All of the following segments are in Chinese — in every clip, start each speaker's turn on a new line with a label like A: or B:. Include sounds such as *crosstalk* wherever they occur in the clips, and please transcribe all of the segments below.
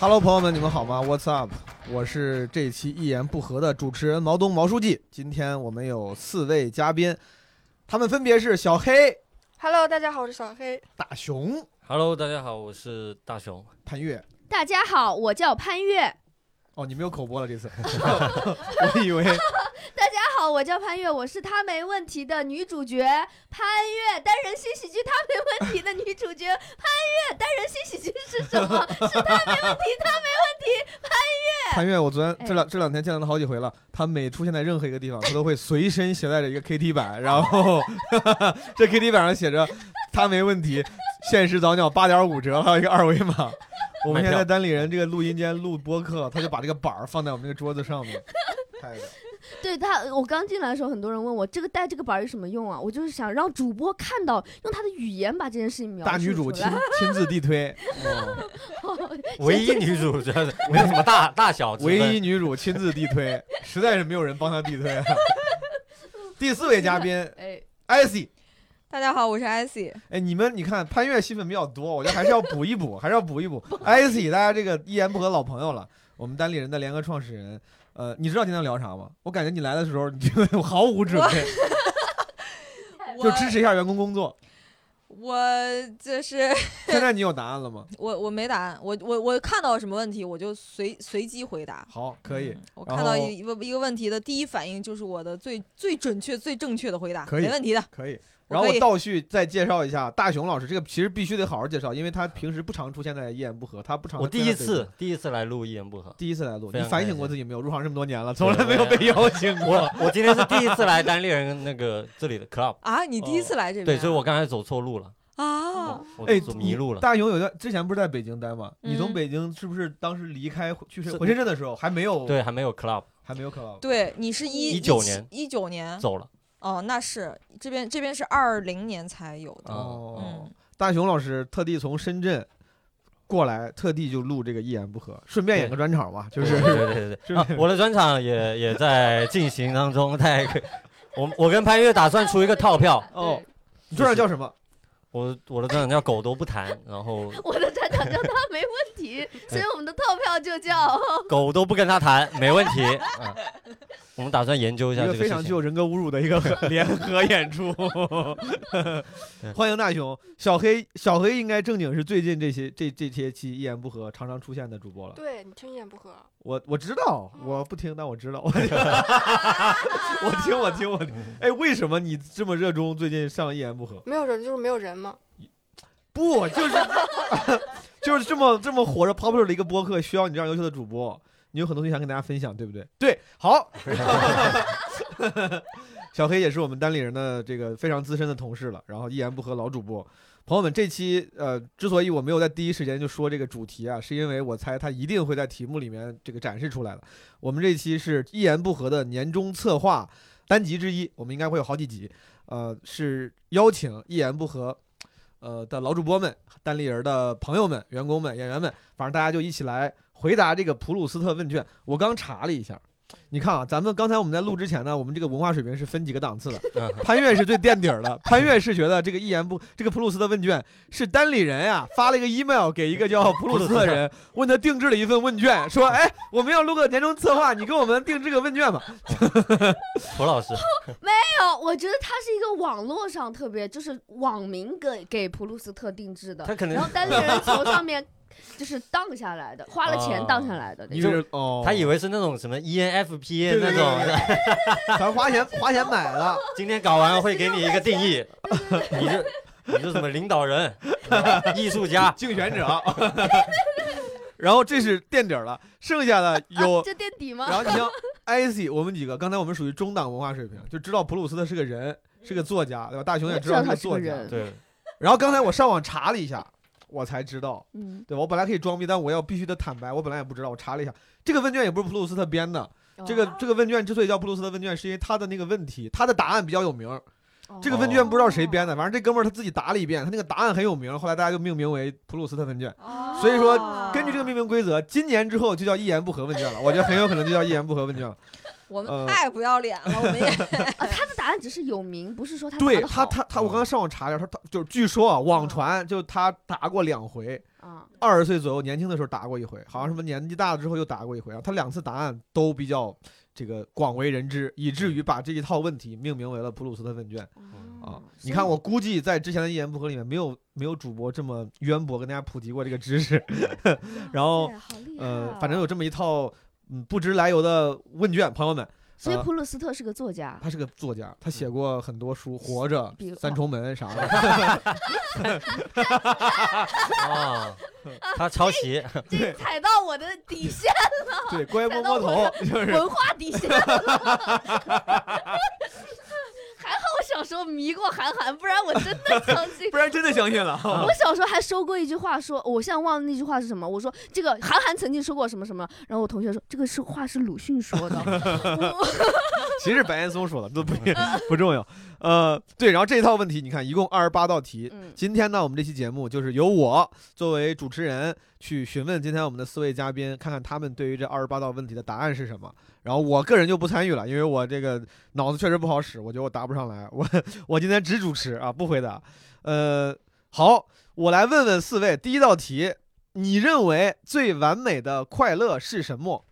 A: Hello，朋友们，你们好吗？What's up？我是这一期一言不合的主持人毛东毛书记。今天我们有四位嘉宾，他们分别是小黑、
B: Hello，大家好，我是小黑。
A: 大熊、
C: Hello，大家好，我是
A: *laughs*
C: 大熊。
A: 潘越。
D: 大家好，我叫潘越。
A: 哦，你没有口播了这次，我以为
D: 大家好，我叫潘越，我是他没问题的女主角潘越，单人新喜剧他没问题的女主角潘越，单人新喜剧是什么？是他没问题，他没问题。
A: *laughs* 潘越，我昨天
D: 哎
A: 这两这两天见到他好几回了。他每出现在任何一个地方，他都会随身携带着一个 KT 板，然后 *laughs* 这 KT 板上写着“他没问题”，限时早鸟八点五折，还有一个二维码。我们现在在单立人这个录音间录播客，他就把这个板儿放在我们这个桌子上面。太
D: *laughs* 对他，我刚进来的时候，很多人问我这个带这个板儿有什么用啊？我就是想让主播看到，用他的语言把这件事情描述
A: 大女主
D: 出
A: 亲
D: 来
A: 亲自地推，嗯
C: 唯一女主角， *laughs* 没有什么大大小之
A: 唯
C: 分，
A: 一女主亲自地推，实在是没有人帮她地推啊。 *laughs* 第四位嘉宾
D: *laughs* 哎，
A: 艾希。
B: 大家好，我是艾希。
A: 哎，你们你看潘越戏份比较多，我觉得还是要补一补，还是要补一补。艾希，大家这个一言不合老朋友了，我们单立人的联合创始人。呃，你知道今天聊啥吗？我感觉你来的时候，你就我毫无准备，就支持一下员工工作。
B: 我就是 *laughs*
A: 现在你有答案了吗？
B: 我我没答案，我我我看到什么问题我就随随机回答。
A: 好，可以。
B: 嗯我
A: 然
B: 看到
A: 后
B: 一一个一个问题的第一反应就是我的最最准确、最正确的回答，
A: 可以
B: 没问题的。
A: 可以。
B: 我
A: 然后
B: 可
A: 我
B: 以
A: 倒叙再介绍一下大熊老师，这个其实必须得好好介绍，因为他平时不常出现在一言不合，他不常。
C: 我第一次第一次来录一言
A: *laughs*
C: 不合。
A: 第一次来录，
C: 非
A: 你
C: 常
A: 反
C: 开
A: 省过
C: 心
A: 自己没有？入行这么多年了，从来没有被邀请过。
C: 我我今天是第一次来单立人那个这里的 club，
B: 啊，你第一
A: 哦
B: 次来这边啊？
C: 对，所以我刚才走错路了，
B: 啊，
C: 我嗯
A: 哎，
C: 走迷路了。
A: 大勇有段之前不是在北京待吗？你从
B: 嗯
A: 北京是不是当时离开回去深
C: 是
A: 回深圳的时候还没有？，
C: 对，还没有 club，
A: 还没有可能。
B: 对，你是一
C: 19年
B: 一九
A: 啊
B: 年
C: 走了。
B: 哦，那是这边这边是二零年才有的。
A: 哦
B: 嗯，
A: 大熊老师特地从深圳过来，特地就录这个一言不合，顺便演个
C: 对
A: 专场嘛，就
C: 对
A: 是
C: 对对对对
A: 是
C: 对。啊，我的专场也也在进行当中，在 *laughs* 我我跟潘越打算出一个套票，
A: 哦
D: 对，
A: 你专场叫什么？
C: 我我的专场叫狗都不谈，然后
A: *laughs*
D: 我的站长叫他没问题，所以我们的套票就叫。
C: 狗都不跟他谈，没问题。啊，我们打算研究一
A: 一
C: 下这
A: 个
C: 个
A: 非
C: 事
A: 常
C: 情
A: 具。有人格侮辱的一个 *laughs* 联合演出。欢迎大熊，小黑，小黑应该正经是最近这些这这些期一言不合常常出现的主播了。
E: 对你听一言不合，
A: 我我知道，我不听，但我知道，我 *laughs* 我听我听我听。哎，为什么你这么热衷最近上一言不合？
E: 没有人就是没有人嘛。
A: 不，就是 *laughs* 就是这么这么火热 popular 的一个播客，需要你这样优秀的主播，你有很多东西想跟大家分享，对不对？对，好。 *laughs* 小黑也是我们单立人的这个非常资深的同事了，然后一言不合老主播。朋友们，这期呃，之所以我没有在第一时间就说这个主题啊，是因为我猜他一定会在题目里面这个展示出来的。我们这期是一言不合的年终策划单集之一，我们应该会有好几集。呃，是邀请一言不合呃的老主播们、单立人的朋友们、员工们、演员们，反正大家就一起来回答这个普鲁斯特问卷。我刚查了一下，你看啊，咱们刚才我们在录之前呢，我们这个文化水平是分几个档次的。
C: 嗯
A: 潘越是最垫底儿的，潘越是觉得这个一言不这个普鲁斯特问卷是单立人呀、发了一个 email 给一个叫普鲁斯特的人，问他定制了一份问卷，说哎我们要录个年终策划，你给我们定制个问卷吧。
C: 涂老师，
D: 没有，哦我觉得他是一个网络上特别，就是网民给给普鲁斯特定制的，
C: 他可能
D: 然后单立人从上面就是荡下来的，花了钱荡下来的。
A: 你
C: 就是
A: 哦，
C: 他以为是那种什么 E ENFP
A: 对对
C: 那
A: 对
C: 种，
A: 咱花钱花钱买了，
C: *laughs* 今天搞完会给你一个
E: *laughs*
C: 定义，你是你是什么领导人、 *laughs* 艺术家，
A: 竞选者。 *laughs* 然后这是垫底儿了，剩下的哦有，
D: *laughs* 啊、这垫底
A: 然
D: 吗？
A: 后你像 Icy，我们几个，刚才我们属于中档文化水平，就知道普鲁斯特是个人，是个作家，对吧？大熊也
D: 我
A: 知
D: 知
A: 道
D: 道
A: 是
D: 他是
A: 作
D: 个
A: 家。
D: 人，
C: 对，
A: 然后刚才我上网查了一下，我才知道，
D: 嗯，
A: 对吧？我本来可以装逼，但我要必须得坦白，我本来也不知道，我查了一下，这个问卷也不是普鲁斯特编的，
D: 哦
A: 这个这个问卷之所以叫普鲁斯特问卷，是因为他的那个问题，他的答案比较有名。
D: 哦
A: 这个问卷不知道谁编的，反正这哥们儿他自己答了一遍，他那个答案很有名，后来大家就命名为普鲁斯特问卷。
B: 哦
A: 所以说根据这个命名规则，今年之后就叫一言不合问卷了。我觉得很有可能就叫一言不合问卷了。
B: 我
A: 呃 *laughs*
B: 们太不要脸了，我们也
D: 啊，他的答案只是有名，不是说他答
A: 对
D: 得
A: 他
D: 好
A: 他他，我刚才上网查了一下，他他就是据说啊，
D: 嗯
A: 网传就他答过两回，
D: 啊，
A: 二十岁左右年轻的时候答过一回，好像什么年纪大了之后又答过一回啊。他两次答案都比较这个广为人知，以至于把这一套问题命名为了普鲁斯特问卷啊
D: 哦。
A: 你看，
D: 所以
A: 我估计在之前的一言不合里面，没有没有主播这么渊博跟大家普及过这个知识。
D: 嗯
A: *laughs* 然
F: 哎
A: 后
D: 哇塞好厉害
A: 呃
D: 啊，
A: 反正有这么一套嗯不知来由的问卷，朋友们，
D: 所以
A: 呃
D: 普鲁斯特是个作家，
A: 他是个作家，他写过很多书，《活着
D: 比》
A: 《
D: 如
A: 三重门》啥的。
C: 啊，他抄袭，
D: 这哦踩到我的底线，
A: 对，乖摸摸头，就是
D: 文化底线了。还好我小时候迷过韩寒，不然我真的相 *laughs* 信
A: 不。然真的相信了。
D: 我小时候还说过一句话说，我现在忘了那句话是什么。我说这个韩寒曾经说过什么什么，然后我同学说这个是话是鲁迅说 *laughs* 的。我
A: 其实白岩松说了，都不不重要。呃，对，然后这一套问题，你看一共二十八道题。
D: 嗯，
A: 今天呢，我们这期节目就是由我作为主持人去询问今天我们的四位嘉宾，看看他们对于这二十八道问题的答案是什么。然后我个人就不参与了，因为我这个脑子确实不好使，我觉得我答不上来。我我今天只主持啊，不回答。呃，好，我来问问四位，第一道题，你认为最完美的快乐是什么？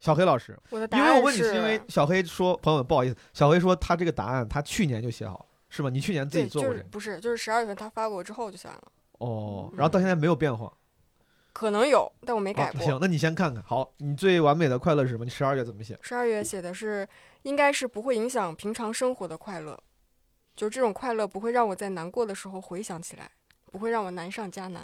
A: 小黑老师。
E: 我的答
A: 因为
E: 案
A: 我问你
E: 是
A: 是因为小黑说，朋友们不好意思，小黑说他这个答案他去年就写好了，是吧？你去年自己
E: 对，
A: 做
E: 就
A: 过
E: 是
A: 这个
E: 不是就是十二月份他发给我之后就算了，
A: 哦，然后到现在没有变化。
E: 可能有，但嗯我没
A: 啊
E: 改，
A: 行
E: 过。，
A: 那你先看看。好，你最完美的快乐是什么？你十二月怎么写？
E: 十二月写的是应该是不会影响平常生活的快乐，就这种快乐不会让我在难过的时候回想起来，不会让我难上加难，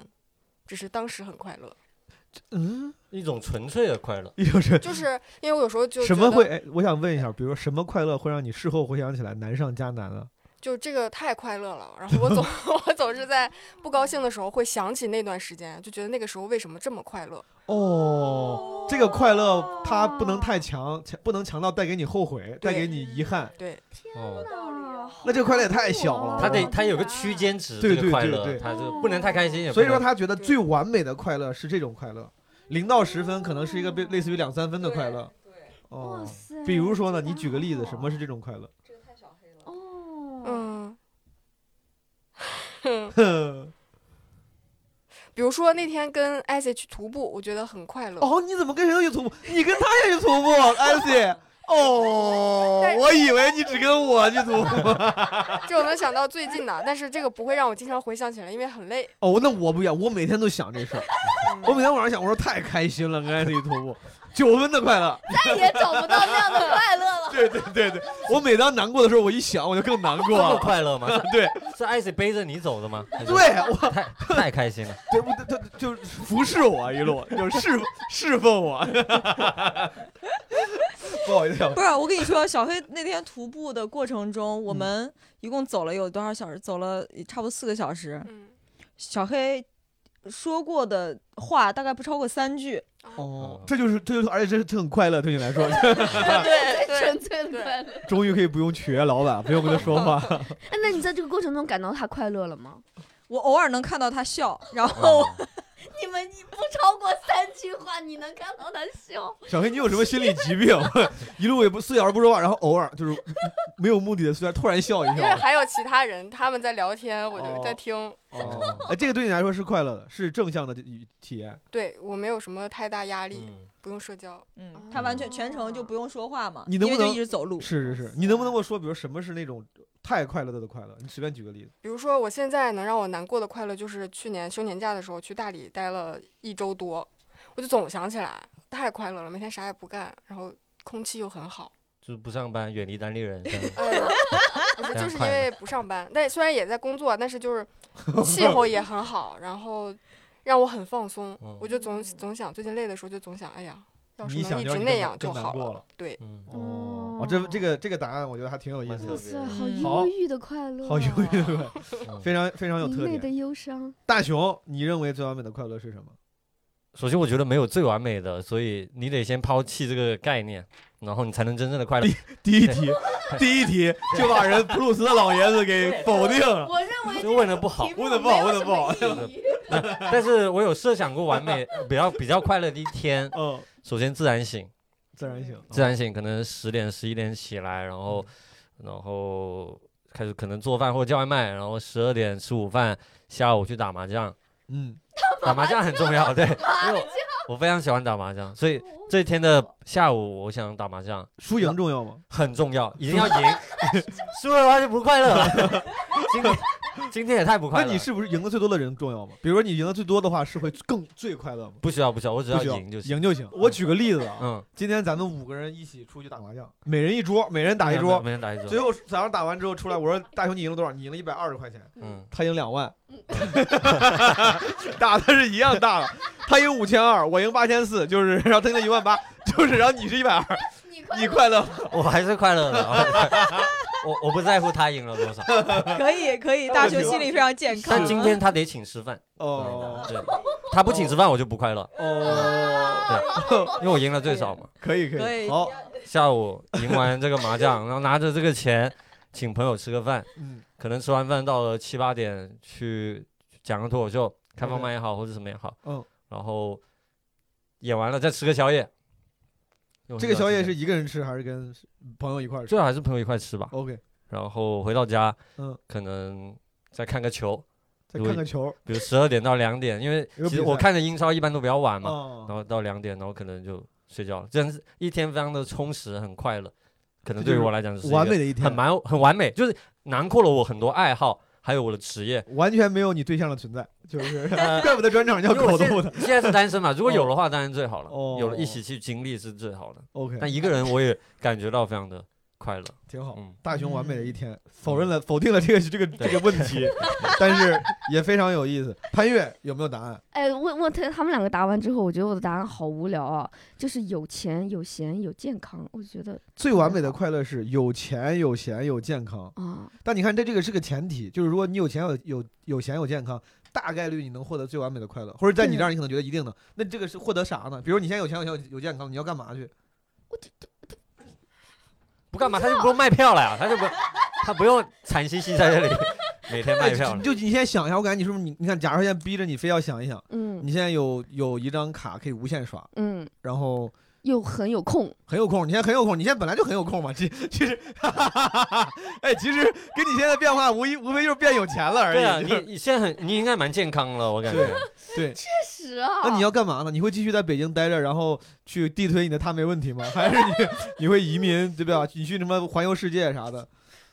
E: 只是当时很快乐。
A: *laughs* 嗯，
C: 一种纯粹的快乐，
A: 就是
E: 就是因为我有时候就
A: 什
E: 觉
A: 么
E: 得
A: 会？哎，我想问一下，比如说什么快乐会让你事后回想起来难上加难啊？
E: 就这个太快乐了，然后我总 *laughs* 我总是在不高兴的时候会想起那段时间，就觉得那个时候为什么这么快乐？
A: 哦，这个快乐它不能太强，强不能强到带给你后悔，带给你遗憾。
E: 对，
C: 哦，
A: 那这个快乐也太小了
C: 他
E: 哦
C: 得他有个区，间值，
A: 对
C: 这个
A: 对
C: 快
A: 对
C: 乐
A: 对，
C: 他就不能太开心，也不
A: 所以说
C: 能
A: 他觉得最完美的快乐是这种快乐，零到十分可能是一个被类似于两三分的快乐。哦
D: 哇，塞！
A: 比如说呢，你举个
E: 啊
A: 例子，什么是这种快乐？
D: 哦，
E: 嗯，
A: 哦，
E: 比如说那天跟艾姐去徒步，我觉得很快乐。
A: 哦你怎么跟谁去 *laughs* 徒步？你跟他也去徒步，艾希。哦，我以为你只跟我去徒 *laughs* 步。
E: 这我能想到最近的，但是这个不会让我经常回想起来，因为很累。
A: 哦，那我不一样，我每天都想这事 *laughs* 儿。我
E: 嗯
A: 每天晚上想，我说太开心了，跟艾希去徒步，九分的快乐。
D: 再也找不到那样的快乐了。
A: 对对对对，我每当难过的时候，我一想，我就更难
C: 这
A: 过
C: 么
A: *laughs* 了。
C: 快乐吗？是
A: 对
C: *laughs* 是艾希背着你走的吗？还是
A: *laughs* 对，啊我
C: 太太开心
E: *laughs*
C: 了，
A: 对，我他他就是服侍我一 *laughs* 路，就是侍奉侍奉我。 *laughs* 不好意思，小
B: 不是，我跟你说，小黑那天徒步的过程中，我
A: 嗯
B: 们一共走了有多少小时？走了差不多四个小时。
E: 嗯，
B: 小黑说过的话大概不超过三句。
A: 哦，这就是这就是，而且这是这很快乐，对你来 *laughs* 说，
E: 嗯啊
D: 最
E: 对对
D: 纯粹的快乐。
A: 终于可以不用取悦老板，不用跟他说话。
D: 哎，那你在这个过程中感到他快乐了吗？
B: 我偶尔能看到他笑，然后 *laughs*
C: 哦
D: 你们你不超过三句话，你能看到他笑。
A: 小黑，你有什么心理疾病？一路也不四小时不说话，然后偶尔就是没有目的的，虽然突然笑一
E: 因为
A: 笑。
E: 还有其他人他们在聊天，我就在听。
A: 哦，哎，这个对你来说是快乐的，是正向的体验。
E: 对我没有什么太大压力，
C: 嗯
E: 不用社交。
B: 嗯，他完全全程就不用说话嘛，
A: 你能不
B: 因为
A: 能
B: 就一直走路？
A: 是是是，你能不能给我说，比如什么是那种太快乐的快乐？你随便举个例子。
E: 比如说，我现在能让我难过的快乐，就是去年休年假的时候去大理待了一周多，我就总想起来，太快乐了，每天啥也不干，然后空气又很好。
C: 就是不上班，远离单立人，这 *laughs* 样
E: 哎呦，我说就是因为不上班，但虽然也在工作，但是就是气候也很好，然后让我很放松。
C: 嗯
E: 我就总总想，最近累的时候就总想，哎呀，要是
A: 你想
E: 能一
A: 就
E: 直
A: 让你
E: 那
A: 更
E: 样
A: 更
E: 就
A: 难
E: 好
A: 过
E: 了
A: 了。
E: 对，
C: 嗯，
A: 哦，哦这这个这个答案我觉得还挺有意思
C: 哇
A: 的，
C: 塞
D: 好
B: 嗯
A: 好
D: 忧郁的快乐，
A: 好忧
F: 啊
A: 郁的快乐，
C: 嗯
A: 非常非常有
D: 一
A: 特
D: 类
A: 点。
D: 的忧伤。
A: 大熊，你认为最完美的快乐是什么？
C: 首先我觉得没有最完美的，所以你得先抛弃这个概念，然后你才能真正的快乐。
A: 第一题，第一题就把人普鲁斯特老爷子给否定了。
D: 我认为
C: 就问的不好，
A: 问得不好问得不好 *laughs*
C: 但是我有设想过完美、呃比较比较快乐的一天。
A: 嗯，
C: 首先自然醒，
A: 自然醒，
C: 自然醒可能十点十一点起来，然后然后开始可能做饭或者叫外卖，然后十二点吃午饭，下午去打麻将。
A: 嗯，
C: 打麻将很重要，对，因为我我非常喜欢打麻将，所以这一天的下午我想打麻将
A: 输赢重要吗？
C: 很重要，一定要赢， *laughs* 输了的话就不快乐了。
A: *laughs*
C: 今天今天也太不快
A: 那
C: 乐了，
A: 你是不是赢的最多的人重要吗？比如说你赢的最多的话，是会更最快乐吗？
C: 不需要不需要，我只
A: 不
C: 要
A: 需要
C: 赢就行。
A: 赢就行。我举个例子啊，
C: 嗯，
A: 今天咱们五个人一起出去打麻将，每人一桌，每人打一
C: 没有
A: 桌。
C: 没人打一
A: 最
C: 桌。
A: 后早上打完之后出来，我说：“大雄，你赢了多少？你赢了一百二十块钱。”
C: 嗯，
A: 他赢两万，打的是一样大的，他赢五千二，我赢八千四，就是然后他赢一万八，就是然后你是一百二，
F: 你快
A: 你快乐吗？
C: 我还是快乐的， *laughs* 我我不在乎他赢
A: *laughs*
C: 了多少，
B: 可以可以，大雄心理非常健康。啊
C: 但今天他得请吃饭，
A: 哦
C: 对，他不请吃饭我就不快乐，
A: 哦，
C: 因为我赢了最少嘛。
A: 可以可
B: 可
A: 以，
B: 以
A: 好，
C: 下午赢完这个麻将，然后拿着这个钱请朋友吃个饭，
A: 嗯，
C: 可能吃完饭到了七八点去讲个脱口秀，开放麦也好或者什么也好，
A: 嗯，
C: 然后演完了再吃个宵夜。因为我
A: 这
C: 很
A: 个
C: 喜欢
A: 宵
C: 吃
A: 夜是一个人吃还是跟朋友一块儿吃
C: 最好还是朋友一块吃吧，
A: ？OK，
C: 然后回到家，
A: 哦嗯，
C: 可能再看个球，
A: 再看看球
C: 比如十二点到两点，因为
A: 有比
C: 其实我
A: 赛
C: 看的英超一般都比较晚嘛，然
A: 啊，
C: 后到两点，然后可能就睡觉了，这样是一天非常的充实，很快乐。可能
A: 这
C: 对于
A: 就是
C: 我来讲就是一个
A: 完美的一
C: 很
A: 天，
C: 蛮很完美，就是囊括了我很多爱好，还有我的职业。
A: 完全没有你对象的存在，
C: *laughs*
A: 就是
C: 呃
A: 怪不得专场叫
C: 因为我
A: 狗
C: 现
A: 动
C: 在
A: 的。
C: 现在是单身 *laughs* 嘛，如果有的话当然最好了，
A: 哦
C: 有了一起去经历是最好的。
A: OK，
C: 但一个人我也感觉到非常的快乐。
A: 挺好。
C: 嗯，
A: 大雄完美的一天，否认了否定了这个这个这个问
C: *laughs*
A: 题，但是也非常有意思。潘越有没有答案？
F: 哎，问问他他们两个答完之后，我觉得我的答案好无聊啊，就是有钱、有闲、有健康，我觉得
A: 最完美的快乐是有钱、有闲、有健康。
F: 啊，
A: 但你看，这这个是个前提，就是如果你有钱、有有有闲、有健康，大概率你能获得最完美的快乐，或者在你这儿你可能觉得一定能。那这个是获得啥呢？比如你现在有钱、有闲、有健康，你要干嘛去？
C: 不干嘛，他就不用卖票了呀，他就 *laughs* 不他不用惨兮兮在这里 *laughs* 每天卖票
A: 哎
C: *laughs* 了。
A: 就就你现在想一下，我感觉你是不是你？你看，假如现在逼着你非要想一想，
F: 嗯
A: 你现在有有一张卡可以无限刷，
F: 嗯，
A: 然后
F: 又很有空，
A: 很有空，你现在很有空，你现在本来就很有空嘛。其其实，哈哈哈哈哎，其实跟你现在变化无一无非就是变有钱了而已。
C: 对啊，
A: 就是
C: 你你现在很你应该蛮健康了，我感觉
A: 对。对，
F: 确实啊。
A: 那你要干嘛呢？你会继续在北京待着，然后去地推你的他没问题吗？还是你你会移民，对吧？你去什么环游世界啥的？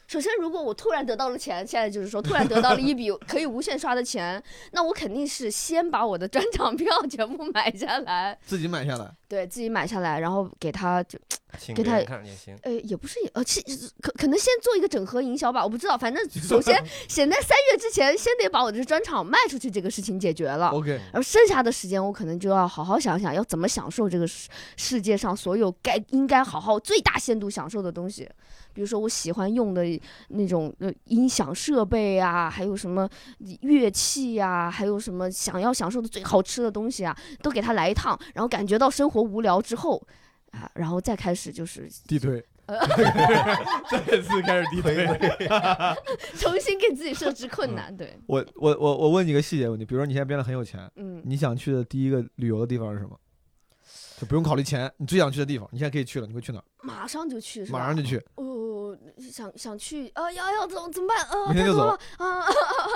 F: 首先，如果我突然得到了钱，现在就是说突然得到了一笔 *laughs* 可以无限刷的钱，那我肯定是先把我的专场票全部买下来，
A: 自己买下来，
F: 对自己买下来，然后给他就
C: 请
F: 给
C: 别
F: 他
C: 人嗯看也行。
F: 呃也不是呃其可可能先做一个整合营销吧，我不知道，反正首先先在三月之前，先得把我的专场卖出去这个事情解决了。
A: OK，
F: 然后剩下的时间，我可能就要好好想想，要怎么享受这个世世界上所有该应该好好最大限度享受的东西，比如说我喜欢用的那种呃音响设备啊，还有什么乐器呀、还有什么想要享受的最好吃的东西啊，都给他来一趟，然后感觉到生活无聊之后。啊，然后再开始
A: *laughs*
F: 就是
A: 地推，
F: 呃
A: 再次开始地推。
F: 重新给自己设置困
A: 嗯
F: 难，对，
A: 我我我我问你个细节问题，比如说你现在变得很有钱，
F: 嗯，
A: 你想去的第一个旅游的地方是什么？就不用考虑钱，你最想去的地方，你现在可以去了，你会去哪儿？
F: 马上就去是吧？
A: 马上就去。
F: 哦，想想去啊，要要怎么怎么办？呃，
A: 明天
F: 太
A: 就
F: 多
A: 走
F: 了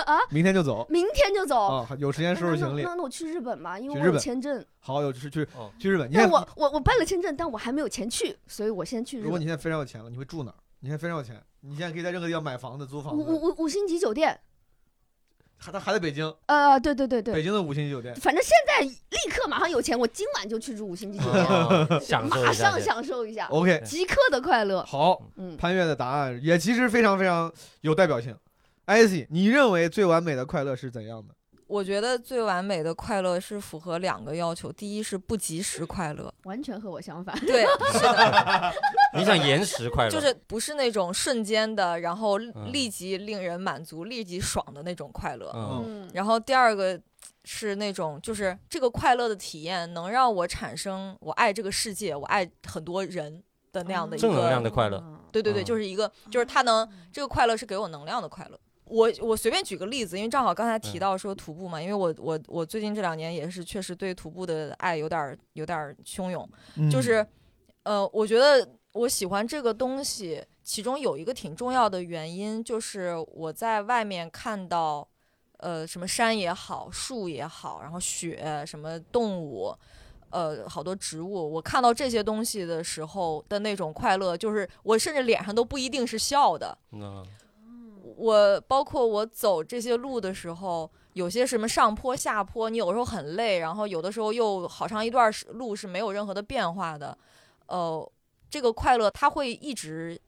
F: 啊，
A: 明天就走
F: 明天就走。
A: 啊、有时间收拾行李
F: 哦那。那那我去日本吧，因
A: 去日
F: 为我有
A: 本
F: 签证。
A: 好，有去去
B: *laughs*
C: 哦
A: 去日本。你
F: 但
A: 看，
F: 我我我办了签证，但我还没有钱去，所以我先去日
A: 如果
F: 本。
A: 你现在非常有钱了，你会住哪儿？你现在非常有钱，你现在可以在任何地方买房子、租房
F: 五
A: 子，
F: 五五五星级酒店，
A: 还他还在北京，
F: 呃，对对对
A: 北
F: 对，
A: 京的五星级酒店。
F: 反正现在立刻马上有钱，我今晚就去住五星级酒店， *laughs*
C: 哦享受
F: 马
C: 一下
F: 上
C: 这个。
F: 享受一下，
A: OK，
F: 即刻的快乐。
A: 哦好，
F: 嗯，
A: 潘越的答案也其实非常非常有代表性。艾希，你认为最完美的快乐是怎样的？
B: 我觉得最完美的快乐是符合两个要求，第一是不及时快乐，
F: 完全和我相反。
B: *laughs* 对，是的，
C: 你想延时快乐，
B: 就是不是那种瞬间的，然后
C: 嗯
B: 立即令人满足、立即爽的那种快乐。
C: 嗯。
A: 哦
F: 嗯，
B: 然后第二个是那种，就是这个快乐的体验能让我产生我爱这个世界，我爱很多人的那样的一
C: 正能量
B: 个，
C: 的快乐
F: 啊，
B: 对对对，
C: 嗯
B: 就是一个，就是它能这个快乐是给我能量的快乐。我我随便举个例子，因为正好刚才
C: 嗯
B: 提到说徒步嘛，因为我我我最近这两年也是确实对徒步的爱有点儿
A: 嗯
B: 有点儿汹涌，就是，呃，我觉得我喜欢这个东西，其中有一个挺重要的原因，就是我在外面看到，呃，什么山也好，树也好，然后雪，什么动物，呃，好多植物，我看到这些东西的时候的那种快乐，就是我甚至脸上都不一定是笑的。
C: 那
B: 我包括我走这些路的时候，有些什么上坡下坡，你有时候很累，然后有的时候又好长一段时路是没有任何的变化的，呃，这个快乐它会一直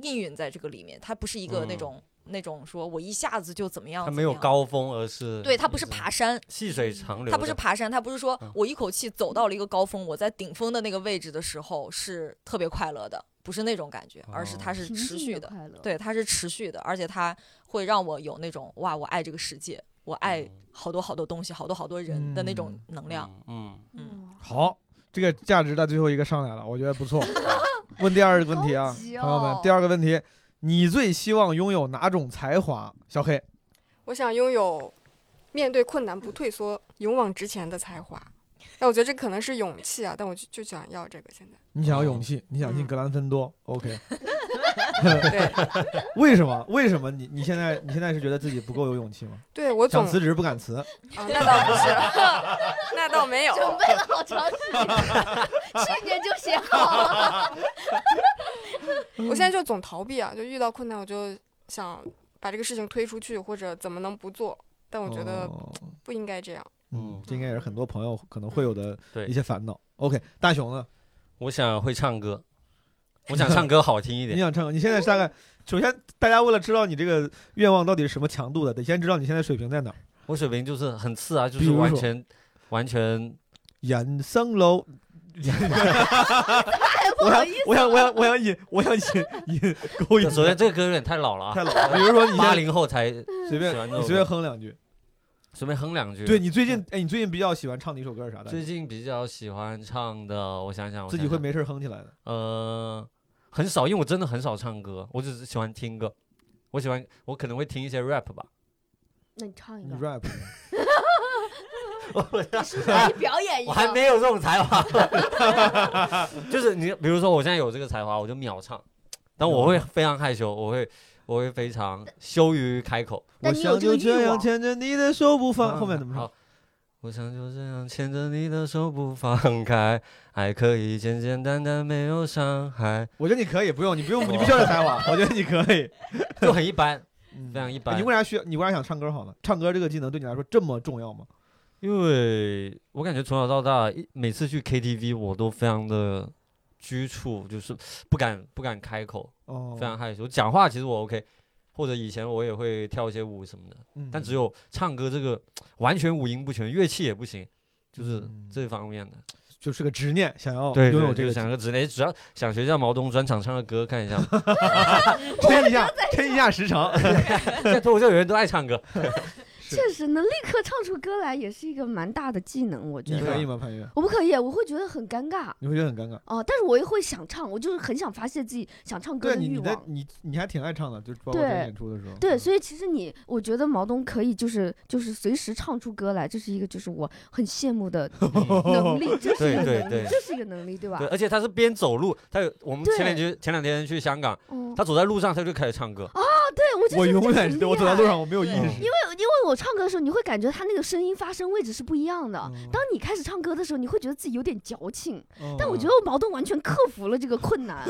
B: 氤氲在这个里面，它不是一个那
C: 嗯
B: 种、那种说我一下子就怎么样，
C: 它
B: 怎
C: 没
B: 么
C: 有
B: 样，
C: 高峰，而是
B: 对，它不
C: 一
B: 是
C: 直
B: 爬山，
C: 细水长流的，
B: 它不是爬山，它不是说
C: 嗯
B: 我一口气走到了一个高峰，我在顶峰的那个位置的时候是特别快乐的，不是那种感觉，而是
C: 哦
B: 它是
F: 平
B: 持
F: 静
B: 续
F: 的快乐，，
B: 对，它是持续的，而且它会让我有那种哇，我爱这个世界，我爱
C: 嗯
B: 好多好多东西，好多好多人的那种能量。
C: 嗯，
B: 嗯
F: 嗯，
A: 好，这个价值在最后一个上来了，我觉得不
F: *laughs*
A: 错。问第二个问题啊
F: 高，级哦
A: 朋友们，第二个问题，你最希望拥有哪种才华？小黑，
E: 我想拥有面对困难不退缩、勇往直前的才华。但我觉得这可能是勇气啊，但我就就想要这个现在。
A: 你想要勇气，你想进
E: 嗯
A: 格兰芬多，OK？
E: *laughs* 对，
A: *laughs* 为什么？为什么你你现在你现在是觉得自己不够有勇气吗？
E: 对我总
A: 想辞职不敢辞，
E: 啊，那倒不是， *laughs* 那倒没有。
F: 准备了好长时间，
A: *laughs*
F: 去年就写好了。
E: 我
A: 嗯
E: 现在就总逃避啊，就遇到困难我就想把这个事情推出去，或者怎么能不做？但我觉得
A: 哦
E: 不应该这样。
A: 嗯
C: 嗯，
A: 这应该也是很多朋友可能会有的
C: 对
A: 一些烦恼。OK，大雄呢？
C: 我想会唱歌，我想唱歌好听一
A: 你
C: 点。
A: 想唱歌？你现在是大概，首先大家为了知道你这个愿望到底是什么强度的，得先知道你现在水平在哪儿。
C: 我水平就是很次啊，就
A: 比
C: 是
A: 如
C: 完
A: 说
C: 全完全
A: 人生楼， *laughs*
F: 不
A: 我
F: 好
A: 想
F: 意思，啊
A: 我想，我想，我想引，我想引引勾引。
C: 首先，这个歌有点太老了啊
A: 太，老了。比如说，你
C: 八
A: 先
C: 零后才
A: 随
C: 喜
A: 便
C: 欢这
A: 你
C: 首
A: 随便
C: 歌
A: 哼两句。
C: 随便哼两句。
A: 对，你最近，哎，你最近比较喜欢唱的一首歌是啥的？
C: 最近比较喜欢唱的，我想想，我
A: 自己
C: 想
A: 会
C: 想
A: 没事哼起来的。
C: 呃很少，因为我真的很少唱歌，我只是喜欢听歌。我喜欢，我可能会听一些 rap 吧。
F: 那你唱一
A: 你
F: 个，
A: rap，
F: 你是不是让你表演一
C: 我还
F: 个？
C: 没有这种才华， *laughs* 就是你，比如说我现在有这个才华，我就秒唱，但
A: 哦
C: 我会非常害羞，我会，我会非常羞于开口。
F: *laughs* 但
A: 我
F: 你有
A: 想
F: 这个
A: 就
F: 欲
A: 这样
F: 望
A: 牵着你的手不放。后面怎么唱？
C: 啊好？我想就这样牵着你的手不放开，爱可以简简单单没有伤
A: *laughs*
C: 害，
A: 我觉得你可以，不用，你不用，你不需要这才华。我觉得你可
C: *laughs*
A: 以，
C: 就很一般，
A: 嗯
C: 非常一般
A: 你为啥需要？你为啥想唱歌好呢？唱歌这个技能对你来说这么重要吗？
C: 因为我感觉从小到大，一每次去 KTV 我都非常的拘束，就是不敢不敢开口，
A: 哦
C: 非，常害羞。讲话其实我 OK，或者以前我也会跳一些舞什么的，
A: 嗯
C: 但只有唱歌这个完全五音不全，乐器也不行，就是
A: 嗯
C: 这方面的。
A: 就是个执念，想要
C: 对，
A: 拥有
C: 对
A: 这
C: 就
A: 个技
C: 想
A: 能。
C: 个之类，只要想学一下毛东专场唱的歌，看一下嘛。 *laughs*
A: 抻一下，抻一下时长。
F: *laughs*
C: 现在脱口秀演员都爱唱歌，
A: *laughs* 是
F: 确实能立刻唱出歌来，也是一个蛮大的技能，我觉
A: 你可以
F: 得。
A: 吗，潘越？
F: 我不可以，我会觉得很尴尬
A: 你会觉得很尴尬。
F: 哦，但是我也会想唱，我就是很想发泄自己想唱歌
A: 对
F: 的
A: 你，
F: 欲
A: 你的
F: 望。
A: 你你还挺爱唱的，就是包括之前
F: 对
A: 演出的时候。
F: 对，
A: 嗯
F: 所以其实你，我觉得毛东可以就是就是随时唱出歌来，这是一个就是我很羡
A: *laughs*
F: 慕的能力，这是一个
C: 对
F: 能
C: 对对，
F: 力这是一个能力，对吧
C: 嗯对，？而且他是边走路，他有我们前两
F: 对
C: 天前两天去香港，
F: 嗯，
C: 他走在路上他就开始唱歌，嗯
F: 对我就
A: 我
F: 觉得
A: 永
F: 这
A: 远
F: 很
A: 是我
F: 厉
A: 走在路
F: 害
A: 上，我没有意
B: 对
A: 识。
F: 哦因为因为我唱歌的时候，你会感觉他那个声音发声位置是不一样的。
A: 嗯
F: 当你开始唱歌的时候，你会觉得自己有点矫情，
A: 嗯
F: 但我觉得毛东完全克服了这个困难。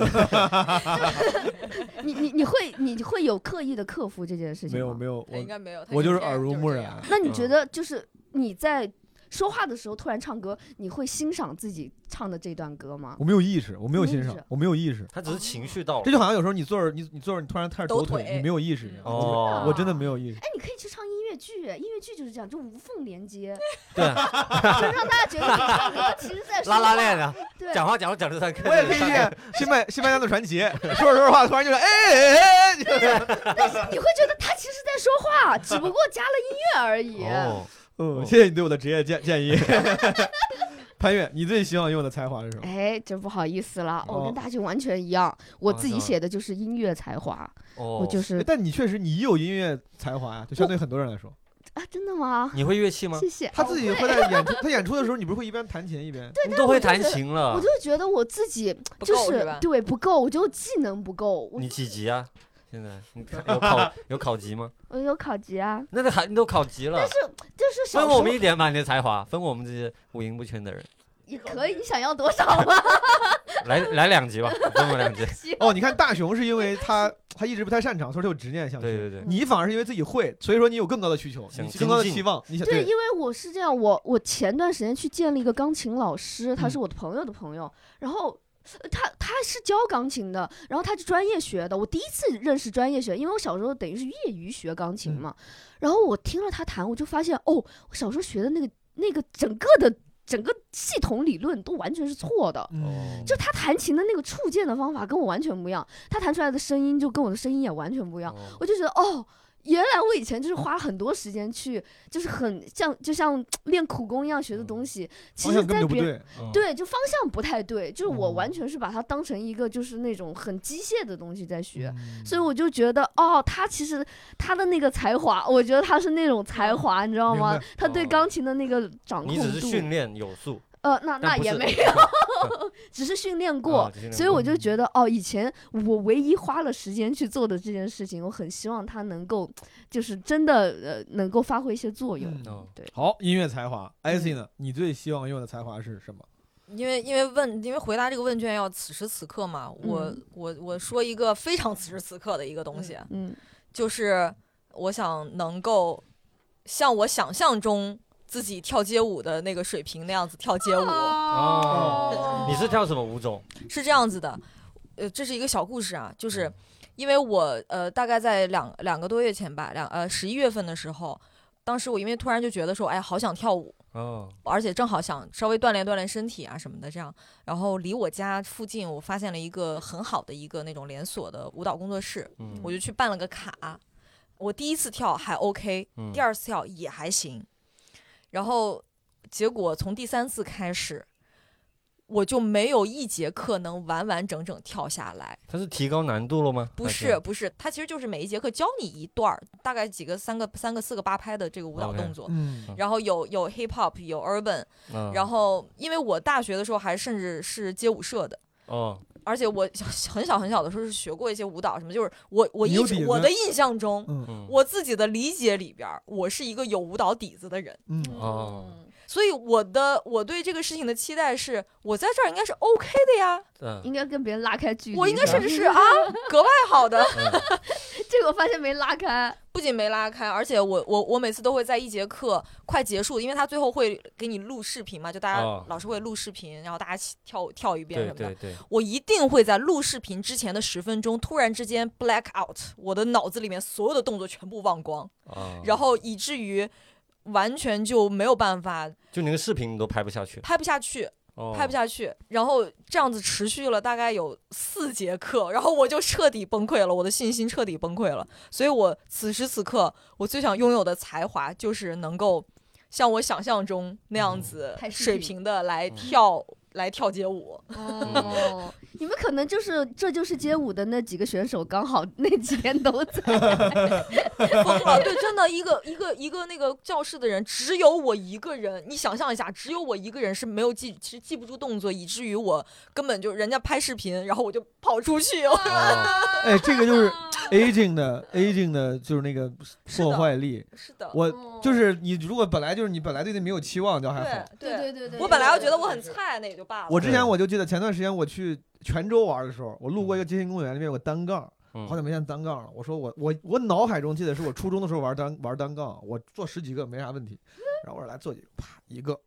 F: *laughs* 你你你会你会有刻意的克服这件事情
A: 嗯没有
F: 吗
A: 没有，
B: 他应
A: 我
B: 该没有，他
A: 我
B: 应
A: 就是
B: 该
A: 耳濡
B: 是
A: 目
B: 这
A: 染
B: 样。
C: 嗯
F: 那你觉得就是你在说话的时候突然唱歌，你会欣赏自己唱的这段歌吗？
A: 我没有意识，我没有
F: 没有
A: 欣
F: 意
A: 赏
F: 识，哦
A: 我没有意识。
C: 他只是情绪到了
A: 这。就好像有时候你坐着，你你坐着，你突然开始
B: 抖
A: 抖腿，
B: 腿
A: 你没有意识一样。我
C: 哦，
A: 我真的没有意识。
F: 哎，你可以去唱音乐剧，音乐剧就是这样，就无缝连接，
C: 对啊，
F: *laughs* 就让大家觉得你唱歌其实在说
C: 拉拉
F: 话
C: 链啊，
F: 对，
C: 讲话讲着讲着他开始
A: 哎我也可以
C: 唱
A: 去新白新白娘子传奇，说着说着话，突然就是哎哎哎哎，就是
F: 你会觉得他其实在说话，只不过加了音乐而已。
C: 歌哦，
A: 嗯，谢谢你对我的职业建建议。 *laughs* 潘越，你最希望用的才华是什么？
F: 哎，真不好意思了，我
A: 哦
F: 跟大雄完全一样，我
C: 哦
F: 自己写的就是音乐才华，
C: 哦
F: 我就是
A: 哎但你确实你有音乐才华呀，就相对很多人来说，
F: 啊，真的吗？
C: 你会乐器哎吗？
F: 谢谢。
A: 他自己会在
F: *laughs*
A: 演出，他演出的时候，你不是会一边弹琴一边？
C: 你都会弹
F: 但是
C: 琴啊
F: 我
C: 了
F: 就，觉得我自己
B: 不
F: 就
B: 够
F: 是
B: 吧？
F: 对不够，我就技能不够。我
C: 你几级啊？现
F: *laughs*
C: 在你看有考有考级吗？
F: 我有考级啊，
C: 那个还你都考级了
F: 但，是就是小
C: 分
F: 时
C: 我
F: 候
C: 们一点吧，你的才华，分我们这些五音不全的人，
F: 也可以，你想要多少 *laughs* 啊？
C: 来来两级吧， *laughs* 分我两级。
A: 哦，你看大雄是因为他他一直不太擅长，所以他有执念想
C: 对
A: 学。
C: 对对，
A: 你反而是因为自己会，所以说你有更高的需求，
C: 想
A: 你更高的
C: 精进
A: 期望，你想
F: 对，因为我是这样，我我前段时间去见了一个钢琴老师，他
A: 嗯
F: 是我的朋友的朋友，然后。呃他他是教钢琴的，然后他是专业学的。我第一次认识专业学，因为我小时候等于是业余学钢琴
A: 嗯
F: 嘛。然后我听了他弹，我就发现哦，我小时候学的那个那个整个的整个系统理论都完全是错的。
C: 哦
A: 嗯
F: 就他弹琴的那个触键的方法跟我完全不一样，他弹出来的声音就跟我的声音也完全不一样。
C: 哦
F: 我就觉得哦，原来我以前就是花很多时间去，就是很像就像练苦功一样学的东西，其
A: 嗯方
F: 实
A: 向根本
F: 在
A: 就不
F: 别人。
A: 对。啊
C: 嗯
F: 对，就方向不太对，就是我
A: 嗯
F: 完全是把它当成一个就是那种很机械的东西在学，
A: 嗯
F: 所以我就觉得哦，他其实他的那个才华，我觉得他是那种才华，你知道
A: 嗯明
F: 吗
A: 白？嗯
F: 他对
C: 哦
F: 钢琴的那个掌控
C: 你
F: 度，
C: 只是训练有素，
F: 呃，那那
C: 但不
F: 也
C: 是 *laughs*
F: 没有，只是训练过，
C: 啊只是训练嗯
F: 所以我就
A: 过
F: 觉得哦，以前我唯一花了时间去做的这件事情，我很希望它能够，就是真的呃，能够发挥一些作用。
A: 嗯
C: 哦
F: 对，
A: 好，音乐才华，IC
F: 嗯
A: 呢？你最希望用的才华是什么？
B: 因为因为问，因为回答这个问卷要此时此刻嘛，我
F: 嗯
B: 我我说一个非常此时此刻的一个东西，
F: 嗯
B: 就是我想能够像我想象中自己跳街舞的那个水平那样子跳街舞，
C: 哦你是跳什么舞种？
B: 是这样子的，呃，这是一个小故事啊，就是因为我呃大概在两两个多月前吧，两呃十一月份的时候，当时我因为突然就觉得说，哎，好想跳舞，
C: 哦，
B: 而且正好想稍微锻炼锻炼身体啊什么的，这样。然后离我家附近，我发现了一个很好的一个那种连锁的舞蹈工作室，
C: 嗯
B: 我就去办了个卡。我第一次跳还 OK，
C: 嗯
B: 第二次跳也还行，然后结果从第三次开始，我就没有一节课能完完整整跳下来。
C: 它是提高难度了吗？
B: 不
C: 还
B: 是不是，它其实就是每一节课教你一段儿，大概几个三个三个四个八拍的这个舞蹈
C: OK
B: 动作。
A: 嗯
B: 然后有有 hip hop，有 urban，
C: 嗯
B: 然后，因为我大学的时候还甚至是街舞社的，
C: 哦，
B: 而且我 *laughs* 小很小很小的时候是学过一些舞蹈什么，就是我我
A: 你有
B: 一直
A: 底
B: 我
A: 子
B: 的印象中，
A: 嗯
C: 嗯
B: 我自己的理解里边儿，我是一个有舞蹈底子的人，
A: 嗯
C: 哦
B: 所以我的我对这个事情的期待是，我在这儿应该是 OK 的呀，
C: 嗯
F: 应该跟别人拉开距离。
B: 我应该
F: 是吧
B: 甚至
F: *laughs*
B: 是啊格外好
C: *laughs*
B: 的。
C: 嗯
F: 结果发现没拉
B: *laughs*
F: 开，
B: 不仅没拉开，而且我我我每次都会在一节课快结束，因为他最后会给你录视频嘛，就大家、
C: 哦
B: 老师会录视频，然后大家起跳跳一遍什
C: 对
B: 么的。
C: 对对，
B: 我一定会在录视频之前的十分钟突然之间 black out，我的脑子里面所有的动作全部忘光，
C: 哦，
B: 然后以至于完全就没有办法
C: 就你那个视频你都拍不下去，
B: 拍不下去，
C: 哦
B: 拍不下去。然后这样子持续了大概有四节课，然后我就彻底崩溃了，我的信心彻底崩溃了。所以我此时此刻我最想拥有的才华就是能够像我想象中那样子
F: 拍视
B: 水
F: 频
B: 平的来
C: 嗯
B: 跳、来跳街 *laughs* 舞。
F: 哦，你们可能就是这就是街舞的那几个选手，
C: *laughs*
F: 刚好那几天都在。
B: 疯了，对，真的一个一个一个那个教室的人，只有我一个人。你想象一下，只有我一个人是没有记，是记不住动作，以至于我根本就人家拍视频，然后我就跑出去。我
C: 哦
A: 哎，这个就是 aging
F: *laughs*
A: 的 aging 的，就是那个
B: 是
A: 破
B: 的
A: 坏力。
B: *laughs* 是的，
A: 我
F: 哦
A: 就是你，如果本来就是你本来对他没有期望，就还好。
B: 对对。
F: 对对
B: 我本来要觉得我很菜，那也就罢了。
A: 我之
C: 对
A: 前我就记得前段时间我去泉州玩的时候，我路过一个街心公园，那边有个单杠，
C: 嗯
A: 好久没见单杠了。我说我我我脑海中记得是我初中的时候玩单玩单杠，我做十几个没啥问题。然后我说来做几个，啪一个，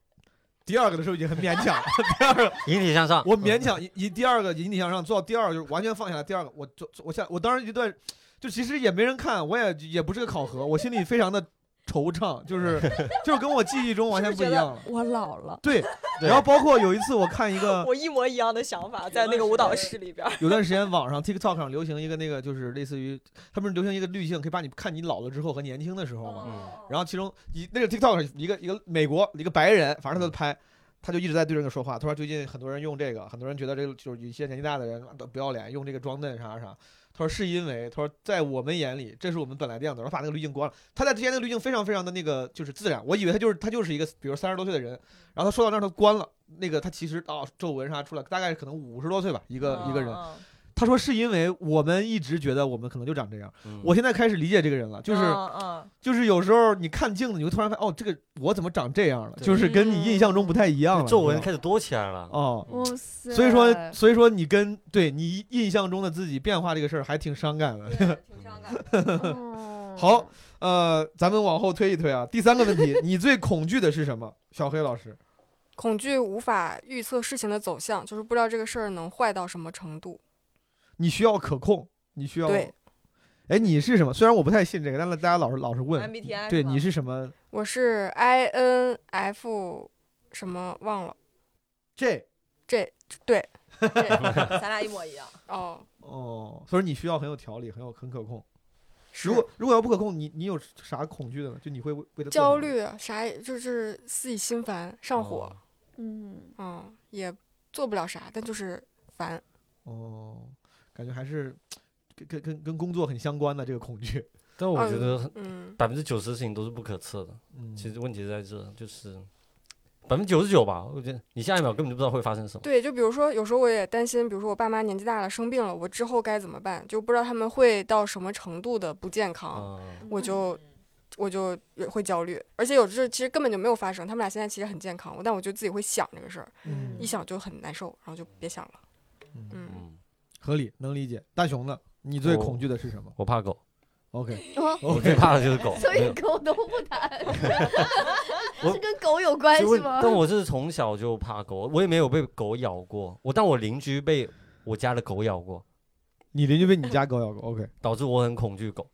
A: 第二个的时候已经很勉强了，第二个
C: 引体向上，
A: 我勉强一一第二个引体向上做到第二个就是完全放下来，第二个我做我下我当时觉得就其实也没人看，我也也不是个考核，我心里非常的惆怅，就是就是跟我记忆中完全不一样了。
B: 我老了，
A: 对，
C: 对
A: 然后包括有一次我看一个
B: 我一模一样的想法，在那个舞蹈室里边儿。
A: 有段时间网上 TikTok 上流行一个那个，就是类似于他们流行一个滤镜，可以把你看你老了之后和年轻的时候嘛。
C: 嗯
A: 然后其中一那个 TikTok 上一个一个美国一个白人，反正他就拍，他就一直在对着那个说话。他说最近很多人用这个，很多人觉得这个就是有一些年纪大的人都不要脸，用这个装嫩啥啥。他说是因为，他说在我们眼里，这是我们本来的样子。然后把那个滤镜关了。他在之前那个滤镜非常非常的那个就是自然，我以为他就是他就是一个比如三十多岁的人，然后他说到那儿他关了，那个他其实哦皱纹啥出来，大概可能五十多岁吧，一个一个人。
B: 嗯
A: 他说是因为我们一直觉得我们可能就长这样，
C: 嗯
A: 我现在开始理解这个人了，就是
B: 嗯嗯
A: 就是有时候你看镜子，你会突然发现哦，这个我怎么长这样了，
C: 对
A: 就是跟你印象中不太一样了，
C: 皱纹
A: 你知
C: 开始多起来
A: 道
C: 了。
A: 吗哦。
F: 哇
C: *laughs*
F: 塞！
A: 所以说，所以说你跟对你印象中的自己变化这个事儿还挺伤感的。 *laughs*
B: 对嗯挺伤感的。
C: *laughs*
F: 哦
A: 好，呃，咱们往后推一推啊。第三个问题，你最恐惧的是什么？小黑老师，
E: 恐惧无法预测事情的走向，就是不知道这个事儿能坏到什么程度。
A: 你需要可控，你需要。
E: 对，
A: 哎，你是什么？虽然我不太信这个，但是大家老是老是问。
B: MBTI
A: 对，
B: 吧
A: 你是什么
E: 我是 I N F 什么忘了
A: ？J。
B: 对咱俩一
A: *laughs*
B: 模一样。
E: 哦，
A: 哦，所以你需要很有条理，很有很可控。
E: 是
A: 如果如果要不可控，你你有啥恐惧的呢？就你会为为他做什么
E: 焦。虑啊啥也，就是自己心烦上火，
C: 哦
F: 嗯，
E: 嗯，也做不了啥，但就是烦。
A: 哦，感觉还是跟跟跟跟工作很相关的这个恐惧。
C: 但我觉
E: 嗯
C: 得
E: 嗯，
C: 百分之九十的事情都是不可测的，
A: 嗯，
C: 其实问题在这，就是百分之九十九吧。我觉得你下一秒根本就不知道会发生什么。
E: 对，就比如说有时候我也担心，比如说我爸妈年纪大了生病了，我之后该怎么办？就不知道他们会到什么程度的不健康，
C: 啊，
E: 我就
F: 嗯
E: 我就也会焦虑。而且有时候其实根本就没有发生，他们俩现在其实很健康，但我就自己会想这个事儿，
A: 嗯
E: 一想就很难受，然后就别想了。
A: 嗯，
E: 嗯，
C: 嗯，
A: 合理，能理解。大熊呢？你最
C: 我
A: 恐惧的是什么
C: 我怕狗，
A: ？OK
F: 哦
C: 我最
A: OK，
C: 怕的就是狗。
F: 所
C: 没
F: 以
C: 有
F: 狗都不谈，
C: *laughs*
F: *laughs*
C: 我
F: 是跟狗有关
C: 其实
F: 系
C: 我
F: 吗？
C: 但我是从小就怕狗，我也没有被狗咬过。我但我邻居被我家的狗咬过，
A: 你邻居被你家狗咬过？OK，
B: *laughs*
C: 导致我很恐惧狗。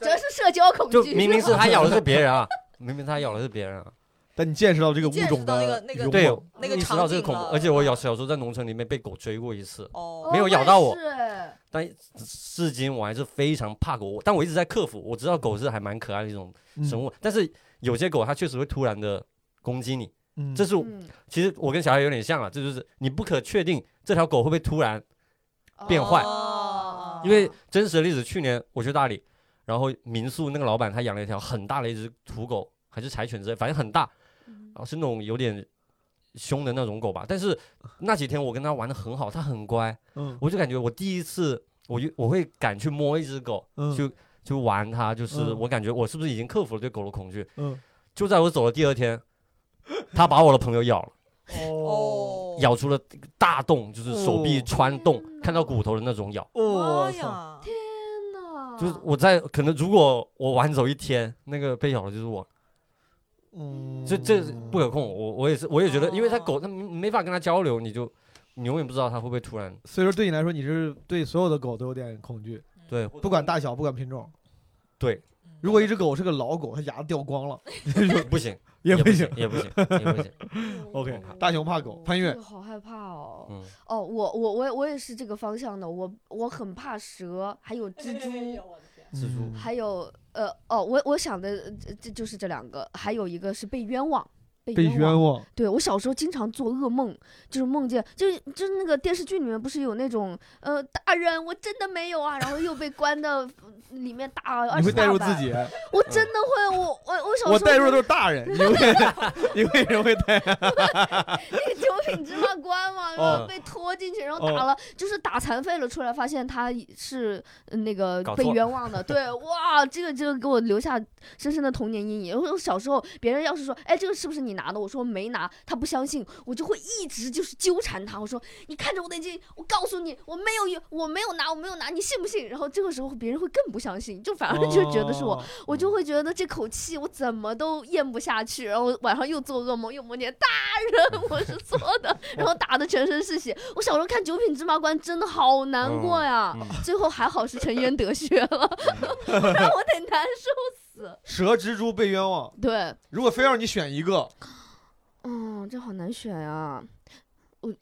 F: 主要是社交恐
C: 就
F: 惧，
C: 明明是他咬的是别人啊，明明他咬的是别人啊。
A: 但你见识到这个物
B: 见识
A: 种
B: 到那
A: 的嗯
B: 个那个
A: 勇
C: 对
A: 猛，
B: 那个
C: 意识
B: 场
C: 到这个
B: 景
C: 恐怖，
B: 了
C: 而且我咬小时候在农村里面被狗追过一次，
B: 哦，
F: 哦
C: 没有咬到我
F: 也是
C: 至今我还是非常怕狗，但我一直在克服。我知道狗是还蛮可爱的一种
A: 嗯
C: 生物，但是有些狗它确实会突然的攻击你，
A: 嗯，
C: 这是我
F: 嗯
C: 其实我跟小孩有点像啊，这就是你不可确定这条狗会不会突然，变坏
B: 哦
C: 因为真实的例子，去年我去大理，然后民宿那个老板他养了一条很大的一只土狗，还是柴犬之类，反正很大，
F: 嗯
C: 然后是那种有点凶的那种狗吧。但是那几天我跟它玩的很好，它很乖，
A: 嗯
C: 我就感觉我第一次，我就我会敢去摸一只狗，
A: 嗯
C: 就就玩它，就是
A: 嗯
C: 我感觉我是不是已经克服了对狗的恐惧？
A: 嗯
C: 就在我走的第二天，它把我的朋友咬了，
B: 哦，
C: 咬出了大洞，就是手臂
A: 哦
C: 穿洞，
F: 天哪
C: 看到骨头的那种咬。
A: 哦
B: 妈
A: 我操，
B: 呀！
F: 天哪，
C: 就是我在可能如果我晚走一天，那个被咬的就是我，
A: 嗯，
C: 这这不可控。我我也是，我也觉得，因为它
B: 哦
C: 狗它没没法跟它交流，你就你永远不知道它会不会突然
A: 所以说对你来说，你是对所有的狗都有点恐惧，
C: 对
A: 不管大小，不管品种。
C: 对，
F: 嗯
A: 如果一只狗是个老狗，它牙掉光了
C: 不行，
A: *laughs* 也
C: 不
A: 不行。哦
C: 也不行，
A: *laughs*
C: 也不行。
A: OK，大熊怕狗，潘越
F: 这个好害怕哦。
C: 嗯，
F: 哦，我我我我也是这个方向的，我我很怕蛇，还有蜘
A: 哎
F: 蛛，
C: 蜘蛛
A: 嗯
F: 还有呃哦，我我想的呃这就是这两个，还有一个是被冤枉，被
A: 被
F: 冤
A: 冤枉，
F: 对我小时候经常做噩梦，就是梦见，就是就是那个电视剧里面不是有那种呃大人，我真的没有啊，然后又被关到 *laughs* 里面打二
A: 你
F: 十
A: 会带
F: 大
A: 入自
F: 板，
A: 己，嗯
F: 我真的会，我我我小时候
A: 我带入的都
F: 就
A: 是大人，你
F: *laughs*
A: 为你为什么会带？
F: 那个九品芝麻官
C: 哦
F: 嘛，然后被拖进去，然后打了，就是打残废了，出来发现他是呃那个
C: 搞
F: 被
C: 错
F: 冤枉的。对，哇，这个这个给我留下深深的童年阴影。然后小时候别人要是说，哎，这个是不是你拿的？我说没拿，他不相信，我就会一直就是纠缠他。我说你看着我的眼睛，我告诉你，我没有，我没有拿，我没有拿，你信不信？然后这个时候别人会更不相信，就反而就觉得是我。
A: 哦，
F: 我就会觉得这口气我怎么都咽不下去，然后晚上又做噩梦，又梦见大人我是错 *laughs* 的，然后打的全身是血。我小时候看《九品芝麻官》真的好难过呀，
C: 嗯
F: 最后还好是沉冤得雪了， *laughs* 不然我得难受死。
A: 蛇、蜘蛛被冤枉。
F: 对，
A: 如果非要你选一个，
F: 嗯，这好难选啊，我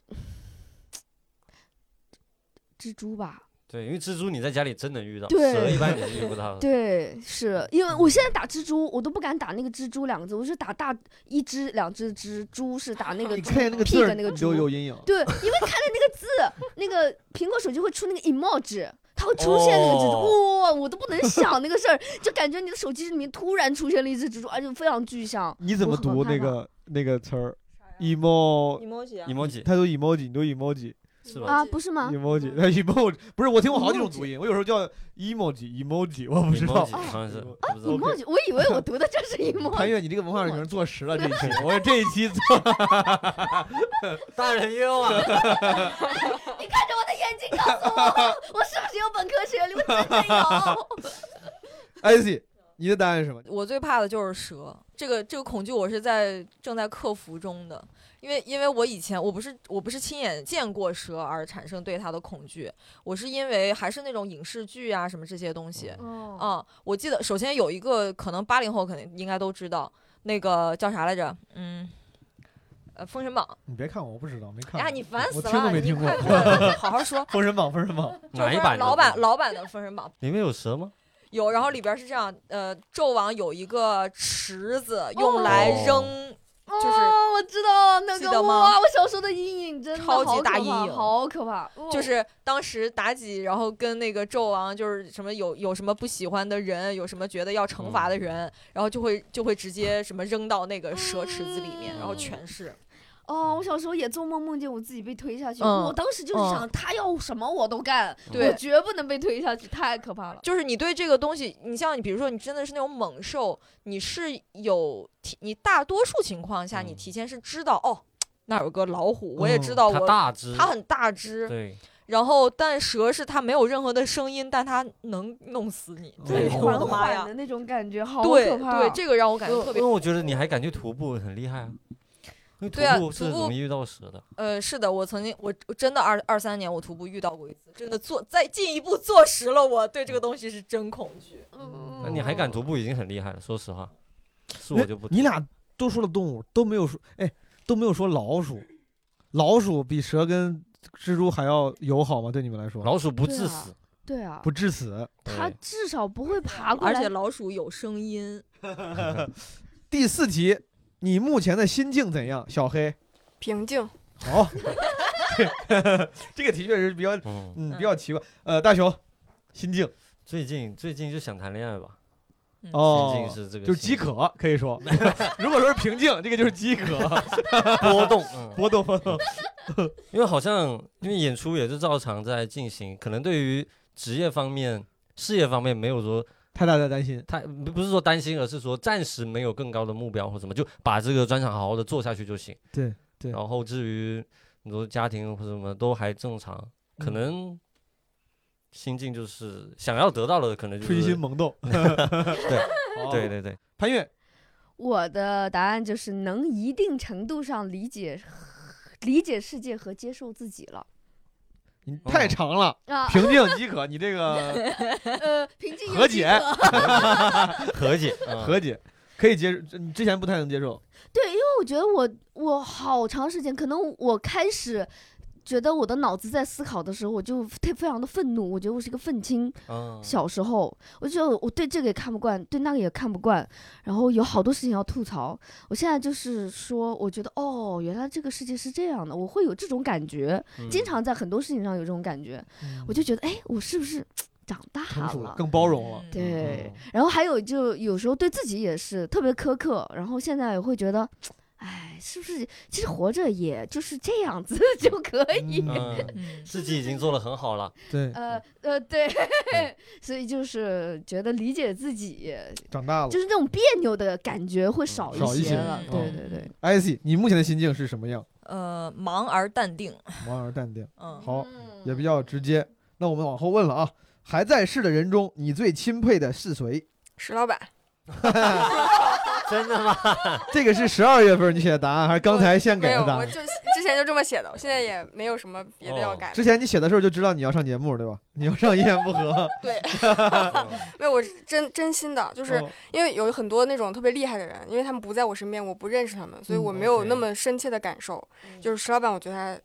F: 蜘蛛吧。
C: 对，因为蜘蛛你在家里真能遇到，
F: 对
C: 蛇一般你是遇不到的。
F: 呃对，是因为我现在打蜘蛛，我都不敢打那个蜘蛛两个字，我是打大一只、两只蜘蛛，是打 *laughs* 那个
A: 你
F: 猪
A: 看见那个
F: 屁
A: 字儿
F: 的那个
A: 就
F: 猪。
A: 有阴影。
F: 对，因为看了那个字，那个苹果手机会出那个 emoji，它会出现那个蜘蛛，哇、
C: 哦
F: 我都不能想那个事儿，就感觉你的手机里面突然出现了一只蜘蛛，而且非常具象。
A: 你怎么
F: 我很
A: 读
F: 害
A: 那
F: 怕
A: 个那个词儿？emo，
B: emoji 啊
C: emoji
A: 他读 emoji，你读 emoji。
C: 是吧？
F: 啊，不是吗？
A: emoji，那 *laughs* emoji 不是我听过好几种读音，我有时候叫 emoji emoji，我不知道
C: emoji。好像是
A: 哦
C: 我不知道
F: emoji，我以为我读的就是
A: 潘
F: emoji。
A: 越，你这个文化水平坐实了这一期，我这一
B: *laughs*
A: 期做
C: 大人啊冤枉，
F: 你看着我的眼睛，告诉我， *laughs* 我是不是有本科学历？我真的有。
A: IC，你的答案是什么？
B: 我最怕的就是蛇，这个这个恐惧我是在正在克服中的，因为因为我以前我不是我不是亲眼见过蛇而产生对它的恐惧，我是因为还是那种影视剧啊什么这些东西，
F: 哦，
B: 嗯，我记得首先有一个可能八零后肯定应该都知道，那个叫啥来着？嗯，呃，《封神榜》
A: *laughs* 你别看我，我不知道，没看过。
B: 哎呀，你烦
A: 我
B: 死
A: 听都
B: 了，
A: 没
B: 你
A: 听过
B: 快。快好好说，
A: *laughs* 封神榜，封神
B: *laughs*
A: 榜，
B: 就
C: 哪一
B: 是
C: 版的？
B: 老版老版的《封神榜》，
C: 里面有蛇吗？
B: 有，然后里边是这样，呃，纣王有一个池子用来
C: 哦
B: 扔，就是
F: 哦，我知道那
B: 记
F: 个
B: 得吗
F: 哇，我小时候的阴影真的
B: 超级
F: 好可
B: 大
F: 怕
B: 阴影
F: 好可怕。哦
B: 就是当时妲己，然后跟那个纣王就是什么有有什么不喜欢的人，有什么觉得要惩罚的人，然后就会就会直接什么扔到那个蛇池子里面，然后
F: 嗯
B: 全是。
F: 哦，我小时候也做梦梦见我自己被推下去，
B: 嗯
F: 我当时就是想他要什么我都干，我
B: 对
F: 绝不能被推下去，太可怕
B: *laughs*
F: 了。
B: 就是你对这个东西，你像你比如说你真的是那种猛兽，你是有提，你大多数情况下你
C: 嗯
B: 提前是知道、哦，那儿有个老虎，我也
A: 嗯
B: 知道
C: 哦它
B: 我、
C: 大只，
B: 它很大只，
C: 对，
B: 然后，但蛇是它没有任何的声音，但它能弄死你。
C: 嗯
A: 对
B: 这个我
F: 缓
B: 的妈
F: 缓
B: 呀
F: 的！那种感觉，好
B: 对
F: 可怕。啊
B: 对，这个让我感觉特别
C: 因为。我觉得你还敢去徒步，很厉害啊。因为
B: 对啊
C: 徒步是
B: 徒步
C: 容易遇到蛇的，
B: 呃，是的，我曾经我我真的二二三年我徒步遇到过一次，真的坐再进一步坐实了我对这个东西是真恐惧。
F: 嗯
C: 那你还敢徒步已经很厉害了。说实话，是我就不。
A: 你俩都说了动物，都没有说，哎，都没有说老鼠。老鼠比蛇跟蜘蛛还要友好吗？对你们来说，
C: 老鼠不
F: 对
C: 致
F: 啊
C: 死，
F: 对啊
A: 不，致死。
F: 它
C: 对
F: 至少不会爬过
B: 而
F: 来。
B: 且老鼠有声音，
A: 第四题，你目前的心境怎样？小黑，
E: 平静，
B: *laughs*
A: 好，这个题确实比较，
C: 嗯，
A: 嗯，比较奇怪。呃，大熊，心境
C: 最近最近就想谈恋爱吧，
A: 哦，
C: 最近是这个
A: 就是饥
C: 心
A: 渴，可以说，如果说是平静，这个就是饥渴，
C: 波动， *laughs* 嗯
A: 波动波动。
C: 因为好像因为演出也是照常在进行，可能对于职业方面、事业方面没有说
A: 太大的担心，
C: 太不不是说担心，而是说暂时没有更高的目标或什么，就把这个专场好好的做下去就行。
A: 对对
C: 然后至于你说家庭或什么都还正常，可
A: 嗯
C: 能心境就是想要得到的，可能就是
A: 春心。萌动。 *laughs* 对
C: 对，对对，
A: 潘越，
F: 我的答案就是能一定程度上理解理解世界和接受自己了
A: 你太长了，
F: 啊。 *laughs*
A: 平静饥渴，你这个
F: 呃，平静
A: 和解
F: 有几个
C: 和
A: *laughs*
C: 解，嗯
A: 和解可以接受，你之前不太能接受。
F: *laughs* 对，因为我觉得我我好长时间，可能我开始。觉得我的脑子在思考的时候，我就非非常的愤怒。我觉得我是一个愤青。
C: 嗯
F: 小时候，我觉得我对这个也看不惯，对那个也看不惯，然后有好多事情要吐槽。我现在就是说，我觉得哦，原来这个世界是这样的，我会有这种感觉，
A: 嗯
C: 嗯
F: 经常在很多事情上有这种感觉。我就觉得，哎，我是不是长大
A: 成熟了，
F: 了？
A: 更包容了。
B: 嗯
F: 对，然后还有就有时候对自己也是特别苛刻，然后现在也会觉得，哎，是不是其实活着也就是这样子就可以？
A: 嗯
C: 嗯，
F: *laughs*
C: 嗯
B: 嗯
C: 自己已经做的很好了，
A: 对，
F: 呃呃，对
C: 嗯，
F: *laughs* 所以就是觉得理解自己，
A: 长
C: 哦
A: 大了
F: 就。是那种别扭的感觉会少
A: 少一
F: 些
A: 些
F: 了。
B: 嗯
F: 对对对，
A: IC，你目前的心境是什么样？
B: 呃，忙而淡定，
A: 忙而淡定，
B: 嗯，
A: 好，
F: 嗯
A: 也比较直接。那我们往后问了啊，还在世的人中，你最钦佩的是谁？
E: 石老板，
C: 真的吗？
B: *laughs*
A: 这个是十二月份你写的答案，还是刚才现给
E: 没有，
A: 的答
E: 我
A: 案？
E: 就之前就这么写的，我现在也没有什么别的要
C: 哦
E: 改的。
A: 之前你写的时候就知道你要上节目，对吧？你要上一言不
B: *laughs*
A: 合，
E: 对，
C: 嗯
E: 没有，我是真真心的，就是
A: 哦
E: 因为有很多那种特别厉害的人，因为他们不在我身边，我不认识他们，所以
A: 嗯
E: 我没有那
C: OK
E: 么深切的感受。
B: 嗯
E: 就是石老板，我觉得他，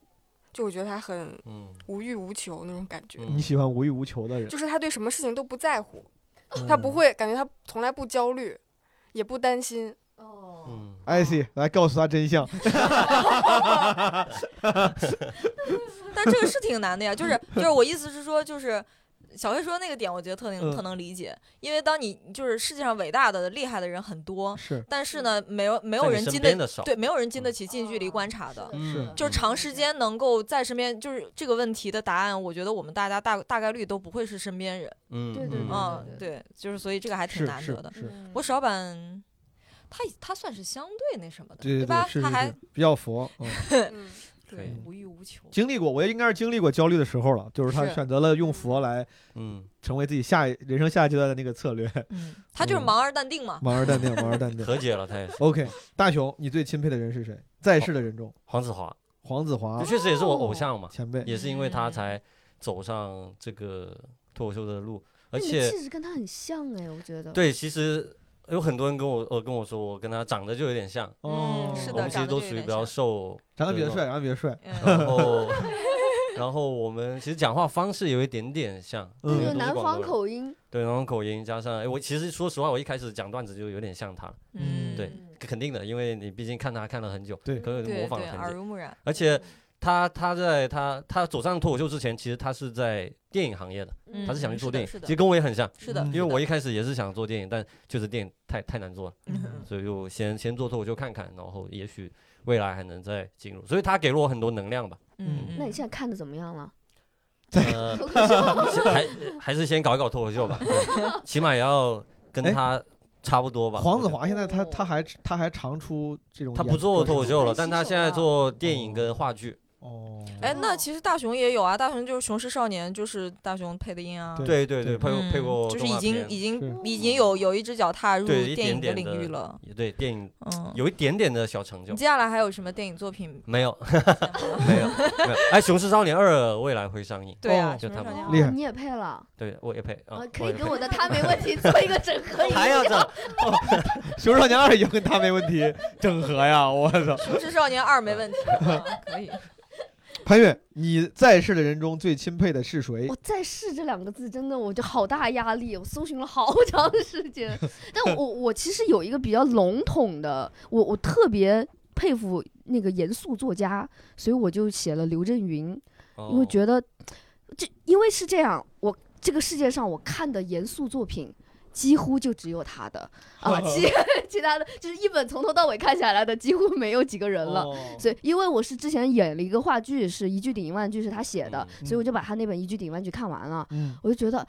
E: 就我觉得他很
C: 嗯，
E: 无欲无求那种感觉，
C: 嗯
A: 你喜欢无欲无求的人，
E: 就是他对什么事情都不在乎，
C: 嗯
E: 他不会感觉他从来不焦虑，也不担心。
F: 哦，
C: 嗯，
A: IC 哎来告诉他真相。 *laughs*
B: 但这个是挺难的呀，就是就是我意思是说，就是小黑说那个点，我觉得特能、
A: 嗯
B: 特能理解，因为当你就是世界上伟大的、厉害的人很多，
A: 是
B: 但是呢，没有没
C: 没
B: 有人
C: 身
B: 经
C: 边
B: 得
C: 的少，
B: 对，没有人经
A: 嗯
B: 得起近距离
F: 哦
B: 观察的。
A: 是
C: 嗯，
B: 就是长时间能够在身边，就是这个问题的答案，我觉得我们大家大大概率都不会是身边人，
C: 嗯，
F: 对
C: 嗯
F: 对对嗯
B: 嗯，对，就是所以这个还挺
A: 是
B: 难
A: 是
B: 得的。嗯
A: 是，
B: 我石老板，他他算是相对那什么的，
A: 对对
B: 吧？
A: 是
B: 他
A: 是
B: 还
A: 是比较佛，嗯，
E: 嗯，
C: 可以
B: 对无欲无求，
A: 经历过，我也应该是经历过焦虑的时候了，就是他
E: 是
A: 选择了用佛来
C: 嗯，
A: 成为自己下一人生下一阶段的那个策
B: *laughs*
A: 略，
B: 嗯，他就是
A: 嗯
B: 忙而淡定嘛。
A: 忙而淡定，忙而淡定。
B: *laughs*
C: 和解了，他也是
A: OK，大雄，你最钦佩的人是谁？在世的人中，
C: 黄子华，
A: 黄子华
C: 就确实也是我偶像嘛，
A: 前辈。
C: 也是因为
B: 嗯
C: 他才走上这个脱口秀的路，而
F: 你的
C: 且
F: 气质跟他很像哎，我觉得。
C: 对，其实有很多人跟我呃跟我说，我跟他长得就有点像，
A: 哦，
B: 嗯是
C: 我
B: 的
C: 们其实
B: 长得
C: 都
B: 就有
C: 属于
B: 点
C: 比较
B: 像
C: 瘦，
A: 长得比较
C: 对
A: 帅，长得比较帅。 *laughs*
B: 嗯，
C: 然后然后我们其实讲话方式有一点点像，
A: 嗯
C: 因
F: 就
C: 为都
F: 是
C: 是
F: 南
C: 广
F: 方
C: 东人，
F: 口音，
C: 对，南方口音加上，哎，我其实说实话，我一开始讲段子就有点像他，
A: 嗯
C: 对，肯定的，因为你毕竟看他看了很久，
A: 对
C: 可能模
B: 对
C: 仿了
B: 对，
C: 很久
B: 耳。濡目染。
C: 而且他他在他他走上脱口秀之前，其实他是在电影行业的，
B: 嗯
C: 他是想去
B: 是
C: 做
B: 的
C: 电影，
B: 是的
C: 其实跟我也很像，
B: 是的，
A: 嗯
B: 是
C: 因为我
B: 的
C: 一开始也是想做电影，但就是电影太太难做了，
B: 嗯
C: 所以就先先做脱口秀看看，然后也许未来还能再进入，所以他给了我很多能量吧。
B: 嗯，
F: 那你
B: 嗯
F: 现在看的怎么样了？
C: 呃，还还是先搞一搞脱口秀吧，对起码也要跟
A: 哎
C: 他差不多吧。
A: 黄子
C: 我觉得。
A: 华现在他
F: 哦
A: 他还他还常出这种演，
C: 他不做脱口秀了，但
F: 他洗
C: 他
F: 手
C: 现在
F: 了
C: 做电影跟话剧。
A: 哦，
B: 哎，那
F: 哦
B: 其实大雄也有啊，大雄就是《雄狮少年》，就是大雄配的音啊。
A: 对
C: 对对对，
A: 哦对
C: 配过配
B: 嗯
C: 过
B: 就是
C: 动
B: 已
C: 画
B: 经
C: 片
B: 已经
A: 是
B: 已经有有一只脚踏入
C: 对一
B: 电影
C: 点点
B: 领
C: 的
B: 域了。
C: 也对电影
B: 嗯，
C: 有一点点的小成就
B: 你。接下来还有什么电影
C: *laughs*？
B: 作品
C: 没有，
B: 对
C: 没有，没
B: *laughs*
C: 有。哎，《雄狮少年二》未来会上映，
A: 哦
B: 啊，什
C: 就
B: 么
C: 他
B: 少
C: 们
B: 年
F: 哦
A: 厉害
F: 你也配了，
C: 对我也配
B: 嗯
C: 啊
F: 啊，，可以
C: 也
F: 跟
C: 配
F: 我的他没问题做一个整
B: *laughs*
F: 合
C: 还要
F: 营
C: 这
F: 销。
C: 样，
A: 《熊少年二》也跟他没问题，整合呀！我
F: *laughs*
A: 操！
B: 雄狮少年二没
C: *laughs*
B: 问题，嗯可以。
A: 潘越，你在世的人中最钦佩的是谁
F: 我？在世这两个字真的我就好大压力，我搜寻了好长时间。但我我其实有一个比较笼统的，我我特别佩服那个严肃作家，所以我就写了刘震云，因为
C: 得
F: 觉得这因为是这样，我这个世界上我看的严肃作品。几乎就只有他的
A: *laughs*
F: 啊，其其他的就是一本从头到尾看下来的，几乎没有几个人了。
A: 哦
F: 所以，因为我是之前演了一个话剧，是一句顶一万句，是他写的，
A: 嗯
F: 所以我就把他那本一句顶一万句看完了，
A: 嗯，
F: 我就觉得。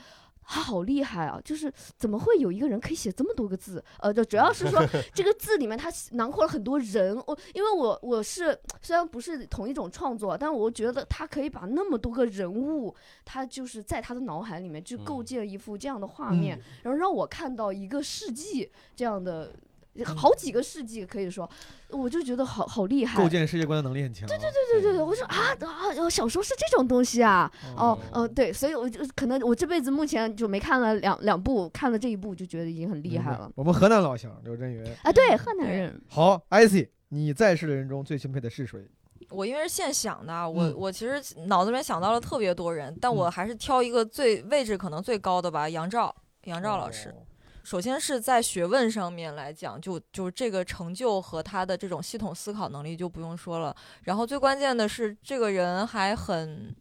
F: 他好厉害啊！就是怎么会有一个人可以写这么多个字？呃，就主要是
A: *laughs*
F: 说这个字里面它囊括了很多人。我因为我我是虽然不是同一种创作，但我觉得他可以把那么多个人物，他就是在他的脑海里面就构
C: 嗯
F: 建一幅这样的画
A: 嗯
F: 面，然后让我看到一个世纪这样的
A: 嗯
F: 好几个世纪，可以说，我就觉得好好厉害啊
A: 构。建世界观的能力很强。啊对对对，
F: 对对对，我说啊啊，我小时候是这种东西啊，哦哦、对，所以我就可能我这辈子目前就没看了两两部，看了这一部就觉得已经很厉害
A: 明白
F: 了。
A: 我们河南老乡刘震云，
F: 啊，对，
B: 嗯
F: 河南
B: 对
F: 人，
A: 好，IC，你在世的人中最钦佩的是谁？
B: 我因为是现想的啊，我、
A: 嗯
B: 我其实脑子里面想到了特别多人，但我
A: 嗯
B: 还是挑一个最位置可能最高的吧，杨照，杨照老师。
A: 哦，
B: 首先是在学问上面来讲，就就这个成就和他的这种系统思考能力就不用说了。然后最关键的是，这个人还很，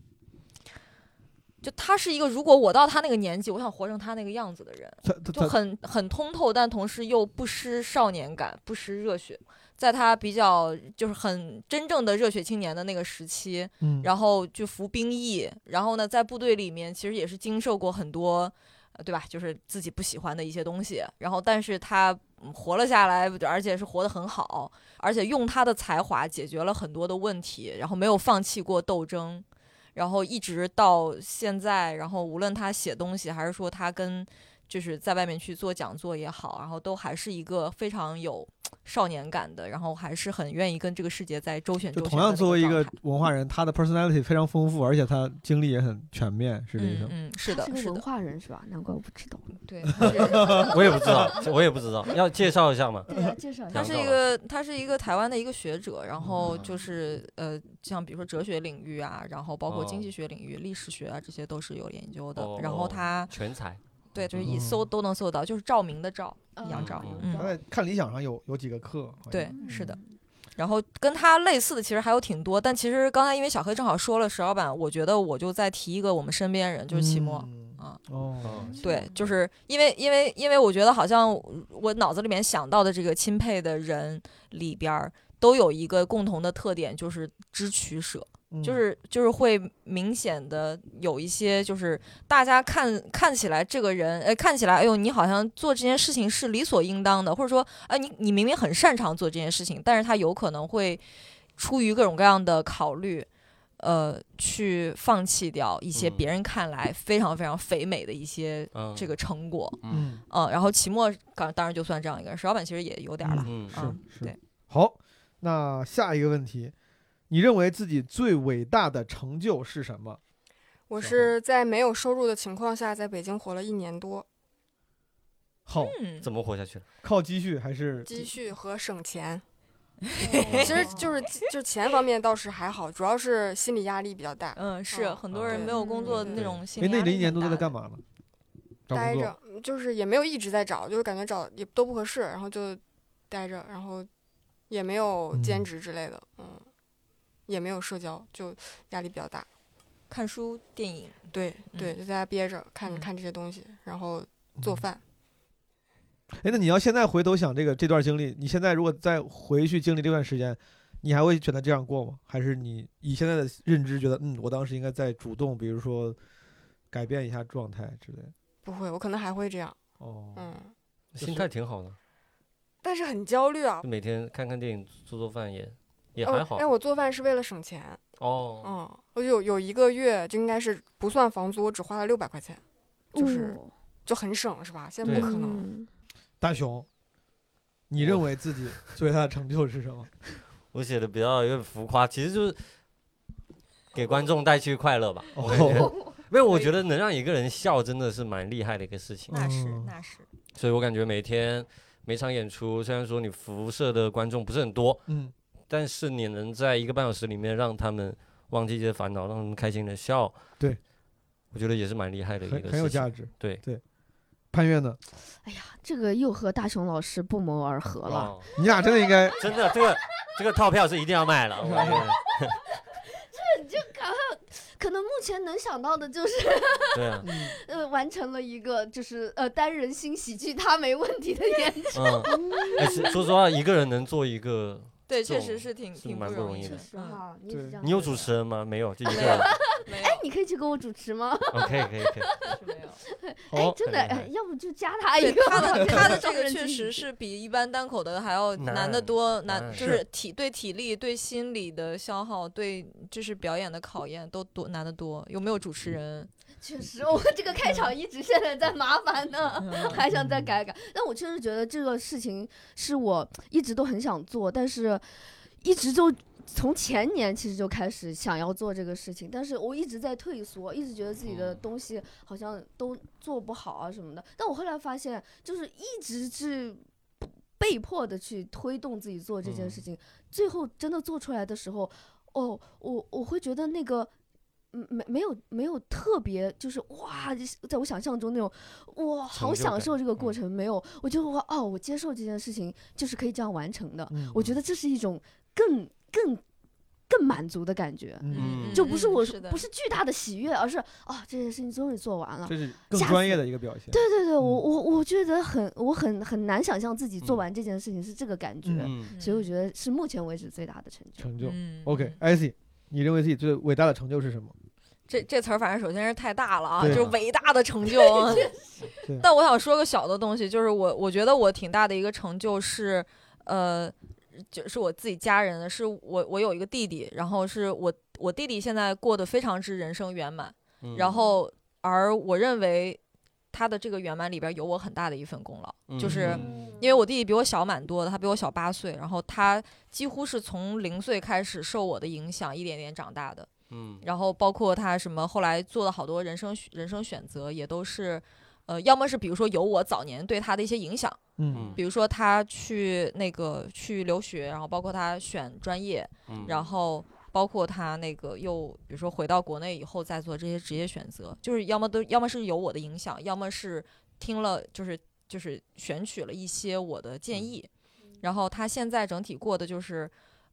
B: 就他是一个，如果我到他那个年纪，我想活成他那个样子的人，
A: 他他
B: 就
A: 他
B: 很很通透，但同时又不失少年感，不失热血。在他比较就是很真正的热血青年的那个时期，
A: 嗯
B: 然后去服兵役，然后呢，在部队里面其实也是经受过很多，呃对吧？就是自己不喜欢的一些东西，然后但是他嗯活了下来，而且是活得很好，而且用他的才华解决了很多的问题，然后没有放弃过斗争，然后一直到现在，然后无论他写东西，还是说他跟就是在外面去做讲座也好，然后都还是一个非常有。少年感的，然后还是很愿意跟这个世界在周旋周
A: 就
B: 旋。
A: 同样作为一个文化人，他的 personality 非常丰富，而且他经历也很全面，是这意思
B: 嗯
A: 吗。
B: 嗯，是
F: 他
B: 的，
F: 是个
B: 是
F: 文
B: 的，
F: 化人是吧？难怪我不知道。
B: 对，
C: 我也不知道，我也不知道，要介绍一下嘛。
F: 对啊，介绍一
B: 他
C: 杨
F: 下
C: 照。
B: 是一
C: 老
B: 个他是一个台湾的一个学者，然后就是呃，像比如说哲学领域啊，然后包括经济
C: 哦
B: 学领域、历史学啊，这些都是有研究的。
C: 哦
B: 然后他
C: 全才，
B: 对就是一
A: 嗯
B: 搜都能搜到，就是照明的照，
F: 呃
B: 杨照。
C: 嗯
A: 他在哎看理想上有有几个课，好像
B: 对，是的。然后跟他类似的其实还有挺多，但其实刚才因为小黑正好说了石老板，我觉得我就再提一个我们身边人，就是齐墨。
A: 嗯
B: 啊，
A: 哦，
C: 嗯
F: 嗯
B: 对，就是因为因为因为我觉得好像我脑子里面想到的这个钦佩的人里边儿都有一个共同的特点，就是知取舍。
A: 嗯
B: 就是就是会明显的有一些，就是大家看看起来这个人，哎，看起来，哎呦，你好像做这件事情是理所应当的，或者说，哎，你你明明很擅长做这件事情，但是他有可能会出于各种各样的考虑，呃，去放弃掉一些
C: 嗯
B: 别人看来非常非常肥美的一些
C: 嗯
B: 这个成果，
A: 嗯，
B: 嗯，然后期末当当然就算这样一个人，石老板其实也有点儿了，
C: 嗯
A: 是
B: 嗯
A: 是
B: 对
A: 好，那下一个问题，你认为自己最伟大的成就是什么？
E: 我
A: 小
E: 是在没有收入的情况下，在北京活了一年多，
A: 好，
B: 嗯，
C: 怎么活下去？
A: 靠积蓄还是
E: 积蓄和省钱，
F: 其
E: *laughs* 其实就是就钱方面倒是还好，主要是心理压力比较大，
B: 嗯，是
E: 哦
B: 很多人
E: 对
B: 没有工作的那
E: 对
B: 种心
A: 哎，
B: 理
A: 那你
B: 压
A: 这
B: 力
A: 一年
B: 很
A: 多都
B: 大
A: 在
B: 的
A: 干嘛呢？找
E: 待
A: 工作
E: 着嗯就是也没有一直在找，就是感觉找也都不合适，然后就待着，然后也没有兼
A: 嗯
E: 职之类的，嗯也没有社交，就压力比较大。
B: 看书、电影。
E: 对对，
B: 嗯
E: 就在家憋着看、
B: 嗯
E: 看这些东西，然后做
A: 嗯
E: 饭。
A: 哎，那你要现在回头想这个这段经历，你现在如果再回去经历这段时间，你还会选择这样过吗？还是你以现在的认知觉得，嗯，我当时应该再主动，比如说改变一下状态之类的？
E: 不会，我可能还会这样，
A: 哦，
E: 嗯，
C: 心态挺好的，
E: 但是很焦虑啊
C: 就。每天看看电影、做做饭也也还
E: 哦
C: 好，
E: 但我做饭是为了省钱，
C: 哦，
E: 嗯，我有有一个月就应该是不算房租，我只花了六百块钱，就是
F: 哦
E: 就很省是吧？现在不
C: 对
E: 可能，
F: 嗯
A: 大雄，你
C: 哦
A: 认为自己最大的成就是什么？
C: 我写的比较有点浮夸，其实就是给观众带去快乐吧。 *laughs* 我感觉，
A: 哦，
C: 因为我觉得能让一个人笑真的是蛮厉害的一个事情，
B: 那是
A: 嗯
B: 那是，
C: 所以我感觉每天每场演出，虽然说你辐射的观众不是很多，
A: 嗯，
C: 但是你能在一个半小时里面让他们忘记一些烦恼，让他们开心的笑，
A: 对，
C: 我觉得也是蛮厉害的一个
A: 很
C: 事情，
A: 很有价值。
C: 对
A: 对，潘越呢？
F: 这个又和大雄老师不谋而合 *laughs* 了。
C: 哦
A: 你俩真的应
B: *laughs*
A: 该
C: 真的，这个这个套票是一定要卖了。我觉得
F: 可能目前能想到的就是，
C: 对啊，
F: 呃，完成了一个就是呃单人新喜剧他没问题的演出。
C: 嗯，哎，是说实话，一个人能做一个，
B: 对，
C: 这
B: 确
C: 种
B: 实是挺
C: 是
B: 挺
C: 蛮不
B: 容
C: 容易
B: 的
C: 的。
B: 嗯
F: 啊，你
A: 对
F: 这样
C: 你有
F: 觉
C: 主
F: 得
C: 持人吗？没有，就一
B: 没
C: 个
B: 有
C: 人。
B: 没
F: 哎， *laughs* 你可以去给我主持吗？
C: 哦，可以可以
B: *laughs*
C: 可以。
B: 有，没有。
A: 好
C: 哦
F: 哎，真的，
C: 很厉害
F: 哎，要不就加他一
B: 对
F: 个
B: 他
F: 吧。
B: 的他的这
F: *laughs* 单
B: 个
F: 人
B: 确
F: 新喜
B: 实
F: 剧
B: 是比一般单口的还要
C: 难
B: 难得多，难
C: 难
B: 就是体对体力、对心理的消耗、对就是表演的考验都多难得多。有没有主持人？
F: 确实，我这个开场一直现在在麻烦呢， *laughs* 还想再改改。但我确实觉得这个事情是我一直都很想做，但是一直就从前年其实就开始想要做这个事情，但是我一直在退缩，一直觉得自己的
C: 嗯
F: 东西好像都做不好啊什么的。但我后来发现，就是一直是。被迫的去推动自己做这件事情，最后真的做出来的时候，哦，我我会觉得那个，嗯，没没有没有特别，就是哇，在我想象中那种，哇，好
C: 成就
F: 享
C: 感
F: 受这个过
C: 嗯
F: 程，没有，我就哇哦，我接受这件事情就是可以这样完成的，
A: 嗯
F: 我觉得这是一种更更更满足的感觉，
A: 嗯，
C: 嗯
F: 就不是我
B: 是的
F: 不是巨大的喜悦，而是哦，这件事情终于做完了。
A: 这是更
F: 下
A: 专
F: 次
A: 业的一个表现。
F: 对对对，我
A: 嗯
F: 我我觉得很我很很难想象自己做
C: 嗯
F: 完这件事情是这个感觉，
C: 嗯，
F: 所以我觉得是目前为止最大的成就。
A: 成就。
B: 嗯
A: OK，艾希，你认为自己最伟大的成就是什么？
B: 这这词儿反正首先是太大了啊，
A: 对
B: 就是伟大的成就啊
A: 对。
B: 但我想说个小的东西，就是我我觉得我挺大的一个成就是，呃，就是我自己家人的，是我我有一个弟弟，然后是我我弟弟现在过得非常之人生圆满，
C: 嗯
B: 然后而我认为他的这个圆满里边有我很大的一份功劳。就是
C: 嗯
B: 因为我弟弟比我小蛮多的，他比我小八岁，然后他几乎是从零岁开始受我的影响，一点点长大的。
C: 嗯
B: 然后包括他什么后来做的好多人生选人生选择，也都是，呃，要么是比如说有我早年对他的一些影响，
A: 嗯
B: 比如说他去那个去留学，然后包括他选专业，
C: 嗯
B: 然后包括他那个又比如说回到国内以后再做这些职业选择，就是要么都要么是有我的影响，要么是听了就是就是选取了一些我的建议，嗯然后他现在整体过的就是，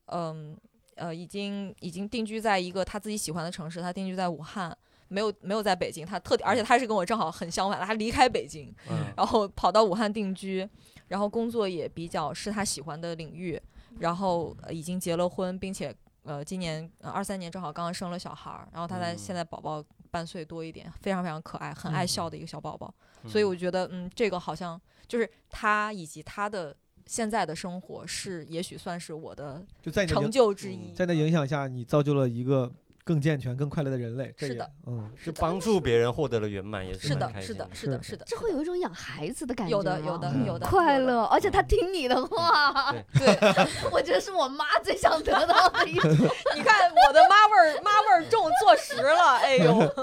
B: 嗯呃，已经已经定居在一个他自己喜欢的城市，他定居在武汉。没有没有在北京，他特地，而且他是跟我正好很相反的，他离开北京，
C: 嗯
B: 然后跑到武汉定居，然后工作也比较是他喜欢的领域，然后呃已经结了婚，并且呃今年二三年正好刚刚生了小孩儿，然后他在
C: 嗯
B: 现在宝宝半岁多一点，非常非常可爱，很爱笑的一个小宝宝，
C: 嗯
B: 所以我觉得嗯这个好像就是他以及他的现在的生活是也许算是我的
A: 就在你的
B: 成
A: 影
B: 就之
C: 嗯
B: 一，
A: 在你的影响下，你造就了一个更健全、更快乐的人类。这
B: 是
A: 也
B: 的，
A: 嗯，
C: 就帮助别人获得了圆满，也
B: 是
C: 蛮
B: 的
C: 开
B: 是
C: 心
B: 的
C: 的，
B: 是的是的，
F: 这会有一种养孩子的感觉，
B: 有的有的
A: 嗯
B: 有的
F: 快
B: 有的
F: 乐，而且他听你的话， *laughs*
B: 对。
F: 我觉得是我妈最想得到的一
A: *laughs*
F: 种。
B: 你看我的妈味儿，妈味儿中坐实了，
C: *laughs*
B: 哎呦，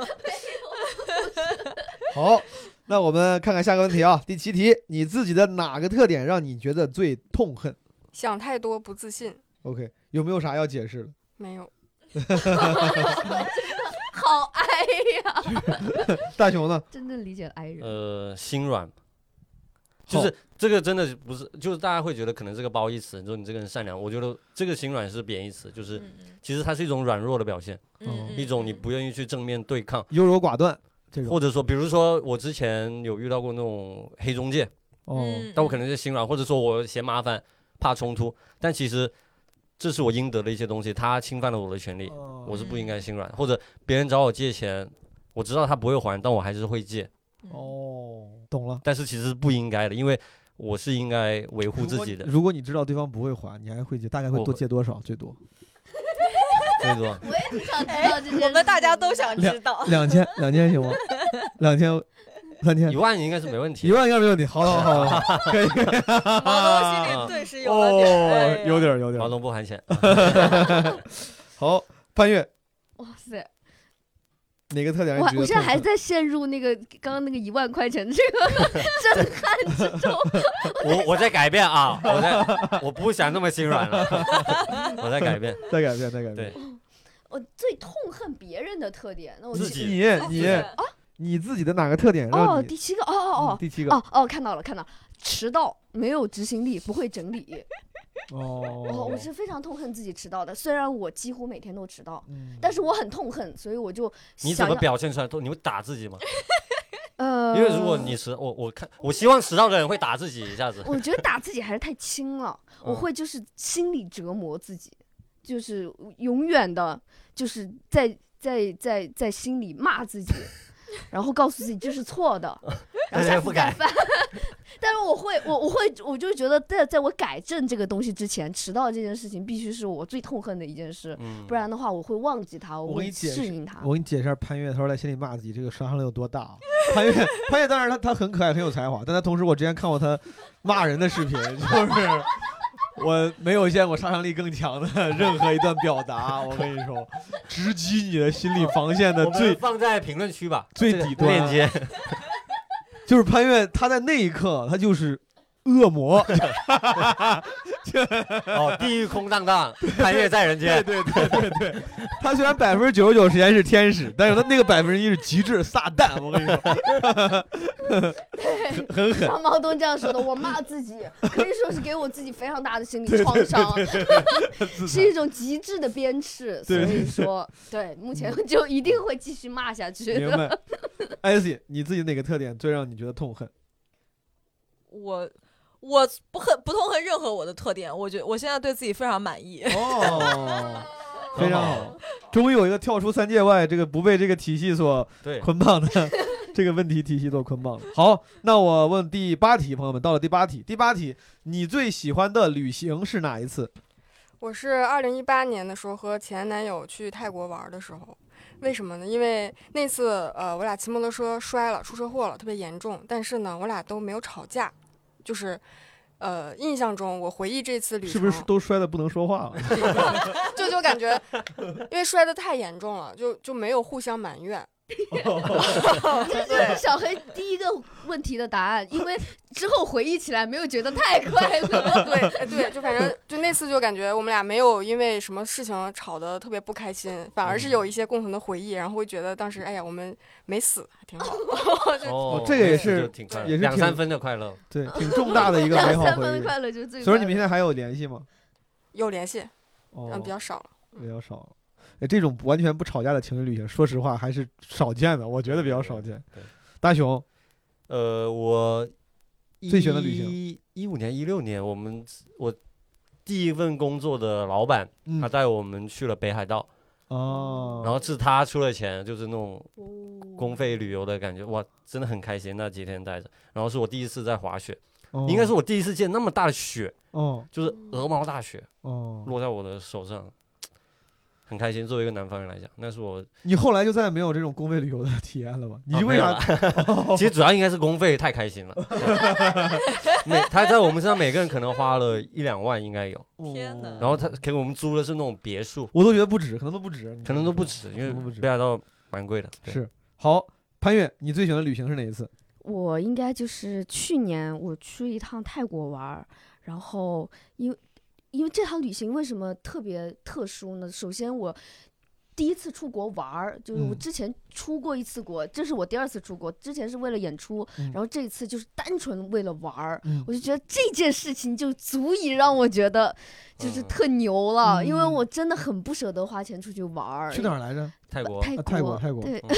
A: 好，那我们看看下个问题啊，第七题，你自己的哪个特点让你觉得最痛恨
E: 想太多，不自信，
A: ？OK，有没有啥要解释的？
E: 没有。
F: 好哀呀！
A: 大雄呢？
F: 真正理解哀人，
C: 呃，心软，就是这个真的不是，就是大家会觉得可能这个褒义词，说你这个人善良，我觉得这个心软是贬义词，
B: 嗯
C: 就是其实它是一种软弱的表现，一种你不愿意去正面对抗，
A: 优柔寡断这种。
C: 或者说，比如说我之前有遇到过那种黑中介，
A: 哦，
B: 嗯
F: 嗯
C: 但我可能是心软，或者说我嫌麻烦，怕冲突，但其实这是我应得的一些东西，他侵犯了我的权利，我
A: 我
C: 是不应该心软，或者别人找我借钱，我知道他不会还，但我还是会借，
B: 嗯
A: 哦，懂了。
C: 但是其实是不应该的，因为我是应该维护自己的，
A: 如果你知道对方不会还，你还会借，大概会
C: 我
A: 多
C: 会
A: 借多少？最多
C: 所以
F: *laughs*
C: 说
F: *laughs* 我也挺想知道这件事。
B: 哎我们大家都想知
A: *laughs*
B: 道，
A: 两千，两千行吗？两千，两千
C: 一，万应该是没问
A: 一
C: 题。
A: 万应该没问题。好了，好了，好了可以。哦
B: 毛东心里顿时有了点，哎呀
A: 有点儿，有点
C: 毛
A: 儿。
C: 东不含钱，
A: 好，潘越
F: 哇塞！
A: 哪个特点让
F: 我
A: 你觉
F: 还
A: 得
F: 我现在
A: 痛
F: 还
A: 恨
F: 在陷入那个刚刚那个一万块钱这
A: *laughs*
F: 个震撼之中。
C: 我我在改变
F: *laughs*
C: 啊，我在我不想那么心软了，我在改变。
A: 再改变，再改变
C: 对。
F: 我最痛恨别人的特点，那我
C: 自己
F: 其
A: 你你你自己的哪个特点让
F: 哦，
A: 你
F: 第七个哦哦
A: 嗯第七
F: 哦
A: 个
F: 哦哦，看到了看到了，迟到没有执行力，不会
A: *laughs*
F: 整理。哦，
A: 哦
F: 我是非常痛恨自己迟到的，虽然我几乎每天都迟到，
A: 嗯
F: 但是我很痛恨，所以我就
C: 你怎
F: 想
C: 么
F: 要
C: 表现出来？你会打自己吗？
F: 呃，
C: 因为如果你迟，我我看我希望迟到的人会打自己一下子。
F: *laughs* 我觉得打自己还是太轻了，我
C: 嗯
F: 会就是心理折磨自己，就是永远的，就是在在在在心里骂
C: *laughs*
F: 自己，然后告诉自己这是错的，然后
C: 但
F: 下
C: 是
F: 次
C: 不
F: 再
C: 改
F: 犯。 *laughs* 但是我会，我我会，我就觉得在在我改正这个东西之前，迟到这件事情必须是我最痛恨的一件事，
C: 嗯，
F: 不然的话我会忘记它，
A: 我
F: 我
A: 给你
F: 会
A: 解
F: 适
A: 释
F: 应它。
A: 我给你解释一下潘越，他说在心里骂自己，这个杀伤力有多大啊？ *laughs* 潘越，潘越，当然他他很可爱，很有才华，但他同时我之前看过他骂人的视频， *laughs* 就是我没有见过杀伤力更强的任何一段表达。我跟你说，直击你的心理防线的
C: 我们
A: 最啊
C: 放在评论区吧，
A: 最
C: *laughs* 这个
A: 底端
C: 链接。
A: 就是潘越，他在那一刻他就是恶魔，
C: 哦，地狱空
A: *laughs*
C: 荡荡，潘越在人间。
A: 对对对对对，他虽然百分之九十九时间是天使，但是他那个百分之一是极致撒旦。我跟你说，
F: 对，
A: 很 *laughs* 狠。
F: 像毛东这样说的，我骂自己，可以说是给我自己非常大的心理创伤，
A: *laughs*
F: 是一种极致的鞭笞。所
A: 对 *laughs* 嗯
F: 以说，对，目前就一定会继续骂下去
A: 明
F: 的。 *laughs*
A: 白。艾希，你自己哪个特点最让你觉得痛恨？
B: 我我不恨不痛恨任何我的特点，我觉我现在对自己非常
C: *laughs*
B: 满意，
A: 哦，非常好
C: 好，
A: 终于有一个跳出三界外，这个不被这个体系所
C: 对，
A: 捆绑的
E: *laughs*
A: 这个问题体系所捆绑了。好，那我问第八题，朋友们，到了第八题，第八题，你最喜欢的旅行是哪一次？
E: 我是二零一八年的时候和前男友去泰国玩的时候，为什么呢？因为那次呃，我俩骑摩托车摔了，出车祸了，特别严重。但是呢，我俩都没有吵架，就是呃，印象中我回忆这次旅程，
A: 是不是都摔的不能说
E: *laughs*
A: 话了？
E: 就就感觉，因为摔得太严重了，就就没有互相埋怨。 *laughs*
F: 这就是小黑第一个问题的答案，因为之后回忆起来没有觉得太快乐。
A: *laughs*
E: 对，哎对，就反正就那次就感觉我们俩没有因为什么事情吵得特别不开心，反而
A: 嗯
E: 是有一些共同的回忆，然后会觉得当时哎呀我们没死，还挺好。
C: 哦
A: 这个也
C: 就是挺快乐，
A: 也是
C: 两
A: 挺
C: 三分的快乐。
A: 对，挺重大的一个美
F: 两
A: 好
F: 三
A: 回
F: 分
A: 忆。
F: 快乐就是最。
A: 所以说你们现在还有联系吗？
E: 有联系，
A: 哦
E: 嗯，，比较少了。
A: 比较少了。呃这种完全不吵架的情侣旅行，说实话还是少见的，我觉得比较少见。
C: 对
A: 大熊，
C: 呃，我
A: 最喜欢的旅
C: 行，一五年、一六年，我们我第一份工作的老板，
A: 嗯
C: 他带我们去了北海道，
A: 哦，
C: 然后是他出了钱，就是那种公
D: 公
C: 费旅游的感觉，哇，真的很开心那几天待着。然后是我第一次在滑雪，
A: 哦
C: 应该是我第一次见那么大的雪，
A: 哦
C: 就是鹅毛大雪
A: 哦，
C: 落在我的手上，很开心。作为一个南方人来讲，那是我
A: 你后来就再也没有这种公费旅游的体验了吧？你
C: 啊
A: 为
C: 没有
A: 啥
C: 了？
B: *laughs*
C: 其实主要应该是公费太开心了，每他在我们身上每个人可能花了一两万，应该有。
B: 天哪
C: 然后他给我们租的是那种别墅，
A: 我都觉得不止，可能都不止，
C: 可能都不止，因
A: 可能都不
C: 为
A: 止
C: 北海道蛮贵的。对
A: 是好。潘越，你最喜欢的旅行是哪一次？
F: 我应该就是去年我去一趟泰国玩儿，然后因为因为这趟旅行为什么特别特殊呢？首先我第一次出国玩儿，就是我
A: 嗯
F: 之前出过一次国，这是我第二次出国，之前是为了演出，
A: 嗯
F: 然后这一次就是单纯为了玩儿。
A: 嗯
F: 我就觉得这件事情就足以让我觉得就是
C: 嗯
F: 特牛了，因为
A: 嗯
F: 我真的很不舍得花钱出去玩儿。
A: 去哪儿来着？
C: 泰国，
F: 泰
A: 啊
F: 国，
A: 泰国泰国
B: *laughs*
F: 对，
A: 哦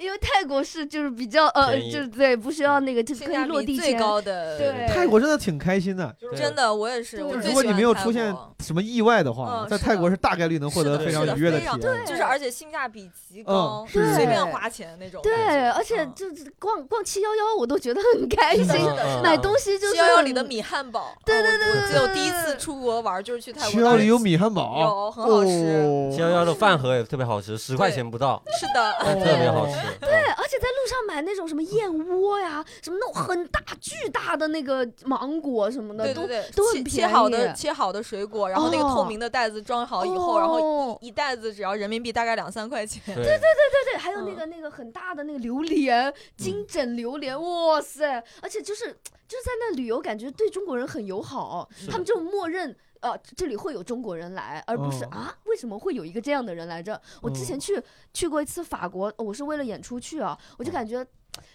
F: 因为泰国是就是比较呃，
C: 便宜
F: 就是对，不需要那个就
B: 性
F: 可
B: 价
F: 以落
B: 比
F: 地
B: 最
F: 签。
B: 高的，
F: 对
A: 泰国真的挺开心的，
C: 对
B: 真的我也是，
F: 对
B: 我
F: 就
A: 就是
B: 最
A: 如果
B: 喜
A: 你
B: 欢
A: 没有
B: 泰
A: 出现
B: 国
A: 什么意外的话，
B: 嗯
A: 在
B: 是
A: 泰
B: 的
A: 国是大概率能获
B: 是
A: 得
B: 的
A: 非
B: 是
A: 常
B: 的
A: 愉悦
B: 非
A: 体
B: 常
A: 验。嗯
B: 就是而且性价比极高，
A: 是
B: 随
F: 对
B: 便花钱那种感觉。
F: 对，而且
B: 嗯
F: 就是逛逛七幺幺，我都觉得很开心
C: 嗯嗯。嗯
F: 买东西就是
B: 七幺幺里的米汉堡，
F: 对
B: 啊
F: 对对
B: 我我
F: 对
B: 记得我
F: 对
B: 第一次
F: 对
B: 出国玩就是去泰国，
A: 七幺零有米汉堡，
B: 有很好吃，
A: 哦
C: 七幺幺的饭盒也特别好吃，十块钱不到，
B: 是的，
C: 但特别好吃。
F: 对，而且在路上买那种什么燕窝呀，什么那种很大巨大的那个芒果什么的，
B: 对
F: 都
B: 对对，
F: 都
B: 切
F: 很
B: 切
F: 便宜
B: 好的切好的水果，然后那个
F: 哦
B: 透明的袋子装好以后，然后
F: 哦
B: 一袋子只要人民币大概两三块钱，
C: 对对对，
F: 对对，还有那个那个很大的那个榴莲，
C: 嗯
F: 金枕榴莲，哇塞！而且就是就是在那旅游，感觉对中国人很友好
C: 是，
F: 他们就默认。呃，这里会有中国人来，而不是、
C: 哦
A: 嗯
F: 啊，为什么会有一个这样的人来这？我之前去、去过一次法国，呃我是为了演出去啊，我就
C: 哦
F: 感觉，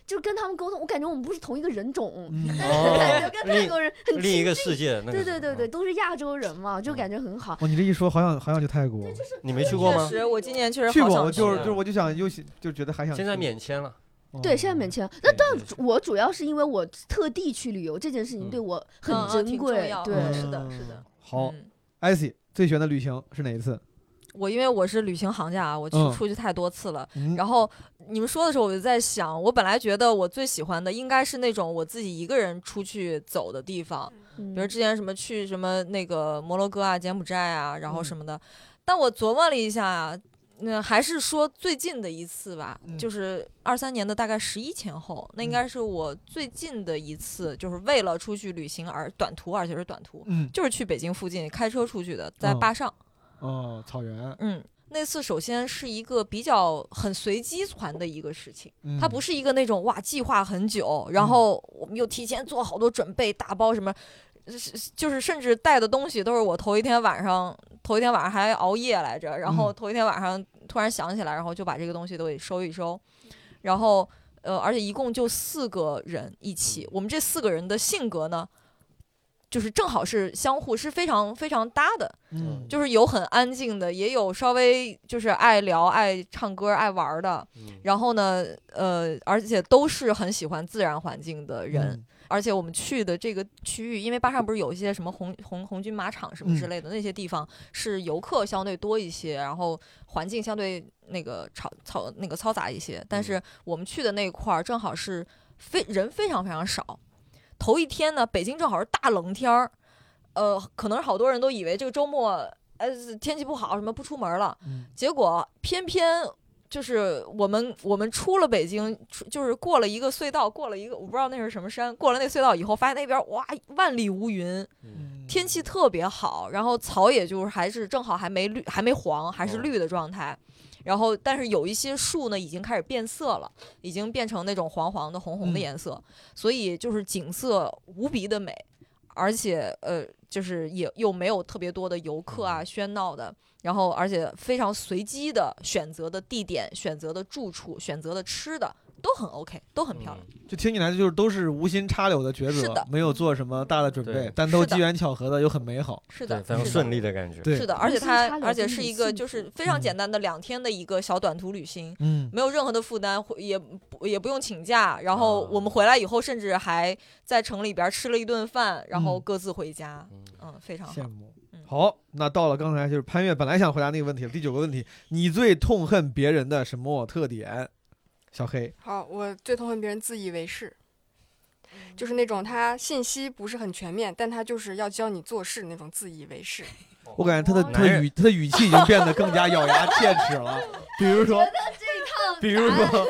F: 就是跟他们沟通，我感觉我们不是同一个人种，
A: 嗯
F: 感
C: 哦
F: 觉，跟泰
C: 另
F: 国人很
C: 另一
F: 亲，
C: 个哦世界，那个
F: 对
C: 是
F: 对对对，，都是亚洲人嘛，
C: 哦
F: 就感觉很好。
A: 哦哇，你这一说，好想好想去泰国。
C: 你没去过吗
B: 确？实，我今年确实
A: 去
B: 好
A: 过，
B: 想
A: 我
B: 去。
A: 就是就是，我就想又想就觉得还想去。
C: 现在免签了，
A: 哦
F: 对，现在免签。那但
C: 对对
F: 我主要是因为我特地去旅游这件事情对我很
B: 嗯嗯
F: 珍
B: 挺
F: 贵
B: 重要，
F: 对，
B: 嗯是的是的。
A: 好
B: 嗯
A: 艾希最喜欢的旅行是哪一次？
B: 我因为我是旅行行家啊，我去
A: 嗯
B: 出去太多次了，
A: 嗯
B: 然后你们说的时候，我就在想，我本来觉得我最喜欢的应该是那种我自己一个人出去走的地方，
F: 嗯
B: 比如之前什么去什么那个摩洛哥啊、柬埔寨啊，然后什么的。但我琢磨了一下啊，那还是说最近的一次吧，
A: 嗯
B: 就是二三年的大概十一前后，那应该是我最近的一次，就是为了出去旅行而短途，而且是短途，
A: 嗯
B: 就是去北京附近开车出去的，在
A: 嗯
B: 坝上。
A: 哦，草原，
B: 嗯，那次首先是一个比较很随机传的一个事情，
A: 嗯
B: 它不是一个那种哇计划很久，然后我们又提前做好多准备，打包什么，是就是甚至带的东西都是我头一天晚上，头一天晚上还熬夜来着，然后
A: 嗯
B: 头一天晚上突然想起来，然后就把这个东西都给收一收，然后呃，而且一共就四个人一
A: 嗯
B: 起，我们这四个人的性格呢，就是正好是相互是非常非常搭的。
A: 嗯
B: 就是有很安静的，也有稍微就是爱聊、爱唱歌、爱玩儿的。
C: 嗯
B: 然后呢，呃，而且都是很喜欢自然环境的人。
A: 嗯
B: 而且我们去的这个区域，因为巴上不是有一些什么红红红军马场什么之
A: 嗯
B: 类的、那些地方，是游客相对多一些，然后环境相对那个吵吵那个嘈杂一些。但
A: 嗯
B: 是我们去的那块儿正好是非人非常非常少。头一天呢，北京正好是大冷天儿，呃，可能好多人都以为这个周末呃天气不好，什么不出门了。
A: 嗯
B: 结果偏偏就是我们我们出了北京，出就是过了一个隧道，过了一个我不知道那是什么山，过了那个隧道以后，发现那边哇万里无云，
A: 嗯
B: 天气特别好，然后草也就是还是正好还没绿，还没黄，还是
C: 哦
B: 绿的状态。然后，但是有一些树呢，已经开始变色了，已经变成那种黄黄的、红红的
A: 嗯
B: 颜色，所以就是景色无比的美，而且呃，就是也又没有特别多的游客
C: 嗯
B: 啊、喧闹的，然后而且非常随机的选择的地点、选择的住处、选择的吃的，都很 OK，都
C: 嗯
B: 很漂亮。
A: 就听起来就是都是无心插柳的抉
B: 是
A: 择
B: 的，
A: 没有做什么大的准备
C: 对，
A: 但都
B: 是的
A: 机缘巧合的又很美好。
B: 是
C: 对，
B: 的，
C: 非常
B: 是的
C: 顺利的感觉。
A: 对
B: 是的，而且
F: 互相插
B: 它
F: 柳
B: 而
F: 真的
B: 且是
F: 很
B: 一个
F: 幸
B: 就是
F: 福
B: 非常
A: 嗯
B: 简单的两天的一个小短途旅行，
A: 嗯，
B: 没有任何的负担，回也不也不用请假。然后
C: 啊
B: 我们回来以后，甚至还在城里边儿吃了一顿饭，然后
A: 嗯
B: 各自回家。
C: 嗯
B: 嗯，非常好。
A: 羡慕
B: 嗯。
A: 好，那到了刚才就是潘越本来想回答那个问题了，第九个问题，你最痛恨别人的什么特点？小黑，
E: 好，我最痛恨别人自以为是，
B: 嗯
E: 就是那种他信息不是很全面，但他就是要教你做事那种自以为
C: *laughs*
E: 是。
A: 我感觉他的
C: 哦
A: 他的语他的语气已经变得更加咬牙切齿
B: *laughs*
A: 了，比如说，比如说，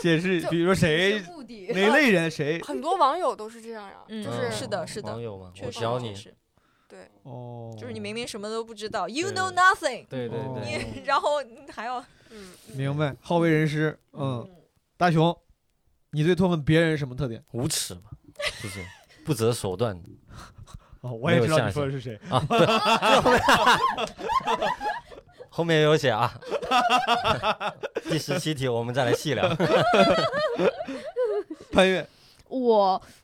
A: 解释，比如说谁
D: 目
A: *laughs*
D: 的
A: 哪类人谁
E: 很多网友都是这样呀，
B: 嗯
E: 就是
B: 是的是的
C: 网友嘛，
B: 确
C: 我
B: 实
C: 教
B: 确
C: 你，嗯
B: 实
A: 哦，
B: 就是你明明什么都不知道，you
C: 对
B: know nothing，
C: 对对
A: 哦
C: 对，
B: 你 *laughs* 然后你还要
E: 嗯，
A: 明白，好为人师，嗯，大雄，你最痛恨别人什么特点？
C: *laughs* 无耻嘛，就是不择手段。
A: 哦，我也
C: 没有
A: 知道
C: 下
A: 你
C: 限
A: 说的是谁，
C: 后面也有写啊， *laughs* 第十七题我们再来细聊。
A: 潘越，
F: 我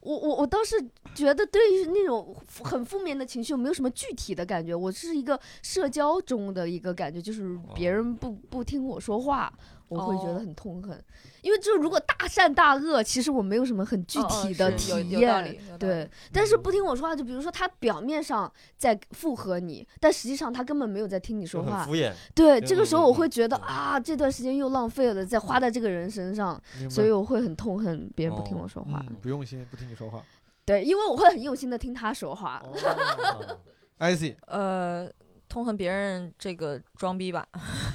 F: 我我我倒是觉得对于那种负很负面的情绪，我没有什么具体的感觉。我是一个社交中的一个感觉，就是别人不不听我说话，我会觉得
B: 哦
F: 很痛恨。因为就如果大善大恶，其实我没有什么很具
B: 嗯嗯
F: 体的
B: 是
F: 体
B: 有
F: 验。
B: 有道理，有道理
F: 对，但是
C: 嗯
F: 不听我说话，就比如说他表面上在附和你，但实际上他根本没有在听你说
C: 就很
F: 话
C: 敷。衍，
F: 对，
C: 对
F: 这个时候
C: 我
F: 我会觉得
C: 嗯
F: 啊，这段时间又浪费了，在花在这个人身上，
A: 明白
F: 所以我会很痛恨别人不听
C: 哦
F: 我说话。
A: 嗯不用心，不听你说话。
F: 对，因为我会很用心的听他说话。
C: 哦
A: I C，
B: 呃，痛恨别人这个装逼吧，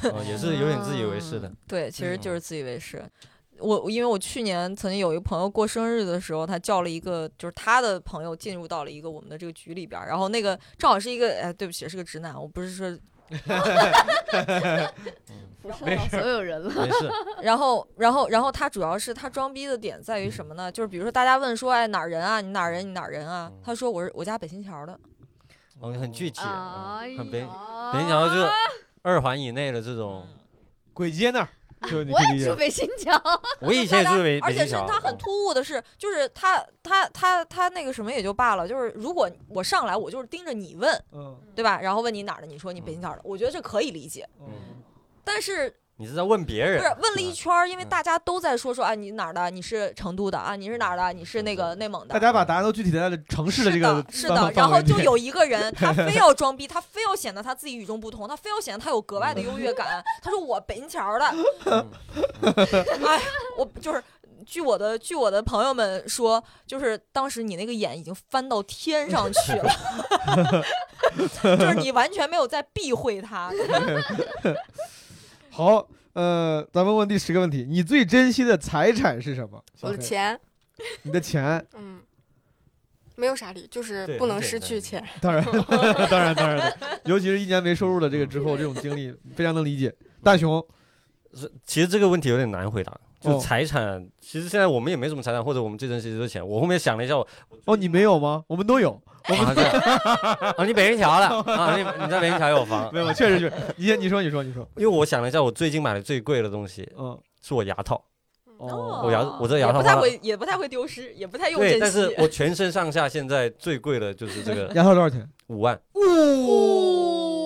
C: 哦也是有点自以为是的。
B: 对，其实就
C: 嗯
B: 是自以为是。我因为我去年曾经有一个朋友过生日的时候，他叫了一个就是他的朋友进入到了一个我们的这个局里边儿，然后那个正好是一个哎对不起是个直男，我不是
C: 嗯
B: 说，
F: 我受到所
C: *laughs*
F: 有人了。
C: 没事，
B: 然后然后然后他主要是他装逼的点在于什么呢？就是比如说大家问说哎哪儿人啊你哪儿人你哪儿人啊，他
C: 嗯
B: 说我是我家北新桥的，
C: 哦，很具体，
D: 哎
C: 嗯很北
D: 呀
C: 北京桥
B: 啊
C: 就二环以内的这种。
B: 嗯
A: 鬼街那儿， *laughs* 就你
F: 我
A: 可以
F: 也
A: 理
F: 住
A: 解。
F: 北新
C: *laughs*
F: 桥，
C: 我以前也住北
B: *laughs* 而
C: 北京
B: 且嗯是
C: 桥，哦
B: 他很突兀的是，就是他他他他那个什么也就罢了，就是如果我上来我就是盯着你问，
A: 嗯，
B: 对吧？然后问你哪儿的，你说你北京哪儿的，我觉得这可以理解。
A: 嗯
B: 但是
C: 你是在问别
B: 不
C: 人，
B: 是问了一
C: 吧
B: 圈儿，因为
C: 嗯
B: 大家都在说说啊，你哪儿的？你是成都的啊？你是哪儿的？你是那个
C: 嗯
B: 内蒙的？
A: 大家把答案都具体在城市
B: 是
A: 这个
B: 的，是
A: 范
B: 的
A: 范。
B: 然后
A: 围内
B: 就有一个人，他非要装逼，他非要显得他自己与众不同，他非要显得他有格外的优越感。他说我北京桥儿的，
C: 嗯
B: 哎，我就是。据我的据我的朋友们说，就是当时你那个眼已经翻到天上去了，就是你完全没有在避讳他，
A: *laughs* 好，呃，咱们问第十个问题，你最珍惜的财产是什么？小
E: 我的
A: 黑，
E: 钱，
A: 你的 *laughs* 钱，
E: 嗯，没有啥理，就是
C: 对
E: 不
C: 很
E: 能
C: 简
E: 失
C: 单
E: 去钱。
A: 当 *laughs* 然，当然，当然的，尤其是一年没收入的这个之 *laughs* 后，这种经历非常能理解。大熊，
C: 是，其实这个问题有点难回答。就
A: 哦
C: 财产，其实现在我们也没什么财产，或者我们最珍惜的就是钱。我后面想了一下，我
A: 哦，你没有吗？我们都有，
C: *laughs* 啊，对，啊，你北京桥的
A: *laughs*
C: 啊，你你在北京桥有房
A: 没，有，确实是。你先，你说，你说，你说，
C: 因为我想了一下，我最近买的最贵的东西
A: 嗯，
C: 是我牙套，
E: 嗯
A: 哦，
C: 我牙我这牙
B: 也
C: 套
B: 不太
C: 花了，
B: 会也不太会丢失，也不太用珍
C: 对，
B: 惜。
C: 但是我全身上下现在最贵的就是这个
B: *laughs*
A: 牙套多少钱？
C: 五万，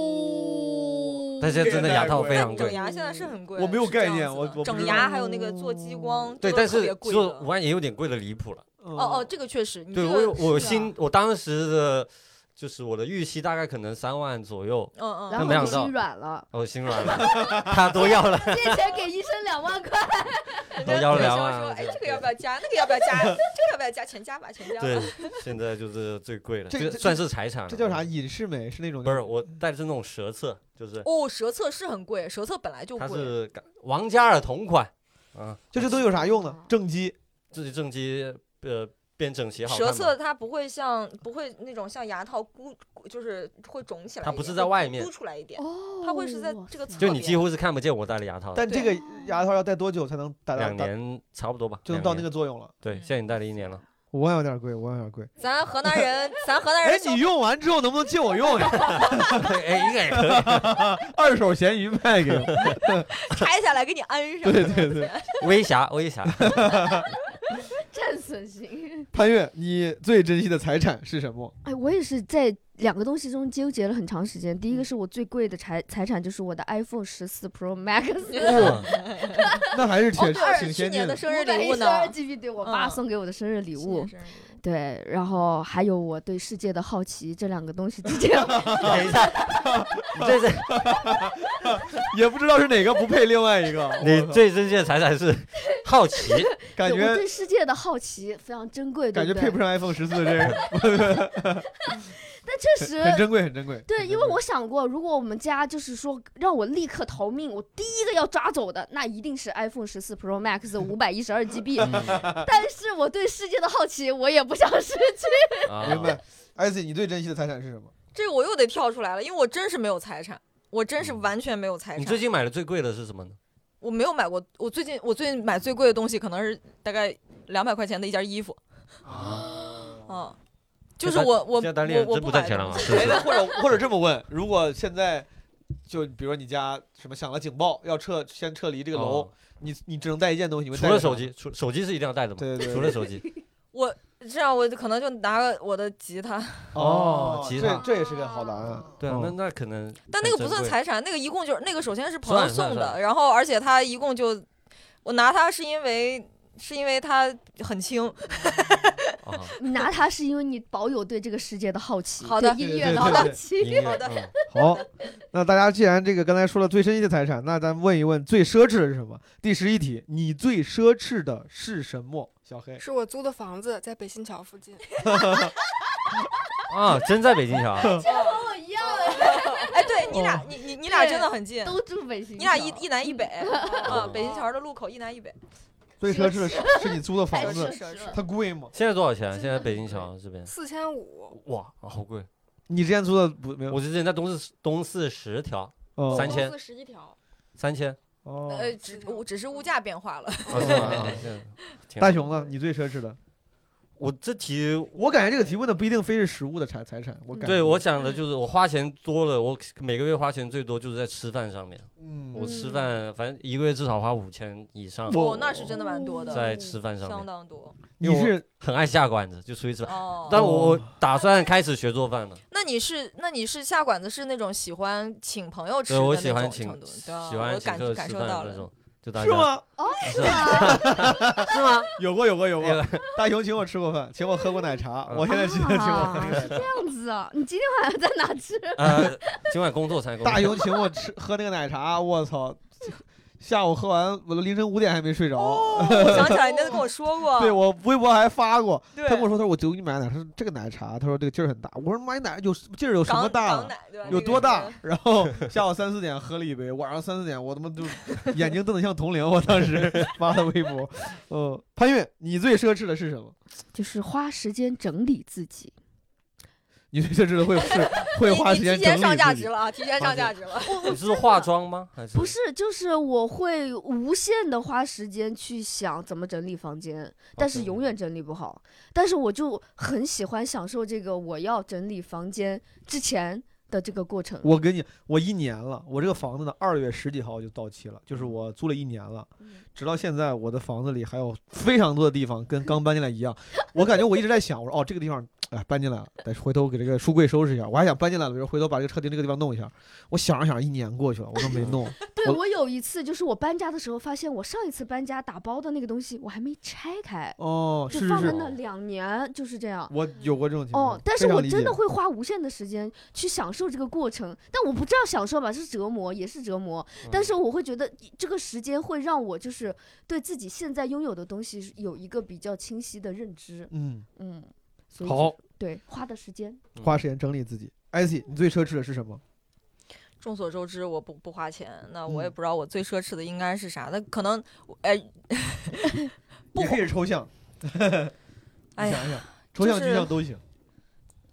B: 哦
C: 但是真的牙套非
B: 但
C: 常
B: 整
C: 贵，
B: 牙现在是很贵，
A: 我没有
B: 是这样
A: 概念
B: 子
A: 我
B: 的
A: 我不知
B: 整
A: 道
B: 牙还有那个做激光，
C: 对，
B: 这都
C: 但
B: 特别
C: 是
B: 贵的。
C: 说五万也有点贵的离谱了。
B: 哦哦，
A: 哦
B: 这个确实，你
C: 对
B: 这
C: 我有
B: 个
C: 我
B: 是啊
C: 心，我当时的就是我的预期大概可能三万左右，
B: 嗯嗯，
F: 然
C: 但
F: 后
C: 没想
F: 你
C: 到
F: 心软了， *laughs*
C: 我心软了，他多要
B: *laughs*
C: 了，
D: 借钱给医生两万块，
C: 多要了
B: 人家
C: 两
B: 说
C: 万
B: 说，
C: 我
B: 哎
C: 觉，得
B: 这个
C: *laughs*
B: 要不要加？那个要不要加？这个要不要加？全加吧，全加吧。
C: 对，现在就是最贵的，
A: 这
C: 这
A: 这
C: 算是财产了。
A: 这叫啥？隐适美是那种
C: 不是，我戴的是那种舌测，就是
B: 哦，舌侧是很贵，舌侧本来就
C: 它
B: 贵。
C: 是王嘉尔同款，啊，
A: 就这都有啥用呢？正畸
C: 自己正畸呃变整齐好看
B: 舌
C: 嘛。
B: 侧它不会像不会那种像牙套箍，就是会肿起来一点，
C: 它不是在外面
B: 会凸出来一点，
F: 哦
B: 它会是在这个侧
C: 就你几
B: 边
C: 乎是看不见我戴的牙套的，
A: 但这个牙套要戴多久才能达到
C: 两年差不多吧，
A: 就能
C: 两
A: 到那
C: 年
A: 个作用了？
B: 嗯 *laughs*
C: 对，现在你戴了一年了，
A: 五万有点贵，五万有点贵。
B: 咱河南人，
C: *laughs*
B: 咱河南
A: 哎
B: 人，
A: 你
B: 胸
A: 用完之后能不能借我用 *laughs* 呀？
C: 哎，应该也可以。
A: 二手咸鱼卖给我。
B: 拆下来给你安上。
A: 对对对，
C: 微瑕，微
B: *laughs*
C: 瑕，
F: *laughs* 战损型。
A: 潘越，你最珍惜的财产是什么？
F: 哎，我也是在两个东西中纠结了很长时间。第一
B: 嗯
F: 个是我最贵的财财产，就是我的 iPhone 十四 Pro
B: *laughs*
F: Max，
C: 哇，
A: 那还是挺、
B: 哦，对，我
A: 挺
B: 去
A: 先
B: 年
A: 进
B: 的生日
F: 一
B: 礼物
F: 十
B: 呢
F: 二？GB，对我爸
B: 嗯
F: 送给我的生日礼
B: 去
F: 物
B: 年。生日礼物
F: 对，然后还有我对世界的好奇，这两个东西之间，
C: *laughs* 等一下，你这这
A: 也不知道是哪个不配另外一个。我
C: 你
A: 操
C: 最珍惜的财产
B: *laughs*
C: 是好奇，
A: 感
F: 对我
A: 觉
F: 对世界的好奇非常珍贵，对
A: 感觉
F: 对
A: 配不上 iPhone 十四这个，
F: 但确实
A: 很珍贵，很珍贵。
F: 对，
A: 很
F: 因
A: 珍
F: 为
A: 贵
F: 我想过，如果我们家就是说让我立刻逃命，我第一个要抓走的那一定是 iPhone 十四 Pro Max 五百一十二
A: *laughs*
F: GB。但是我对世界的好奇，我也不想失去。
C: 啊
A: 明白。艾希，你最珍惜的财产是什么？
B: 这个我又得跳出来了，因为我真是没有财产，我真是完全没有财
C: 嗯你
B: 产。
C: 最近买的最贵的是什么呢？
B: 我没有买过，我最近我最近买最贵的东西可能是大概两百块钱的一件衣服，
C: 啊，
B: 嗯，就是
C: 这单
B: 我我
C: 这单恋
B: 我我
C: 真不赚
B: 买
C: 钱了啊
B: 东
C: 吗？是 *laughs*
B: 西
C: 不是
A: 或者或者这么问，如果现在就比如说你家什么响了警报，要撤先撤离这个楼，
C: 哦
A: 你你只能带一件东西，你会
C: 除
A: 带
C: 了
A: 着啥
C: 手，机，除手机是一定要带的嘛？
A: 对对对
C: 除了手机，
B: 我这啊样我可能就拿个我的吉他，
A: 哦
C: 哦，
A: 这
C: 吉他
A: 这也是个好答案。
C: 对啊，
A: 哦
C: 那那可能，
B: 但那个不算，财产，那个一共就是那个首先是朋友
C: 算算
B: 送
C: 算
B: 的，然后而且它一共就我拿它是因为是因为它很轻， *laughs*
A: 嗯
C: 啊
F: 你拿它是因为你保有对这个世界的好奇，
B: 好
F: 对
B: 的
F: 音
A: 对
F: 乐
A: 对
F: 的
A: 对
F: 好
A: 对
F: 奇。
C: 音乐
B: 好的
C: 嗯
A: *laughs* 好，那大家既然这个刚才说了最珍惜的财产，那咱问一问最奢侈的是什么？第十一题，你最奢侈的是什么？小黑，
E: *laughs* 是我租的房子在北新桥附近，
C: 啊，真在北京桥啊，
D: 和我一样的，
B: 哎，对你
C: 哦
B: 俩你你你俩
F: 对
B: 真的很近，
F: 都住北京，
B: 你俩一一南一北
C: *laughs*
B: 啊，北新桥的路口一南一北，
A: 最奢侈的是是你租的
F: 太
A: 房
F: 奢
A: 子，
F: 侈了。
A: 它贵吗？
C: 现在多少钱？现在北京桥这边，
E: 四千五，
C: 哇，好贵！
A: 你之前租的不没有？
C: 我之前在东四东四十条，
A: 哦
C: 三千
E: 十一条，
C: 三千。
A: 哦，
B: 呃，只我只是
F: 嗯
B: 物价变化了。
C: 啊 *laughs* 是吗啊这样挺好
A: 大熊呢？你最奢侈的？
C: 我这题，
A: 我感觉这个提问的不一定非是实物的财财产，我感觉
C: 对我想的就是我花钱多了，我每个月花钱最多就是在吃饭上面，
A: 嗯，
C: 我吃饭反正一个月至少花五千以上
A: 我
B: 哦，那是真的蛮多的，
C: 在吃饭上
B: 相
C: 面，
B: 当多
A: 你是
C: 很爱下馆子，就出去吃饭。但
B: 哦。
C: 我我打算开始学做饭了，
B: 那你是那你是下馆子是那种喜欢请朋友吃
C: 对
B: 的
C: 我
B: 那
C: 喜欢
B: 种
C: 请
B: 程度，对啊
C: 喜欢
B: 我
C: 请
B: 感
C: 客
B: 感
C: 吃
B: 受
C: 饭
B: 到
C: 那
B: 了。
C: 种，就大
A: 是
C: 家
A: 吗？
F: 哦
C: 是啊
F: 是吗？
A: 有过有过有
C: 有
A: 过，大熊请我吃过饭，请我喝过奶茶，
C: 嗯
A: 我 *laughs* 现在记得请我喝
F: 啊，
A: 奶
F: 是
A: 茶。
F: 这样子啊！你今天晚上在哪吃？
C: 呃，今晚工作才工
A: *laughs*
C: 作
A: 大熊请我吃喝那个奶茶，我操！下午喝完，我都凌晨五点还没睡着。
C: *laughs*
B: 我哦想起来，你那次跟我说过，
A: 对我微博还发过，
B: 对，
A: 他跟我说，他说我就给你买奶茶，他说这个奶茶，他说这个劲儿很大。我说买奶有劲儿有什么
B: 港
A: 大
B: 港
A: 的？
B: 奶对吧？ *laughs*
A: 有
B: 那个
A: 多大
C: *laughs*
B: 是？
A: *laughs* 然后下午三四点喝了一杯，晚上三四点我他妈
B: *laughs*
A: 就眼睛瞪得像铜铃。我当时发的微博，嗯，潘越，你最奢侈的是什么？
F: *laughs* 就是花时间整理自己。
A: 你最奢侈的会
B: *laughs*
A: 是会
B: 你
A: 花
B: 你
A: 时间
B: 提
A: 整
B: 前
A: 理
B: 上价
A: 自己
B: 值了啊！提前上价值了， *laughs*
C: 你是化妆吗？还是
F: 不？是，就是我会无限的花时间去想怎么整理房间，但
A: 哦
F: 是永远整理不好。但是我就很喜欢享受这个我要整理房间之前的这个过程。
A: 我跟你，我一年了，我这个房子呢，二月十几号就到期了，就是我租了一年了，
B: 嗯
A: 直到现在，我的房子里还有非常多的地方跟刚搬进来一样。我感觉我一直在想，我说哦，这个地方，哎，搬进来了，得回头给这个书柜收拾一下。我还想搬进来了，比如回头把这个客厅这个地方弄一下。我想着想着，一年过去了，我都没弄。
F: 对
A: 我
F: 我有一次就是我搬家的时候，发现我上一次搬家打包的那个东西我还没拆开，
A: 哦，是
F: 就是放在
A: 是，
F: 那两年，就是这样。
A: 我有过这种情况。
F: 哦，但是
A: 非常
F: 我
A: 理
F: 真的
A: 解
F: 会花无限的时间去享受这个过程，但我不知道享受吧，是折磨，也是折磨。
A: 嗯
F: 但是我会觉得这个时间会让我就是对自己现在拥有的东西是有一个比较清晰的认知，
A: 嗯，
F: 嗯，所以
A: 好
F: 就，对花的时间，
C: 嗯
A: 花时间整理自己。艾希，你最奢侈的是什么？
B: 众所周知，我不不花钱，那我也
A: 嗯
B: 不知道我最奢侈的应该是啥。那可能，哎， *laughs* 不
A: 也可以是抽
B: *laughs*
A: 象。
B: 哎
A: 你
B: 呀
A: 想一想，抽
B: 就
A: 象、具
B: 是
A: 象都行。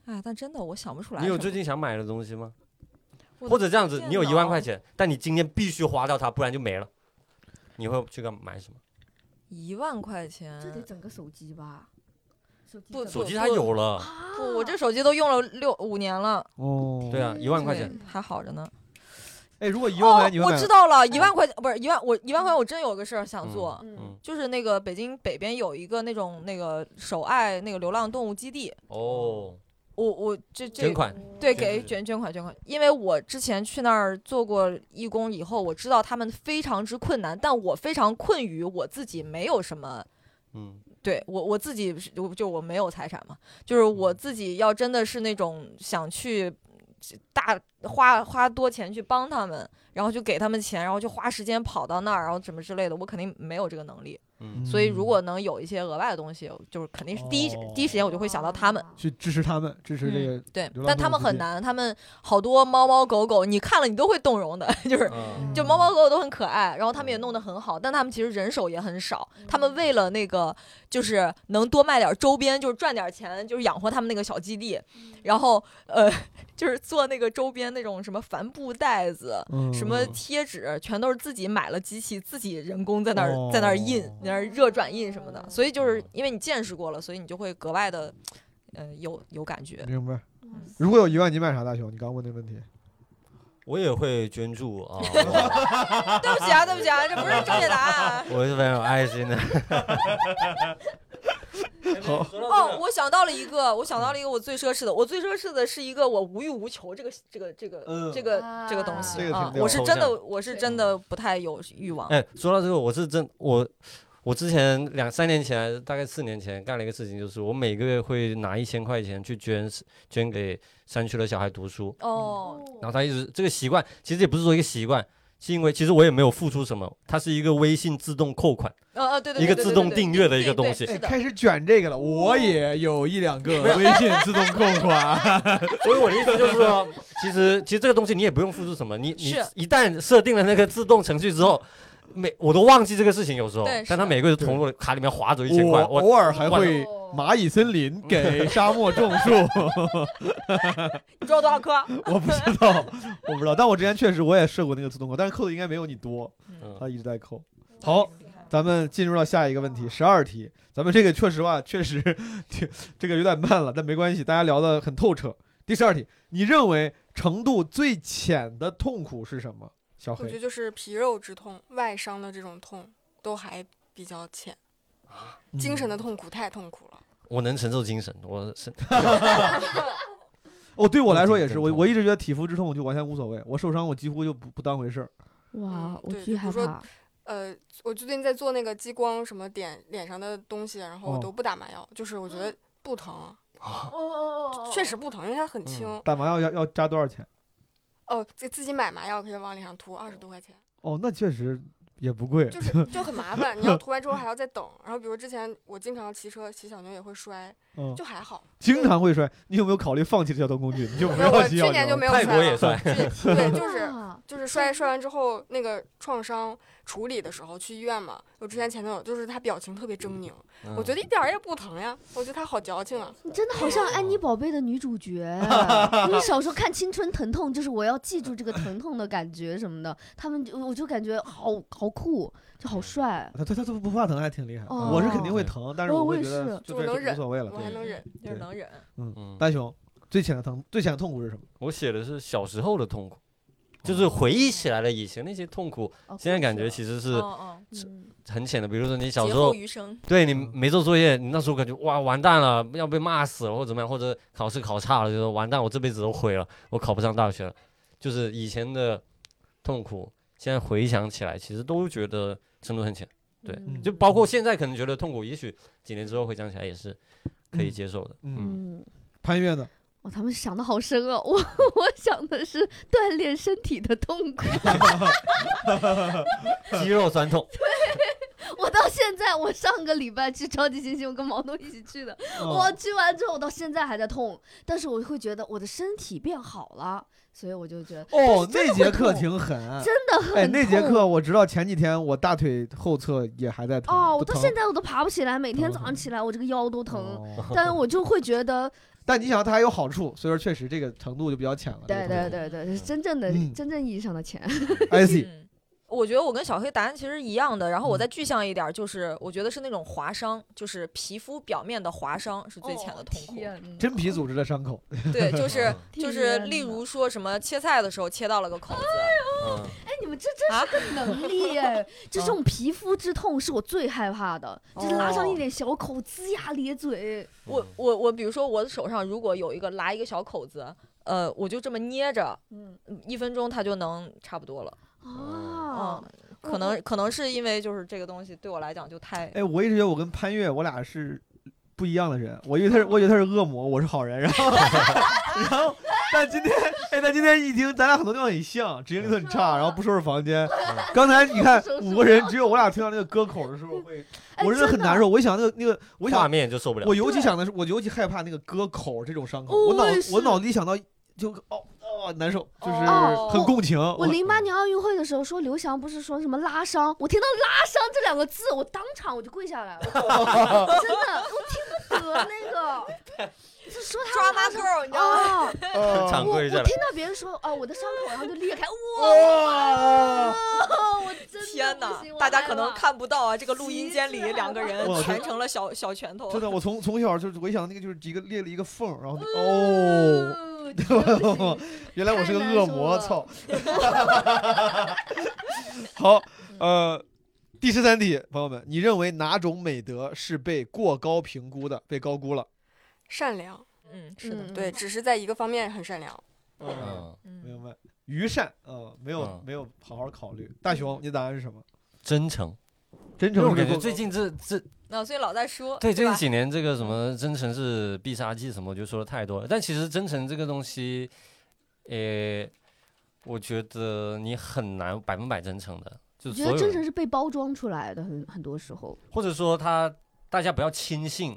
B: 哎，但真的我想不出来
C: 你
B: 什么。
C: 有最近想买的东西吗？
B: 我
C: 或者这样子，你有
B: 电
C: 一万
B: 脑
C: 块钱，但你今天必须花掉它，不然就没了。你会去干买什么？
B: 一万块
F: 这得
B: 钱？
F: 整个手机吧？
B: 不
C: 手
B: 不
C: 机他有了，
B: *laughs* 不，我这手机都用了六五年了，
A: 哦
C: *laughs* 对啊，一万块钱，
B: 对还好着呢。
A: 哎，如果一万块嗯
B: 哦
A: 钱，你，会
B: 我
A: 买
B: 知道了，一万块钱不是一万，我一万块钱我真有个事儿想
E: 啊
B: 做，
C: 嗯，
B: 就是那个北京北边有一个那种那个首爱那个流浪动物基地，
C: 哦，
B: 我我这这
C: 捐款，
B: 对，
C: 捐
B: 给
C: 出去
B: 捐捐款捐款，因为我之前去那儿做过义工以后，我知道他们非常之困难，但我非常困于我自己没有什么，
C: 嗯，
B: 对我我自己是就就我没有财产嘛，就是
A: 嗯
B: 我自己要真的是那种想去大花花多钱去帮他们，然后就给他们钱，然后就花时间跑到那儿，然后什么之类的，我肯定没有这个能力，
C: 嗯
B: 所以
A: 嗯哦
B: 如果能有一些额外的东西，就是肯定是第一、第一时间我就会想到他们。
A: 去支持他们，支持这个，
B: 对
A: 流，浪动
B: 但他
A: 物
B: 们
A: 之
B: 很
A: 间
B: 难，他们好多猫猫狗狗，你看了你都会动容的， *laughs* 就是
C: 嗯
B: 就猫猫狗狗都很可爱，然后他们也弄得很好，但他们其实人手也很少，他们为了那个就是能多卖点周边，就是赚点钱，就是养活他们那个小基地，然后呃，就是做那个周边那种什么帆布袋子。
A: 嗯
B: 什么贴纸全都是自己买了机器，自己人工在那儿在那儿印，
A: 哦
B: 在那儿热转印什么的，所以就是因为你见识过了，所以你就会格外的，呃，有有感觉。
A: *laughs* 明白。
E: 嗯
A: 如果有一万，你买啥？大熊，你刚问那问题，
C: 我也会捐助啊，
B: 对不起啊，对不起啊，这不是正确答案啊、
A: *laughs*
C: 我是非常有爱心的。
A: 好
B: 哦，我想到了一个，我想到
A: 嗯
B: 了一个我最奢侈的，我最奢侈的是一个我无欲无求这个这个这个、
A: 嗯
B: 呃这个这个东
A: 这
B: 西
A: 个挺
B: 啊，
A: 屌
B: 我是
C: 抽
B: 真的
C: 象
B: 我是真的不太有欲望。
C: 哎，说到这个，我是真我我之前两三年前，大概四年前干了一个事情，就是我每个月会拿一千块钱去捐捐给山区的小孩读书。
B: 哦，
C: 然后他一直这个习惯，其实也不是说一个习惯，是因为其实我也没有付出什么，它是一个微信自动扣款，
B: 呃呃，对对对，
C: 一个
B: 对
C: 自
B: 对
C: 动
B: 对
C: 订阅的一个
B: 对
C: 东西 *laughs*
B: 是
A: 哎
B: 的，哦
A: 开始卷这个了。我也有一两个微信自动扣
C: *laughs*
A: 款，
C: 所以我的意思就是说，其实其实这个东西你也不用付出什么，你你
B: 是
C: 一旦设定了那个自动程序之后，每我都忘记这个事情有时候
B: 对，
C: 但
B: 是
C: 他
B: 的
C: 每个月从我的卡里面划走一千
A: 我
C: 块，我
A: 偶尔还会
B: 哦
A: 蚂蚁森林给沙漠种树，
B: 你知道多少颗？哦
A: *laughs* 我不知道，我不知道。但我之前确实我也设过那个自动扣，但是扣的应该没有你多，
C: 嗯
A: 他一直在扣。好，咱们进入到下一个问题，十二题。咱们这个确实吧，确实 *laughs* 挺这个有点慢了，但没关系，大家聊得很透彻。第十二题，你认为程度最浅的痛苦是什么？小
E: 我觉得
A: 黑，
E: 就是皮肉之痛、外伤的这种痛都还比较浅，精
A: 嗯
E: 神的痛苦太痛苦了。
C: 我能承受精神，我是
A: 哦，对我来说也是，
C: 痛
A: 我我一直觉得体肤之痛我就完全无所谓，我受伤我几乎就不不当回事儿。
F: 哇
E: 嗯，
F: 我
E: 对
F: 巨
E: 就
F: 害
E: 比如说
F: 怕。
E: 呃，我最近在做那个激光什么点脸上的东西，然后
A: 哦
E: 我都不打麻药，就是我觉得不疼，啊
F: 哦哦嗯哦
E: 确实不疼，因为它很轻。
A: 打麻药要要扎多少钱？
E: 哦，自自己买麻药可以往脸上涂，二十多块钱，
A: 哦，那确实也不贵。
E: 就是就很麻烦。你要涂完之后还要再等。然后比如之前我经常骑车骑小牛也会摔，
A: 嗯，
E: 就还好。
A: 经常会摔。你有没有考虑放弃这交通工具？你就不
E: 没有，我
A: 要
E: 去
A: 骑小
E: 年就
A: 牛。
E: 没有摔
C: 泰
E: 了。
C: 国也算，
E: 对对，
F: *laughs*
E: 就是
F: 哇
E: 就是摔摔完之后那个创伤处理的时候去医院嘛。我之前前男友就是他表情特别狰狞，我觉
C: 得
E: 得一点儿也不疼呀，我觉得他好矫情啊。
F: 你真的好像安妮宝贝的女主
E: *laughs*
F: 角。你小时候看《青春疼痛》，就是我要记住这个疼痛的感觉什么的。他们就我就感觉好好酷，就
E: 嗯
F: 好帅。
A: 他他他都不怕疼，还挺厉害。
F: 哦
A: 我是肯定会疼，但是
F: 哦
A: 我
F: 我
A: 会
F: 也
A: 觉得
F: 是
A: 就
E: 我能
A: 这
E: 忍
A: 无所谓了。
E: 我还
A: 对
E: 能忍，
B: 就是
A: 对
B: 能忍。
C: 嗯，
A: 大熊最浅的疼，最浅的痛苦是什么？哦
C: 我写的是小时候的痛苦，就是回忆起来了以前那些痛苦，
F: 哦
C: 现在感觉其实是
B: 嗯嗯，
F: 嗯
C: 很浅的，比如说你小
B: 劫
C: 时
B: 后
C: 候
B: 余生。
C: 对你
A: 嗯
C: 没做作业，你那时候感觉哇完蛋了，要被骂死了或者怎么样，或者考试考差了，就说完蛋，我这辈子都毁了，我考不上大学了。就是以前的痛苦，现在回想起来，其实都觉得程度很浅。对
A: 嗯
C: 就包括现在可能觉得痛苦，也许几年之后回想起来也是可以接受的。
B: *laughs*
C: 嗯，
F: 嗯。
A: 潘越呢？
F: 哦，他们想的好深哦！我我想的是锻炼身体的痛苦。 *laughs*
C: 肌肉酸痛，
F: 我到现在，我上个礼拜去超级星星，我跟毛东一起去的。
A: 嗯哦
F: 我去完之后，我到现在还在痛，但是我会觉得我的身体变好了，所以我就觉得
A: 哦，
F: 但是真
A: 那
F: 的
A: 节
F: 会
A: 课
F: 痛
A: 挺狠。
F: 真的很痛。
A: 哎，那节课我直到前几天，我大腿后侧也还在疼。
F: 哦，我
A: 都
F: 到
A: 疼
F: 现在我都爬不起来，每天
A: 疼
F: 早上起来我这个腰都疼。
A: 哦
F: 但我就会觉
A: *laughs*
F: 得，
A: 但你想，它还有好处，所以说确实这个程度就比较浅了。
F: 对对对对，是真正的、
A: 嗯
F: 真正意义上的钱。
A: i c
B: 嗯我觉得我跟小黑答案其实一样的，然后我再具象一点儿，就是我觉得是那种划伤，就是皮肤表面的划伤是最浅的痛苦。
F: 天
A: 真皮组织的伤口，
B: 对，就是
C: 哦
A: 嗯
B: 就是，
F: 天
B: 例如
F: 哪
B: 说什么切菜的时候切到了个口子，
C: 嗯，
F: 哎，你们这真
B: 啊
F: 是个能
A: *laughs*
F: 力耶！这种皮肤之痛是我最害怕的，就是拉上
A: 哦
F: 一点小口，龇牙咧嘴。
A: 嗯
B: 我我我，比如说我的手上如果有一个拉一个小口子，呃，我就这么捏着，
F: 嗯
B: 一分钟它就能差不多了。
F: 啊，
A: 哦
B: 嗯，可能可能是因为就是这个东西对我来讲就太
A: 哎，我一直觉得我跟潘越我俩是不一样的人，我以为他是我以为他是恶魔，我是好人，然后然后但今天哎，但今天一听咱俩很多地方很像，执行力都很差，然后不收拾房间，刚才你看
F: 收拾
A: 五个人只有我俩听到那个歌口的时候会，
F: 哎
A: 我真的很难受，我一想那个那个我一
C: 画
A: 想
C: 面就受不了
A: 我。尤其想的是我尤其害怕那个歌口这种伤口，
F: 哦
A: 我脑
F: 我也是
A: 我脑子里想到就哦哦难受，就是
B: 哦
A: 很共
C: *laughs*
A: 情，
F: 我零
C: 嗯
F: 八年奥运会的时候说刘翔不是说什么拉伤，我听到拉伤这两个字，我当场我就跪
C: *laughs*
F: 下来了，真的，我听不得那个，
C: *laughs*
F: 就说他拉
B: drama
F: 伤
B: girl，你知道吗？ *laughs*
F: 哦，
A: 哦
C: 掌
F: 我我
C: 柜下来
F: 听到别人说啊我的伤口，然后就裂
C: *laughs*
F: 开，
A: 哇
F: 哇，我真的
B: 天
F: 哪
B: 哪，，大家可能看 *laughs* 不到啊，这个录音间里
F: 极致
B: 两个人
A: 哇
B: 全成了小小拳头。
A: 真的，我从从小就是我一想那个就是一个裂了一个缝儿，然后就哦，
F: 哦真的
C: *laughs*
F: 是
A: 原来我是个恶魔，
F: 太难受
A: 操！ *laughs* 好，呃，第十三题，朋友们，你认为哪种美德是被过高评估的，被高估了？
E: 善良，
B: 嗯，是的，
F: 嗯
E: 对，只是在一个方面很善良。
A: 嗯，
C: 嗯，
B: 嗯
A: 明白。愚善，嗯，没有
C: 嗯
A: 没有好好考虑。大熊，你答案是什么？
C: 真诚，
A: 真
C: 因为
A: 诚是
C: 我
A: 被
C: 感
A: 过
C: 觉
A: 高
C: 最近这这
B: 那所以老在说，
C: 对，这
B: 对吧？
C: 几年这个什
F: 嗯
C: 么真诚是必杀技什么，我就说的太多了。但其实真诚这个东西，呃，我觉得你很难百分百真诚的，就
F: 我
C: 是
F: 觉
C: 所
F: 得
C: 有
F: 真
C: 人，
F: 诚是被包装出来的，很很多时候。
C: 或者说他大家不要轻信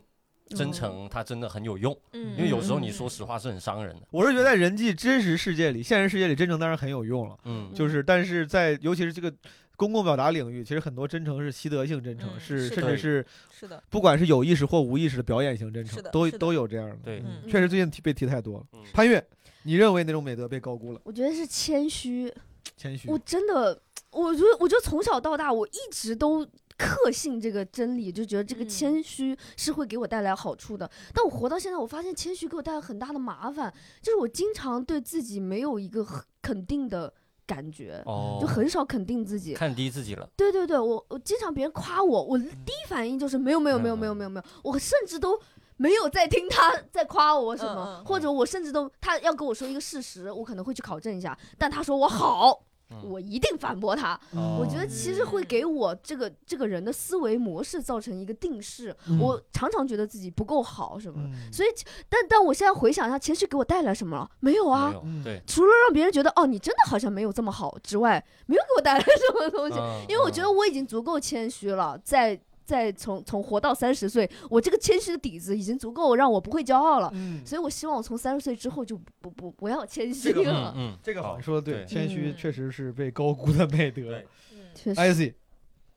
C: 真
F: 嗯
C: 诚，它真的很有用，
B: 嗯，
C: 因为有时候你
F: 嗯
C: 说实话是很伤人的。
A: 我是觉得在人际真实世界里，现实世界里，真诚当然很有用了。
C: 嗯，
A: 就是，但是在尤其是这个公共表达领域，其实很多真诚是习得性真诚，
B: 嗯
A: 是
B: 是
A: 甚
C: 的
A: 至是
B: 是的，
A: 不管是有意识或无意识的表演型真诚
B: 是，的
A: 都
B: 是的
A: 都有这样的。
C: 对
A: 嗯
B: 嗯
A: 确实最近提被提太多了。
C: 嗯
A: 潘越，你认为哪种美德被高估了？
F: 我觉得是谦虚，
A: 谦虚
F: 我。真的，我觉得，我觉得从小到大，我一直都刻信这个真理，就觉得这个
B: 嗯
F: 谦虚是会给我带来好处的。但我活到现在，我发现谦虚给我带来很大的麻烦，就是我经常对自己没有一个很肯定的感觉，
C: 哦
F: 就，很少肯定自己。
C: 看低自己了，
F: 对对对，我我经常别人夸我，我第一反应就是没有没有没有没有没有没有，我甚至都没有在听他在夸我什么，
B: 嗯嗯
F: 或者我甚至都他要跟我说一个事实，我可能会去考证一下，但他说我好，
C: 嗯
F: 我一定反驳他。
A: 哦
F: 我觉得其实会给我这个这个人的思维模式造成一个定式，
B: 哦
A: 嗯
F: 我常常觉得自己不够好什么的。
A: 嗯
F: 所以，但但我现在回想一下，前世给我带来什么了？没有啊，
C: 没有
A: 嗯
C: 对，
F: 除了让别人觉得哦你真的好像没有这么好之外，没有给我带来什么东西。
C: 嗯
F: 因为我觉得我已经足够谦虚了，在在从从活到三十岁，我这个谦虚的底子已经足够让我不会骄傲了，
A: 嗯，
F: 所以我希望我从三十岁之后就不不不要谦虚
A: 这个
C: 嗯
F: 了。
C: 嗯，
A: 这
B: 哦
A: 个好像说的对，
C: 对
A: 谦虚
F: 嗯
A: 确实是被高估的美德
C: 对。
B: 嗯，
F: 确实，
A: Icy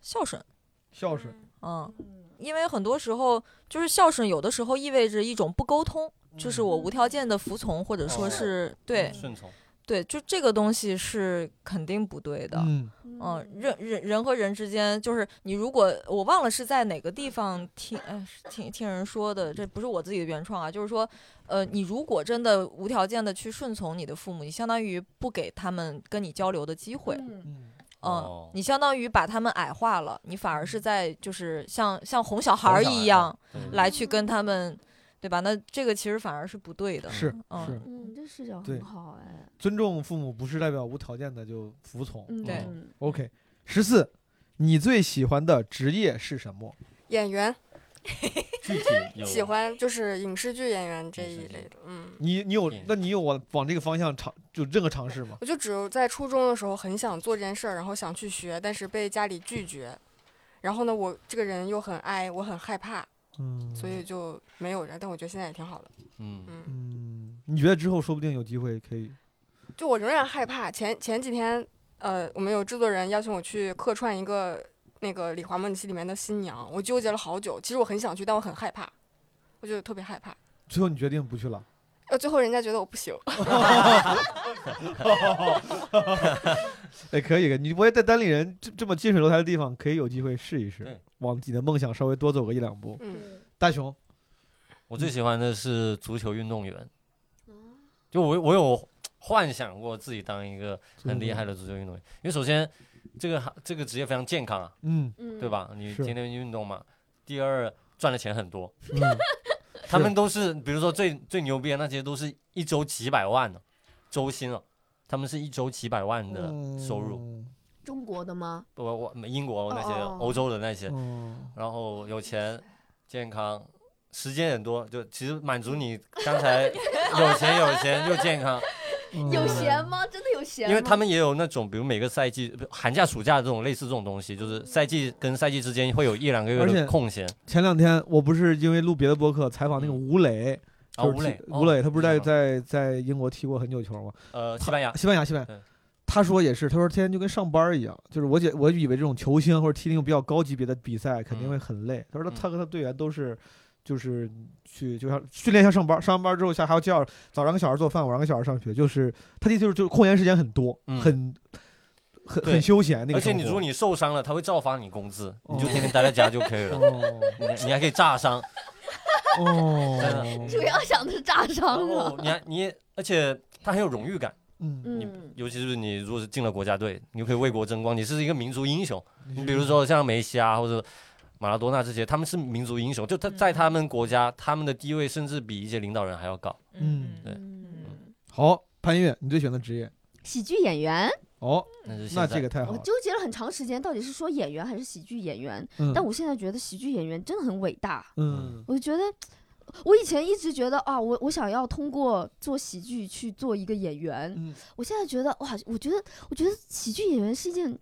B: 孝顺，
A: 孝顺，
B: 嗯，因为很多时候就是孝顺，有的时候意味着一种不沟通，嗯就是我无条件的服从，或者
C: 哦
B: 说
C: 嗯
B: 是对
C: 顺从，
B: 对，就这个东西是肯定不对的。
A: 嗯，
B: 嗯，人人人和人之间，就是你如果我忘了是在哪个地方听，呃，是听听人说的，这不是我自己的原创啊，就是说，呃，你如果真的无条件的去顺从你的父母，你相当于不给他们跟你交流的机会，
F: 嗯
A: 嗯
B: 嗯
C: 哦，
B: 你相当于把他们矮化了，你反而是在就是像像哄小孩
C: 哄
B: 儿
C: 小孩
B: 一
C: 儿嗯
B: 样
C: 对
B: 来去跟他们，对吧？那这个其实反而是不对的，
A: 是
B: 嗯
A: 是，
F: 嗯，这视角
A: 对
F: 很好哎，
A: 尊重父母不是代表无条件的就服从。
F: 嗯，
C: 对
F: 嗯
A: OK，十四，你最喜欢的职业是什么？
E: 演员
C: 具体
F: *laughs*
C: 有啊
E: 喜欢就是影视剧演员这
C: 影视
E: 一
C: 剧
E: 类的，嗯，
A: 你你有
C: 嗯？
A: 那你有往往这个方向尝就任何尝试吗？
E: 我就只有在初中的时候很想做这件事儿，然后想去学，但是被家里拒绝。然后呢，我这个人又很矮，我很害怕，
A: 嗯
E: 所以就没有着。但我觉得现在也挺好的，
C: 嗯
E: 嗯。
A: 嗯，你觉得之后说不定有机会可以？
E: 就我仍然害怕。前前几天，呃，我们有制作人邀请我去客串一个那个《李华梦琪》里面的新娘，我纠结了好久。其实我很想去，但我很害怕，我就特别害怕。
A: 最后你决定不去了？
E: 呃，最后人家觉得我不行，
A: 哎，可以，你不会在单立人这这么近水楼台的地方，可以有机会试一试
C: 对，
A: 往自己的梦想稍微多走个一两步。
E: *laughs* 嗯，
A: 大熊，
C: 我最喜欢的是足球运动员，
F: 哦
C: 就我我有幻想过自己当一个很厉害的足球运动员，因为首先这个行这个职业非常健康啊， *laughs*
A: 嗯，
F: 嗯
C: 对？吧？你
A: 是
C: 天天运动嘛。第二，赚的钱很多，
A: 嗯，
C: 他们都是比如说最最牛逼的那些都是一周几百万呢、周薪啊，他们是一周几百万的收入，
A: 入，
F: 中国的吗？
C: 不我我英国那些
F: 哦哦哦
C: 欧洲的那些，
A: 嗯，
C: 然后有钱、健康、时间很多，就其实满足你刚才有钱、有钱又健康，
D: 有
A: 闲
D: 闲？吗？真的有闲吗？
C: 因为他们也有那种比如每个赛季、不寒假、暑假这种类似这种东西，就是赛季跟赛季之间会有一两个月
A: 而且
C: 的空闲。
A: 前两天我不是因为录别的播客采访那个吴磊，
C: 啊，
A: 就是
C: 吴磊
A: 踢，
C: 哦
A: 吴磊他不是在
C: 知道
A: 在在英国踢过很久球吗？
C: 呃西班牙，
A: 西班牙，西班牙
C: 对。
A: 他说也是，他说天天就跟上班儿一样，就是我姐，我以为这种球星或者踢那种比较高级别的比赛肯定会很累。他说他
C: 嗯
A: 他和他队员都是，就是去就像训练一下上班儿，上完班儿之后下还要叫早两个小时做饭，晚上个小时上学，就是他的意思就是就是空闲时间很多，
C: 嗯
A: 很很
C: 对
A: 很休闲那个
C: 而且
A: 生活。
C: 你如果你受伤了，他会照发你工资，
A: 哦
C: 你就天天待在家就可以了。
A: *laughs*
C: 你还你还可以炸伤，
A: 哦
C: *laughs*
A: 哦，
D: 主要想的是炸
C: 然
D: 伤
C: 后
D: 了。
C: 你还你也，而且他很有荣誉感，
A: 嗯，
C: 你
F: 嗯，
C: 尤其是你如果是进了国家队，你就可以为国争光，你是一个民族英雄。你
A: 是
C: 嗯比如说像梅西啊，或者马拉多纳这些，他们是民族英雄，就他
B: 嗯
C: 在他们国家，他们的地位甚至比一些领导人还要高。
A: 嗯
C: 对
F: 嗯
B: 嗯
A: 好，潘越，你最喜欢的职业？
F: 喜剧演员，
A: 哦，
C: 那是现
A: 那
C: 在
A: 这个太好
F: 我
A: 了。
F: 纠结了很长时间，到底是说演员还是喜剧演员？
A: 嗯
F: 但我现在觉得喜剧演员真的很伟大。
A: 嗯
F: 我觉得，我以前一直觉得啊，我我想要通过做喜剧去做一个演员。
A: 嗯
F: 我现在觉得哇，我觉得我觉得喜剧演员是一件，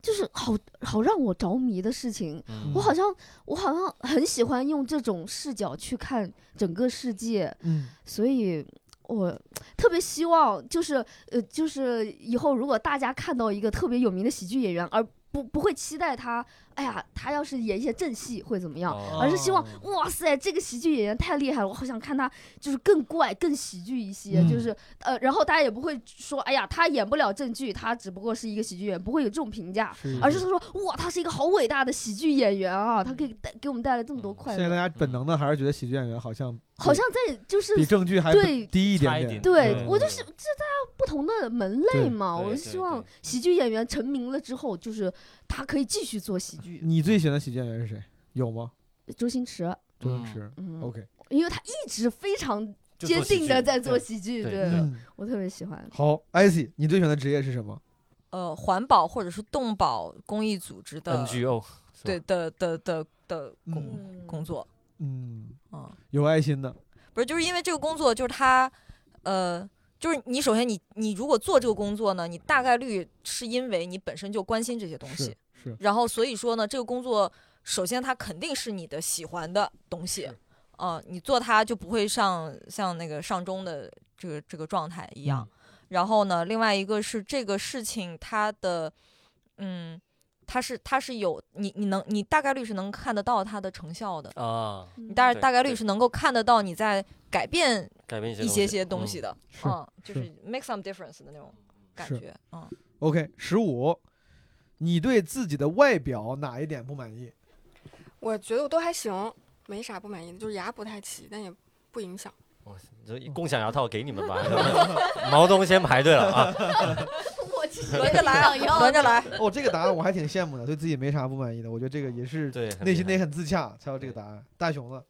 F: 就是好好让我着迷的事情。
C: 嗯
F: 我好像我好像很喜欢用这种视角去看整个世界，
A: 嗯
F: 所以我特别希望就是呃就是以后如果大家看到一个特别有名的喜剧演员，而不不会期待他，哎呀，他要是演一些正戏会怎么样？
C: 哦
F: 而是希望
A: 哦，
F: 哇塞，这个喜剧演员太厉害了，我好想看他，就是更怪、更喜剧一些，
A: 嗯
F: 就是呃，然后大家也不会说，哎呀，他演不了正剧，他只不过是一个喜剧演员，不会有这种评价，而是说，哇，他是一个好伟大的喜剧演员啊，他可以带给我们带来这么
C: 嗯
F: 多快
A: 现在大
F: 乐，
A: 家本能的还是觉得喜剧演员好像
F: 好像在就是
A: 比正剧还
F: 对
A: 低一
C: 差
A: 点
C: 一
A: 点。
C: 点嗯
F: 对
A: 对
F: 我就是这大家不同的门类
A: 对
F: 嘛，
C: 对
F: 我就
C: 对
F: 希望
C: 对
F: 喜剧演员成名了之后，就是他可以继续做喜剧。
A: 你最喜欢的喜剧演员是谁？有吗？
F: 周星驰，
A: 周星驰。
F: 嗯，
A: OK，
F: 因为他一直非常
C: 就
F: 坚
C: 做喜
F: 定的
C: 剧
F: 在做
C: 对
F: 喜剧，
C: 对
F: 对
A: 嗯，
F: 我特别喜欢。
A: 好，IC，你最喜欢的职业是什么？
B: 呃，环保或者是动保公益组织的
C: NGO
B: 对的的的的工
A: 嗯
B: 工作，
A: 嗯，
B: 嗯，
A: 有爱心的。
B: 不是，就是因为这个工作，就是他，呃，就是你首先你你如果做这个工作呢，你大概率是因为你本身就关心这些东西
A: 是，是，
B: 然后所以说呢，这个工作首先它肯定是你的喜欢的东西
A: 是，
B: 嗯、你做它就不会上像那个上钟的这个这个状态一样。
A: 嗯
B: 然后呢，另外一个是这个事情它的，嗯，它是它是有你你能你大概率是能看得到它的成效的，
C: 啊，
B: 你 *laughs* 大
C: 对
B: 大概率
C: 对
B: 是能够看得到你在改变
C: 改变
B: 一些些东西
C: 的。
B: 的，
A: 是
B: 嗯，就是是 make some difference 的那种感
A: 是
B: 觉，嗯，
A: OK，十五，你对自己的外表哪一点不满意？
E: 我觉得我都还行，没啥不满意的，就是牙不太齐，但也不影响。
C: 这共享牙套给你们吧， *laughs* 毛东先排队了啊。
A: *laughs*
D: 我其实也
B: 轮着来啊，
D: 挺想要的
B: 轮着来，
A: 哦，这个答案我还挺羡慕的，对自己没啥不满意的。我觉得这个也是
C: 对，很
A: 内
C: 厉
A: 心
C: 害
A: 得很自洽才有这个答案。大熊呢？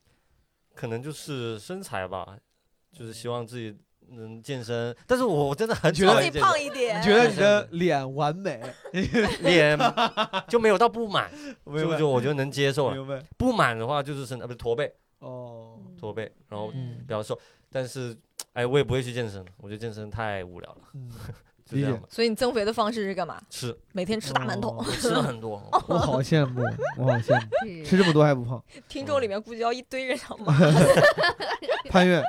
C: 可能就是身材吧，就是希望自己能健身，但是我真的很
A: 觉
C: 讨
A: 得
B: 自
C: 厌
B: 己
C: 健
B: 胖一点
F: 哎
A: 你，觉得你的脸完美？
C: 身脸就没有到不
A: *laughs*
C: 满，
A: 明
C: 就
A: 白
C: 就我觉得能接受了。
A: 明白。
C: 不满的话就是身啊不是驼背，
A: 哦，
C: 驼背，然后
A: 嗯
C: 比较瘦，但是哎，我也不会去健身，我觉得健身太无聊了，
A: 嗯，
C: 就这样吧。
B: 所以你增肥的方式是干嘛？
A: *coughs*
C: 吃
B: 每天吃大馒头。
A: 哦
C: 我吃了很多，
A: 我好羡慕，我好羡慕，吃这么多还不胖。
B: 听众里面估计要一堆人想骂，
A: 潘越，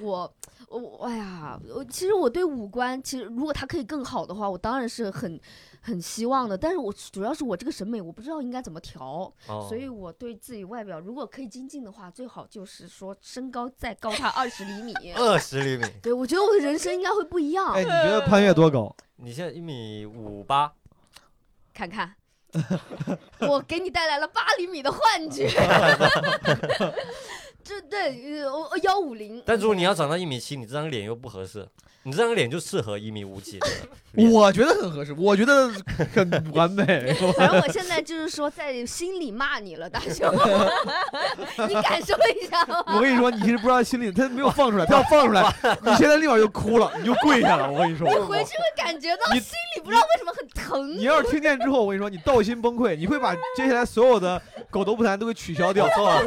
F: 我我我哎呀，我其实我对五官，其实如果它可以更好的话，我当然是很很希望的。但是我主要是我这个审美，我不知道应该怎么调，
C: 哦
F: 所以我对自己外表，如果可以精进的话，最好就是说身高再高它二
C: *laughs*
F: 十厘米。
C: 二十厘米，
F: 对，我觉得我的人生应该会不一样。
A: 哎，你觉得潘越多高？
C: 你现在一米五八，
F: 看看，我给你带来了八厘米的幻
C: *laughs*
F: 觉。 *laughs* 这对，呃我幺五零。
C: 但如果你要长到一米七，你这张脸又不合适，你这张脸就适合一米五几的
A: *laughs*
C: 脸。
A: 我觉得很合适，我觉得 *laughs* 很完美。
B: *laughs*
F: 反正我现在就是说，在心里骂你了，大雄，你感受一下吗？
A: 我跟你说，你其实不知道心里，他没有放出来，他要放出 *laughs* 来，你现在立马就哭了，你就跪下了。我跟你说，
F: 你回去会感觉到
A: 你
F: 心里不知道为什么很疼
A: 你。要是听见之后，我跟你说，你道心崩溃，你会把接下来所有的狗头不谈都给取消掉，
C: 我错
A: *laughs*
C: 了，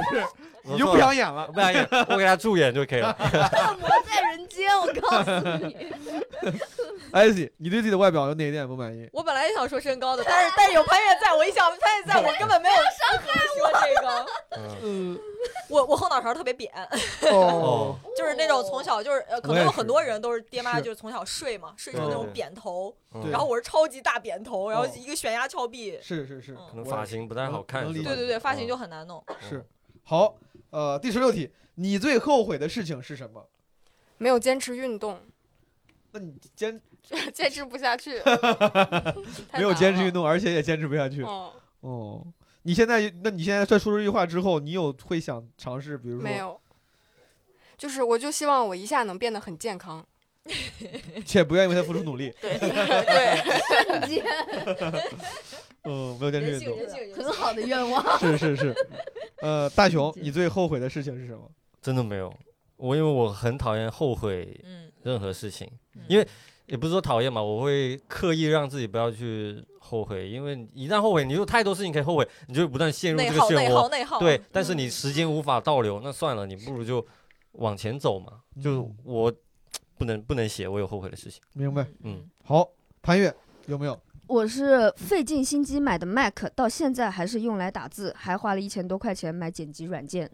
A: 你就不想演了
C: 我。不想演，我给他助演就可
A: *laughs*
C: 以了。
F: 恶魔在人间，我告诉你，
A: 艾希，你对自己的外表有哪一点不满意？
B: 我本来也想说身高的，但是但是有潘越在，我一想潘越在，我根本没有伤害说这个。
C: 嗯
A: 嗯，
B: 我我后脑勺特别扁，
A: 哦
C: 哦，
B: *laughs* 就是那种从小就是呃，可
A: 我也
B: 能有
A: 是
B: 很多人都是爹妈
A: 是
B: 就是从小睡嘛，睡出
C: 对
B: 那
C: 对
B: 种
C: 对
B: 扁头，
C: 嗯
A: 对
B: 然后我是超级大扁头，然后
A: 哦
B: 一个悬崖峭壁，
A: 是是是，
B: 嗯
C: 可能发型不太好看，
A: 能理
C: 是
A: 解
C: 吧
B: 对对对，发型就
C: 嗯
B: 很难弄。
A: 是好。呃，第十六题，你最后悔的事情是什么？
E: 没有坚持运动， *laughs*
A: 那你坚
E: 坚持不
A: *laughs*
E: 下去，
A: 没有坚持运
E: 动。
A: 动，而且也坚持不下去。
E: 嗯，
A: 哦，你现在，那你现在在说出这句话之后，你有会想尝试，比如说，
E: 没有，就是我就希望我一下能变得很
A: *laughs*
E: 健康。
A: 且不愿意为他付出努力。
E: *laughs*
B: 对对， *laughs*
F: 人间
A: 嗯，没有坚持
B: 人
A: 运
B: 性
A: 动，
B: 人性人性
F: 很好的愿望。
A: 是是是。呃，大雄，
F: 理解
A: 你最后悔的事情是什么？
C: 真的没有。我因为我很讨厌后悔
B: 嗯，
C: 任何事情，
B: 嗯
C: 因为也不是说讨厌嘛，我会刻意让自己不要去后悔，因为一旦后悔，你有太多事情可以后悔，你就会不断陷入
B: 内
C: 这个
B: 耗
C: 漩
B: 内
C: 涡
B: 耗。内耗，
C: 对，但是你时间无法倒流，那算了，你不如就往前走嘛。就
A: 嗯
C: 我不能不能写我有后悔的事情，
A: 明白。
C: 嗯，
A: 好，潘越有没有？
F: 我是费尽心机买的 Mac，到现在还是用来打字，还花了一千多块钱买剪辑软件，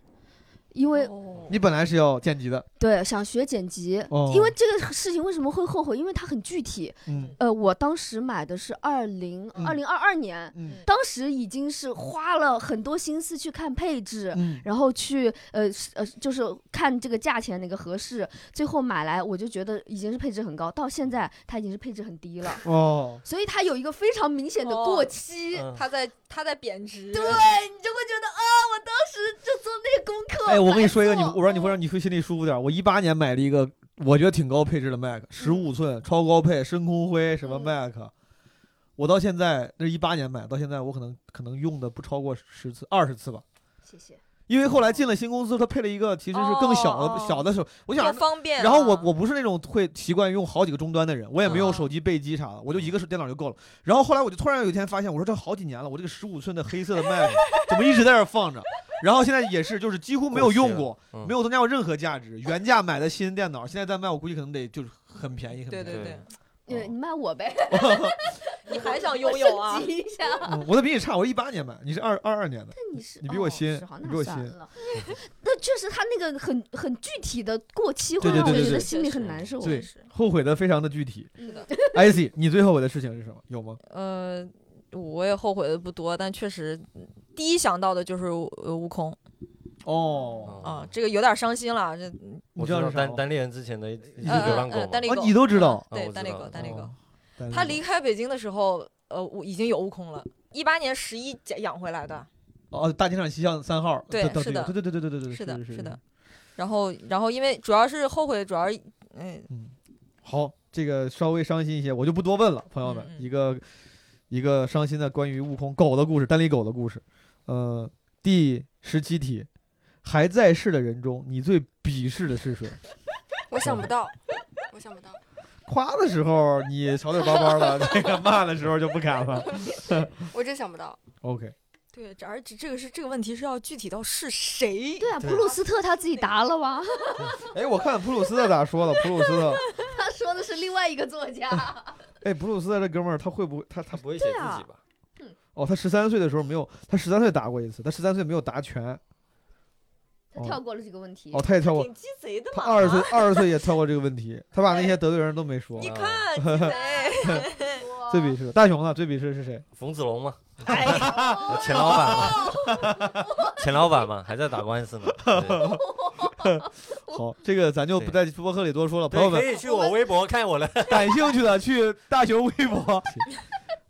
F: 因为
A: 你本来是要剪辑的，
F: 对，想学剪辑，
A: 哦
F: 因为这个事情为什么会后悔？因为它很具体。
A: 嗯
F: 呃，我当时买的是二零
A: 嗯
F: 二零二二年，
A: 嗯
F: 当时已经是花了很多心思去看配置。
A: 嗯，
F: 然后去呃是呃，就是看这个价钱哪个合适，最后买来我就觉得已经是配置很高，到现在它已经是配置很低
A: *laughs*
F: 了，
A: 哦，
F: 所以它有一个非常明显的
B: 哦
F: 过期，
C: 嗯
B: 他在他在贬值，
F: 对你就会觉得啊，我当时就做那个功课。
A: 哎，我跟你
F: 白
A: 说一个，你
F: 做哦
A: 我让你会让你会心里舒服点儿。我一八年买了一个我觉得挺高配置的 Mac，十五寸超高配深空灰什么
F: 嗯
A: Mac，我到现在那一八年买，到现在我可能可能用的不超过十次二十次吧。
F: 谢谢。
A: 因为后来进了新公司，它配了一个其实是更小的、
B: 哦哦
A: 小的手，我
B: 更
A: 想。
B: 方便啊。
A: 然后我我不是那种会习惯用好几个终端的人，我也没有
B: 嗯
A: 手机备机啥的，我就一个手电脑就够了。然后后来我就突然有一天发现，我说这好几年了，我这个十五寸的黑色的 Mac *laughs* 怎么一直在这儿放着？然后现在也是，就是几乎没有用过，
C: 嗯
A: 没有增加过任何价值。原价买的新电脑，现在再卖，我估计可能得就是很便宜，很
B: 对
A: 便宜。
B: 对
C: 对
B: 对，
F: 对，
A: 哦
F: 你卖
A: *laughs*
F: 我呗，
B: 你还想拥有啊
F: *laughs* 升？级一下。
A: 嗯我的比你差，我一八年买，你是二二二年的，
F: 你是
A: 你比我
F: 哦
A: 新
F: 是哈
A: 你比
F: 那
A: 我
F: 算
A: *laughs* 新
F: 了。那确实，他那个很很具体的过期，会
A: 对对
F: 让我
A: 对对
F: 觉得
A: 对
F: 心里很
B: 确实
F: 难受。
A: 对
B: 是，
A: 后悔的非常的具体。
F: 是的，
A: IC，你最后悔的事情是什么？有吗？
B: 呃，我也后悔的不多，但确实嗯第一想到的就是呃悟空
A: 哦，
B: 啊，这个有点伤心了。这嗯
A: 你
C: 我
A: 知
C: 知
A: 道
C: 道
A: 是啥
C: 单
A: 吗？
C: 单恋人之前的一一只
A: 呃
C: 流浪
B: 呃
C: 狗
B: 单
C: 嘛，
B: 恋
A: 哦
B: 狗
A: 你都知道
B: 对
C: 我
B: 单
C: 知
B: 立
C: 道嗯
B: 狗，单立狗
A: 哦。，单
B: 他
A: 立
B: 离开北京的时候，呃，我已经有悟空了，一八年十一养回来的，
A: 哦，大街上西巷三号，
B: 对
A: 等等
B: 是
A: 这
B: 的
A: 个对对对对对对对，
B: 是的，
A: 是
B: 是的。。然后，然后因为主要是后悔，主要是嗯，
A: 好，这个稍微伤心一些，我就不多问了，朋友们，
B: 嗯嗯
A: 一个一个伤心的关于悟空狗的故事，单立狗的故事。呃，第十七题，还在世的人中，你最鄙视的是谁？
E: 我想
A: *laughs*
E: 不到，我想不到。
A: 夸的时候你吵嘴巴巴了，这个骂的时候就不敢了。
E: 我真想不到。
A: OK， *laughs*
B: 对，这而且这个是这个问题是要具体到是谁，
F: 对啊，普
C: 对
F: 鲁斯特他自己答了 *laughs* 吧？
A: 哎，我看普鲁斯特咋说了，普鲁斯特，
F: 他说的是另外一个作家。
A: 哎，普鲁斯特这哥们儿他会不会他他
C: 他不会写自
F: 对啊
C: 己吧？
A: 哦，他十三岁的时候没有，他十三岁打过一次，他十三岁没有打拳。
F: *laughs* 他跳过了这个问题。
A: 哦，他也跳过，
B: 挺鸡贼的
A: 他
B: 嘛。
A: 二十岁二十岁也跳过这个问题，他把那些得罪人都没说。
B: 你看鸡
C: 嗯
B: 贼，
A: 最鄙视的大雄呢？最鄙视是谁？
C: 冯子龙嘛，
B: *laughs* 哎呀，
C: 前老板嘛，前老板嘛，还在打官司呢。对
A: 好，这个咱就不在播客里多说了，朋友
C: 对，可
A: 们
C: 以去我微博看我的。
A: 感兴趣的去大雄微博。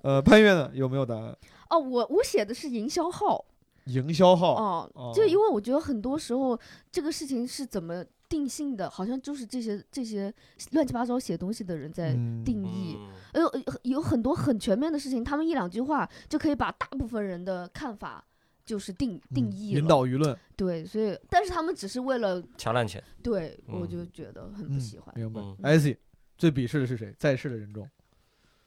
A: 呃，潘越呢有没有答案？
F: 哦，我我写的是营销号，
A: 营销号
F: 哦，
A: 哦
F: 就因为我觉得很多时候这个事情是怎么定性的，好像就是这些这些乱七八糟写东西的人在
A: 嗯
F: 定义。
C: 嗯
F: 呃，呃有很多很全面的事情，他们一两句话就可以把大部分人的看法就是定定
A: 嗯
F: 义了。
A: 引导舆论，
F: 对，所以但是他们只是为了
C: 乔烂钱，
F: 对，我
C: 嗯
F: 就觉得很不
A: 嗯
F: 喜欢。
A: 明白
C: 嗯。
A: 艾希最鄙视的是谁？在世的人中，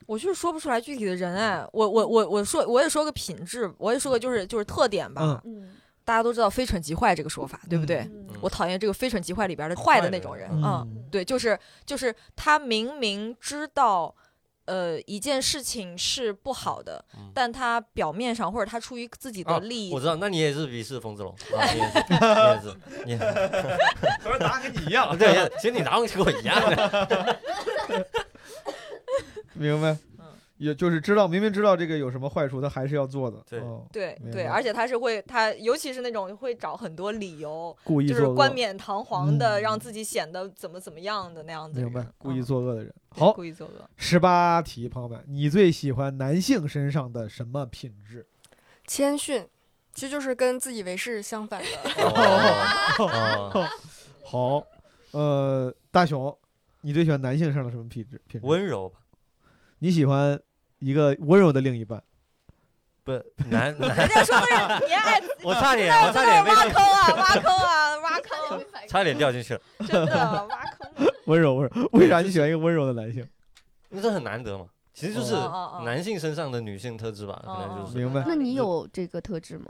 B: 我就是说不出来具体的人哎，我我我我说我也说个品质，我也说个就是就是特点吧。
A: 嗯
F: 嗯，
B: 大家都知道“非蠢即坏”这个说法，对不对？
A: 哎
F: 嗯
B: 我讨厌这个“非蠢即坏”里边的坏的那种人
C: 坏的
B: 啊、嗯
A: 嗯
B: 对，就是就是他明明知道，呃，一件事情是不好的，
C: 嗯
B: 但他表面上或者他出于自己
C: 啊
B: 的利益，
C: 我知道，那你也是鄙视冯子龙，啊你也是，你也是，你也是
A: 当然答案跟你一样
C: *laughs* 对，其实你答案跟我一样的。
A: 明白
B: 嗯。
A: 也就是知道，明明知道这个有什么坏处，他还是要做的。
C: 对
A: 哦
B: 对
A: 明
B: 对，
A: 白
B: 而且他是会他，尤其是那种会找很多理由，
A: 故意
B: 就
A: 做
B: 是
A: 恶，
B: 冠冕堂皇的、
A: 嗯
B: 让自己显得怎么怎么样的那样子的
A: 明
B: 人，
A: 白，故意
B: 嗯
A: 作恶的人。好，
B: 故意作恶。
A: 十八题，朋友们，你最喜欢男性身上的什么品质？
E: 谦逊，其实就是跟自以为是相反的。
C: 哦哦
A: 好，呃，大雄，你最喜欢男性身上的什么品质？品质？
C: 温柔吧，
A: 你喜欢一个温柔的另一半？
C: 不男男，
B: 人家说的是你爱
C: 我差点，我差点被
B: 挖坑啊，挖坑啊，挖
C: *laughs*
B: 坑啊，
C: 差点掉进去了，
B: 真的挖坑啊。
A: 温柔，温 *laughs* 柔。为啥你喜欢一个温柔的男性？
C: 那这很难得嘛。其实就是
B: 哦哦哦
C: 男性身上的女性特质吧，
B: 嗯
C: 可能就是
A: 明白
F: 那你有这个特质吗？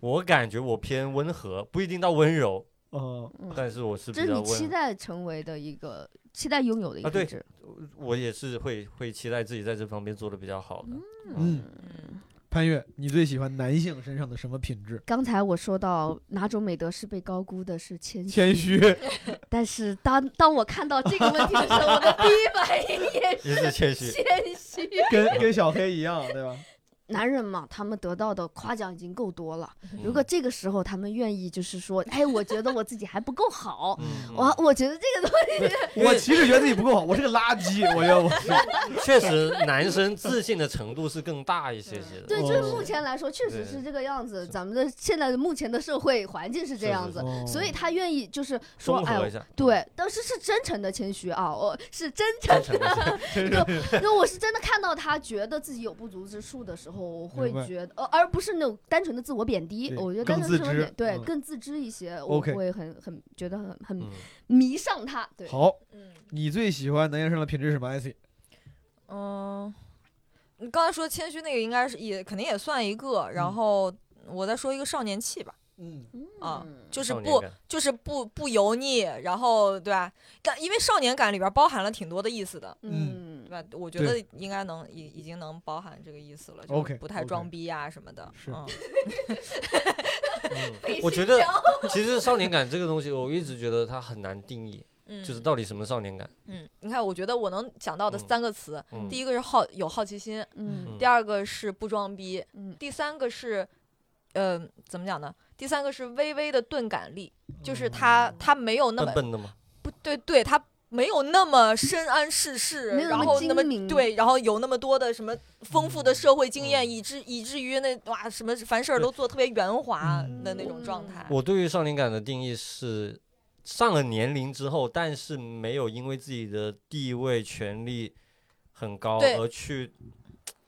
C: 我感觉我偏温和，不一定到温柔，
A: 哦，
F: 嗯，
C: 但是我是
F: 这
C: 比较
F: 是你期
C: 温，
F: 待成为的一个期待拥有的一个
C: 啊对
F: 特质。
C: 我也是会会期待自己在这方面做的比较好的。
A: 嗯，
B: 嗯
A: 潘越，你最喜欢男性身上的什么品质？
F: 刚才我说到哪种美德是被高估的，是谦
A: 谦虚，
F: 但是当当我看到这个问题的时候，我的第一反应
C: *laughs*
F: 也
C: 也是谦虚
F: 是，谦虚。
A: *laughs* 跟跟小黑一样，对吧？
F: 男人嘛，他们得到的夸奖已经够多了。如
C: 嗯
F: 果这个时候他们愿意，就是说，哎，我觉得我自己还不够好，
C: 嗯
F: 我我觉得这个东西，
A: 我其实觉得自己不够好，我是个垃圾，我觉得我是。
C: 确实，男生自信的程度是更大一些些的。嗯
F: 对，
A: 哦
F: 就是目前来说确实是这个样子。咱们的现在的目前的社会环境是这样子，
A: 哦
F: 所以他愿意就是说，
C: 综
F: 哎
C: 合一，下，
F: 对，但是是真诚的谦虚啊，我是真诚
C: 真诚一下
F: *laughs* 因为我是真的看到他觉得自己有不足之处的时候，我会
A: 明白
F: 觉得，呃，而不是那种单纯的自我贬低。
A: 对
F: 我觉得
A: 更
F: 单纯
A: 自
F: 的自我
A: 知
F: 贬对
A: 嗯
F: 更自知一些，我
A: OK
F: 会很很觉得很很
C: 嗯
F: 迷上他。对，
A: 好，
B: 嗯
A: 你最喜欢男性身上的品质是什么？IC
B: 嗯，你刚才说谦虚那个应该是也肯定也算一个，
C: 嗯
B: 然后我再说一个少年气吧，
A: 嗯，
B: 啊
F: 嗯
B: 就是
C: 少年
B: 不 *laughs*
C: 感
B: 就是不不油腻，然后对吧？但因为少年感里边包含了挺多的意思的，
F: 嗯
B: 对，吧？我觉得
A: 对
B: 应该能已已经能包含这个意思了，就
A: OK，
B: 是不太
A: OK
B: 装逼啊什么的。
A: 是
B: 嗯
C: 嗯我觉得其实少年感这个东
B: *laughs*
C: 西，我一直觉得它很难定义，
B: 嗯，
C: 就是到底什么少年感。
B: 嗯，你看，我觉得我能想到的
C: 嗯
B: 三个词，
C: 嗯
B: 第一个是好有好奇心，
F: 嗯
C: 嗯
B: 第二个是不装逼，
F: 嗯
B: 第三个是，呃，怎么讲呢？第三个是微微的钝感力，就是他他没有那
C: 嗯笨
B: 么
C: 笨的嘛，
B: 不对，对他没有那么深谙世事，
F: 没有那
B: 然
F: 么
B: 后
F: 精
B: 那么
F: 明
B: 对，然后有那么多的什么丰富的社会经验，
C: 嗯
B: 以至以至于那哇什么凡事儿都做得特别圆滑
A: 嗯
B: 的那种状态。
C: 我对于少年感的定义是，上了年龄之后，但是没有因为自己的地位、权力很高
B: 对
C: 而去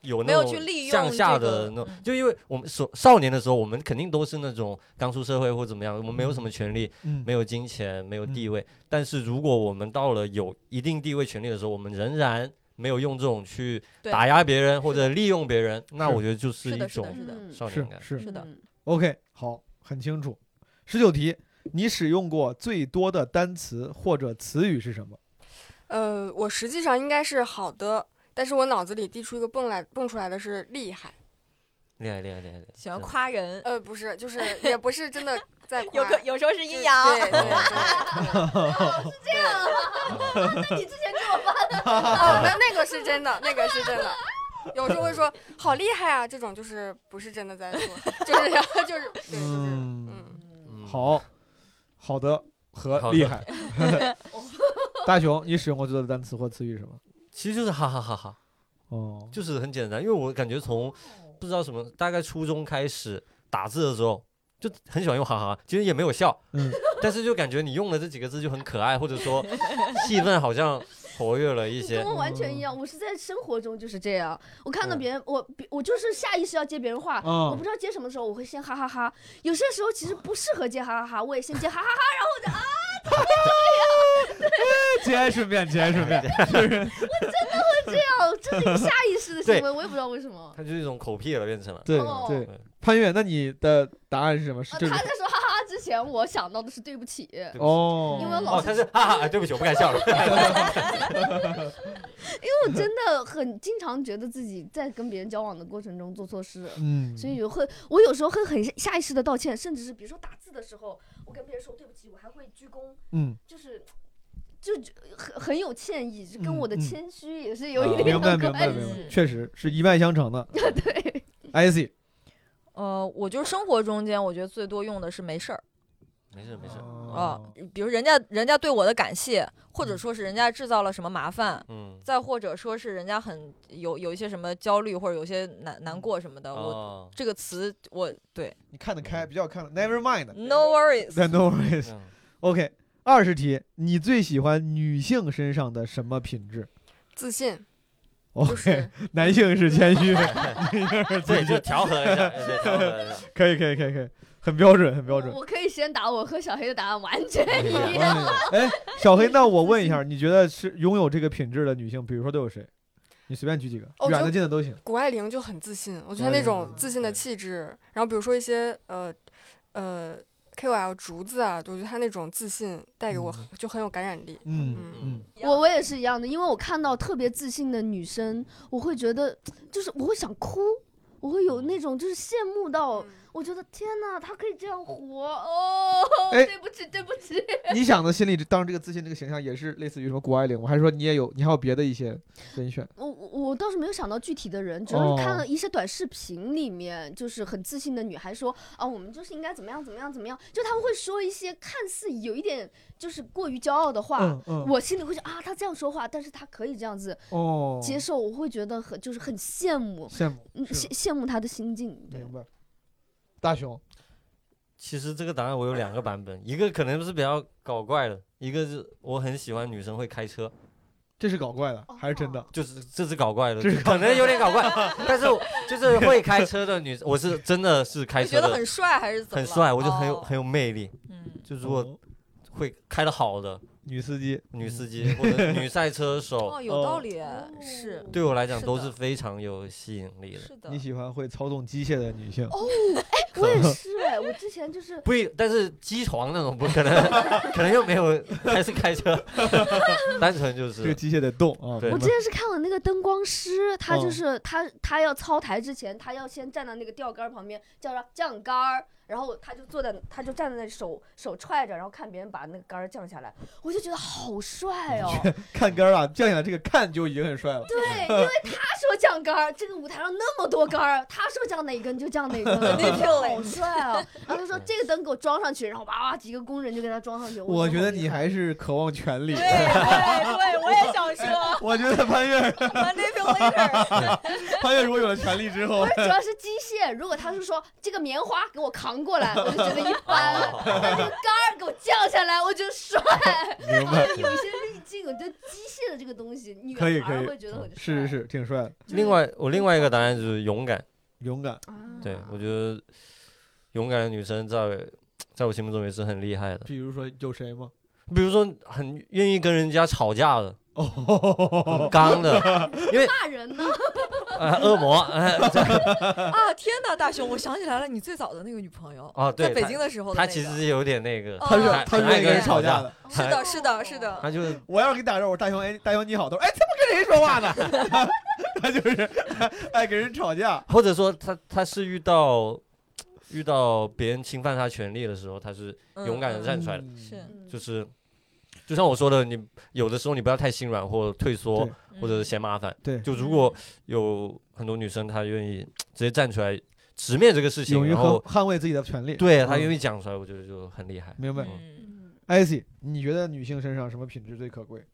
C: 有
B: 没有
C: 那种
B: 去利用
C: 向下
B: 这个
C: 的那种
B: 嗯。
C: 就因为我们少少年的时候，我们肯定都是那种刚出社会或怎么样，我们没有什么权利，
A: 嗯
C: 没有金钱，没有地位。但是如果我们到了有一定地位、权利的时候，我们仍然没有用这种去
B: 对
C: 打压别人或者利用别人，那
A: 是
C: 我觉得就是
B: 是
C: 一
B: 的是的
C: 种
B: 是的
F: 嗯
C: 少
A: 是
C: 年感。
A: 是
F: *laughs*
B: 是的
F: 嗯
A: OK，好，很清楚。十九题，你使用过最多的单词或者词语是什么？
E: 呃，我实际上应该是好的，但是我脑子里滴出一个蹦来蹦出来的是厉害。
C: 厉害厉害厉害！厉害
B: 喜欢
C: 真的
B: 夸人，
E: 呃，不是，就是也不是真的在夸，
B: 有个有时候是
E: 就
B: 阴阳，
E: 对对
B: *laughs*
E: 对对对，
A: *laughs*
E: 这样
C: 啊
D: 你之前给我发
E: 哦，那那个是真的，那个是真的。有时候会说好厉害啊，这种就是不是真的在说，就是就是对，就是
A: 嗯
E: 嗯，
C: 嗯，
A: 好好的和
C: 好的
A: 厉害。 *laughs* 大熊，你使用过最多的单词或词语是什么？
C: 其实就是哈哈哈哈，
A: 哦，
C: 就是很简单，因为我感觉
B: 哦
C: 从不知道什么，大概初中开始打字的时候，就很喜欢用哈哈，其实也没有笑，
A: 嗯
C: 但是就感觉你用了这几个字就很可爱，或者
B: *laughs*
C: 说气氛好像活跃了一
F: 你跟
C: 些。
F: 我
A: 嗯
F: 完全一样，我是在生活中就是这样。我看到
C: 嗯
F: 别人，我别我就是下意识要接别人话，
A: 嗯
F: *laughs*
A: 哦
F: 我不知道接什么的时候，我会先哈哈哈。有些时候其实不适合接哈哈哈，我也先接哈哈哈。
A: 节哀顺变，节哀顺变。
F: 然后这样，这是一个下意识的
C: 对
F: 行为，我也不知道为什么。
C: 它就是一种口癖了，变成了。
A: *laughs* 对
F: 哦
A: 对，潘越，那你的答案是什么？是
F: 呃，
A: 这
F: 他
A: 个
F: 在说哈哈哈之前，我想到的是对不起，因
A: 哦，
F: 因为老
C: 哦，他是哈哈，哎对不起，我不敢 *laughs* 笑了。
A: 哦
F: 为我真的很经常觉得自己在跟别人交往的过程中做错事。
A: 嗯，
F: 所以有会，我有时候会很下意识的道歉，甚至是比如说打字的时候，我跟别人说对不起，我还会鞠躬，
A: 嗯，
F: 就是就就很很有歉意，就跟
A: 嗯
F: 我的
A: 嗯
F: 谦虚也是有一
C: 啊
F: 定
A: 明白
F: 的
A: 明白
F: 关
A: 明
F: 系。
A: 白，确实是一脉相承的。
F: 对，
A: IC，
B: 呃，我就是生活中间，我觉得最多用的是没事儿
C: 没事没事，
B: 啊
A: 哦，
B: 比如人家人家对我的感谢，或者说是人家制造了什么麻烦，
C: 嗯。
B: 再或者说是人家很有有一些什么焦虑或者有些难难过什么的，我
C: 哦，
B: 这个词我对
A: 你看得开，比较看得 Never mind。
B: no
A: *laughs*
B: worries，
A: 对，No worries。
C: *laughs* 嗯
A: OK，二十题，你最喜欢女性身上的什么品质
E: 自信
A: ？OK，、 *laughs*
E: 就是
A: 男性是谦虚，
C: 对，就调和一下，哎对，调和一下。
A: 可以可以可以可以，很标准很标准。
F: 我可以先答，我和小黑的答案完全一
A: 我
F: 样。
A: 问你哎，小黑，那我问一下，你觉得是拥有这个品质的女性，比如说都有谁？你随便举几个，
E: 哦
A: 远
E: 就
A: 的近的都行。
E: 谷爱凌就很自信，我觉
A: 谷爱凌
E: 得那种自信的气质，然后比如说一些呃呃 KOL 竹子啊，我觉得她那种自信带给我
A: 嗯
E: 就很有感染力。
A: 嗯
E: 嗯，
A: 嗯，
F: *laughs* 我我也是一样的，因为我看到特别自信的女生，我会觉得就是我会想哭，我会有那种就是羡慕
E: 哦
F: 到，我觉得天哪，她可以这样活哦。
A: 哎
F: 对不起，对不起。
A: 你想的心里当然这个自信这个形象也是类似于什么谷爱凌，我还说你也有，你还有别的一些人选。
F: *laughs* 我我我倒是没有想到具体的人，主要是看
A: 哦
F: 了一些短视频里面，就是很自信的女孩说啊，我们就是应该怎么样怎么样怎么样，就他们会说一些看似有一点就是过于骄傲的话，
A: 嗯嗯，
F: 我心里会想啊，她这样说话，但是她可以这样子
A: 哦，
F: 接受，我会觉得很就是很羡慕，
A: 羡慕，
F: 嗯，
A: 是
F: 羡羡慕她的心境。对
A: 明，白。大熊，
C: *laughs* 其实这个答案我有两个版本，一个可能是比较搞怪的，一个是我很喜欢女生会开车，
A: 这是搞怪
B: 哦
A: 的还是真
F: 哦
A: 的？
C: 就是这是搞怪的，
A: 这是搞
C: 可能有点 *laughs* 搞怪，但是我就是会开车的女，我是真的是开
B: 你
C: 车
B: 觉得
C: 的
B: 很帅还是怎么
C: 很
B: 了？
C: 帅，我就很有
B: 哦
C: 很有魅力，
B: 嗯，
C: 就如果
A: 哦
C: 会开的好的
A: 女司机，
C: 女司机或者女赛车手，
B: 哦，有道
A: 哦
B: 理
F: 哦，
B: 是
C: 对我来讲
B: 是
C: 都
B: 的
C: 是非常有吸引力的。
B: 是的
A: 你，喜欢会操纵机械的女
B: 哦
A: 性。
F: 我也是，哦哎我之
A: *laughs*
F: 前就是
C: 不一，但是机床那种不可能，可能又没有，还是开车， *laughs* 单纯就
A: 这个
C: 是
A: 机械得动啊！
C: 对
F: 我
A: 们
F: 之前是看了那个灯光师，他
A: 哦
F: 就是、他，他要操台之前，他要先站到那个吊杆儿旁边，叫上降杆儿，然后他就坐在，他就站在那里手手踹着，然后看别人把那个杆儿降下来，我就觉得好
A: *laughs*
F: 帅哦。
A: 看杆儿啊，降下来这个看就已经很帅了。
F: 对，因为他说降杆儿，这个舞台上那么多杆儿，他说降哪根就降哪根，
B: 定
F: 好帅哦。然后他说这个灯给我装上去，然后哇哇几个工人就给他装上去。
A: 我
F: 就
A: 觉
F: 好
A: 得
F: 厉
A: 你
F: 害
A: 还是渴望权力
B: 对。啊对对，我也想说
C: *laughs*
A: 我觉得潘越，
B: manipulator，
A: 潘越如果有了权力之后
F: 不，是，主要是机械。如果他是说这个棉花给我扛过来，我就觉得一般了；但那个杆儿给我降下来，我就帅。
A: 明
F: 我觉得有一些滤镜，我觉得机械的这个东西，女
A: 可以
F: 孩
A: 可以
F: 儿会觉得很帅。
A: 是是是，挺帅的，
F: 就是
C: 另外我另外一个答案就是勇敢。
A: 勇敢。
F: 啊
C: 对，我觉得勇敢的女生在在我心目中也是很厉害的，
A: 比如说有谁
C: *laughs*
A: 吗？
C: 比如说很愿意跟人家吵架的，很
A: 哦，
C: 刚的，
F: 骂人呢，
C: 呃，恶魔，哎，
B: 啊！天哪，大雄，我想起来了，你最早的那个女朋友
C: 哦对
B: 在北
C: 她
B: 京的时候的
C: 她
B: 那
C: 其
B: 个，
C: 实是有点那个，
B: 哦
A: 他是
C: 很
A: 他是
C: 很爱
A: 愿意
C: 跟
A: 跟
C: 人
A: 人吵架
C: 架，
A: 的。
B: 是的，是的，是的。
C: 她就是
A: 我要是给你打招呼，大熊哎，大熊你好，他说哎，怎么跟谁说话呢？ *laughs* 他就是爱跟人吵架。
C: 或者说他他是遇到遇到别人侵犯他权利的时候，他是勇敢地站出来了
A: 嗯
B: 是
F: 嗯
C: 就是就像我说的，你有的时候你不要太心软或退缩
A: 对，
B: 嗯
A: 嗯
C: 或者嫌麻烦。
A: 对
C: 就如果有很多女生她愿意直接站出来直面这个事情，
A: 勇于嗯
C: 然
A: 和
C: 后
A: 捍卫自己的权利。
C: 对她愿
A: 意
C: 意讲出来，我觉得就很厉害。
A: 明白。
B: 嗯，
A: 艾希，你觉得女性身上什么品质最可贵？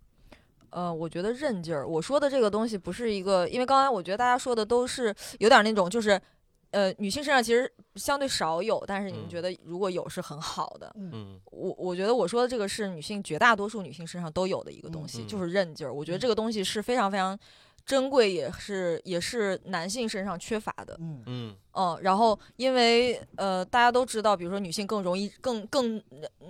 B: 呃，我觉得韧劲儿，我说的这个东西不是一个，因为刚才我觉得大家说的都是有点那种，就是，呃，女性身上其实相对少有，但是你们
C: 嗯
B: 觉得如果有是很好的，
C: 嗯，
B: 我我觉得我说的这个是女性绝大多数女性身上都有的一个东西，
C: 嗯
B: 就是韧劲儿。我觉得这个东西是非常非常珍贵，也是也是男性身上缺乏的。
A: 嗯
C: 嗯
B: 嗯，然后因为呃，大家都知道，比如说女性更容易更更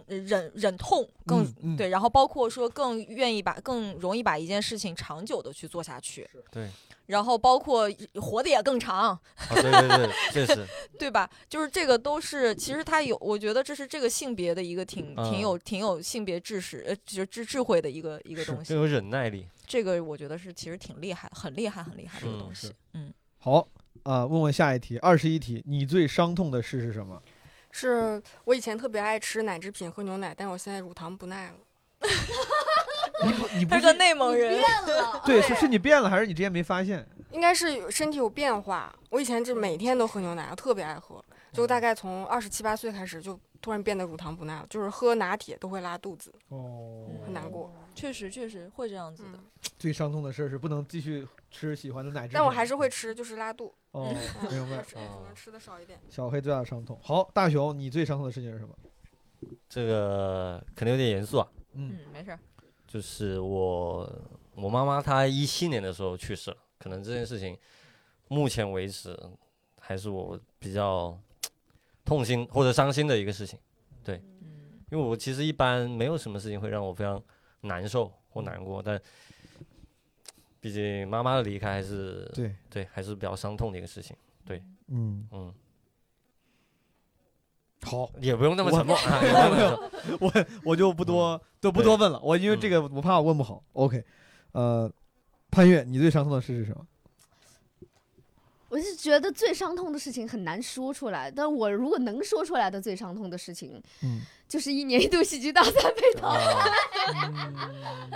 B: 忍忍忍痛，更、
A: 嗯嗯
B: 对，然后包括说更愿意把更容易把一件事情长久的去做下去，
C: 对，
B: 然后包括活得也更长，
C: 啊对对对，确实，
B: 对吧？就是这个都是，其实它有，我觉得这是这个性别的一个挺
C: 嗯
B: 挺有挺有性别知识，呃，就是智智慧的一个一个
A: 是
B: 东
C: 更
B: 西。
C: 有忍耐力。
B: 这个我觉得是其实挺厉害，很厉害，很厉害的一个
C: 是
B: 东
A: 是
B: 西。嗯，
A: 好啊、问问下一题，二十一题，你最伤痛的事是
E: *laughs*
A: 什么？
E: 是我以前特别爱吃奶制品和牛奶，但我现在乳糖不耐了。
A: 你不，你不
B: 他是
A: 是
B: 个内蒙
D: 变
B: 人，
D: 了，
A: 对，是是你变了，还是你之前没发现？
E: 应该是有身体有变化。我以前是每天都喝牛奶，我特别爱喝，就
A: 嗯
E: 大概从二十七八岁开始就突然变得乳糖不耐了，就是喝拿铁都会拉肚子，
A: 哦
E: 嗯很难过。
B: 确实确实会这样子的
E: 嗯。，
A: 最伤痛的事是不能继续吃喜欢的奶制品，
E: 但我还是会吃，就是拉肚。
A: 哦，
E: 嗯
A: 明白。
E: 只能吃的少一点。
A: 小黑最大的伤痛。好，大雄，你最伤痛的事情是什么？
C: 这个可能有点严肃啊，
A: 嗯，
B: 嗯，没事儿。
C: 就是我我妈妈她一七年的时候去世了，可能这件事情目前为止还是我比较痛心或者伤心的一个事情，
B: 嗯
C: 因为我其实一般没有什么事情会让我非常难受或难过，但毕竟妈妈的离开还是
A: 对，
C: 对还是比较伤痛的一个事情，
A: 嗯，
C: 嗯，
A: 好，
C: 也不用那么
A: 我
C: 沉默啊，也不用那么
F: *laughs*
C: 沉默
A: 我我就不多就不多问了，我因为这个我怕我问不好。OK，呃，潘越，你最伤痛的事是什么？
F: 我是觉得最伤痛的事情很难说出来，但我如果能说出来的最伤痛的事情，
A: 嗯，
F: 就是一年一度喜剧大赛被淘汰
C: 啊
A: *laughs* 嗯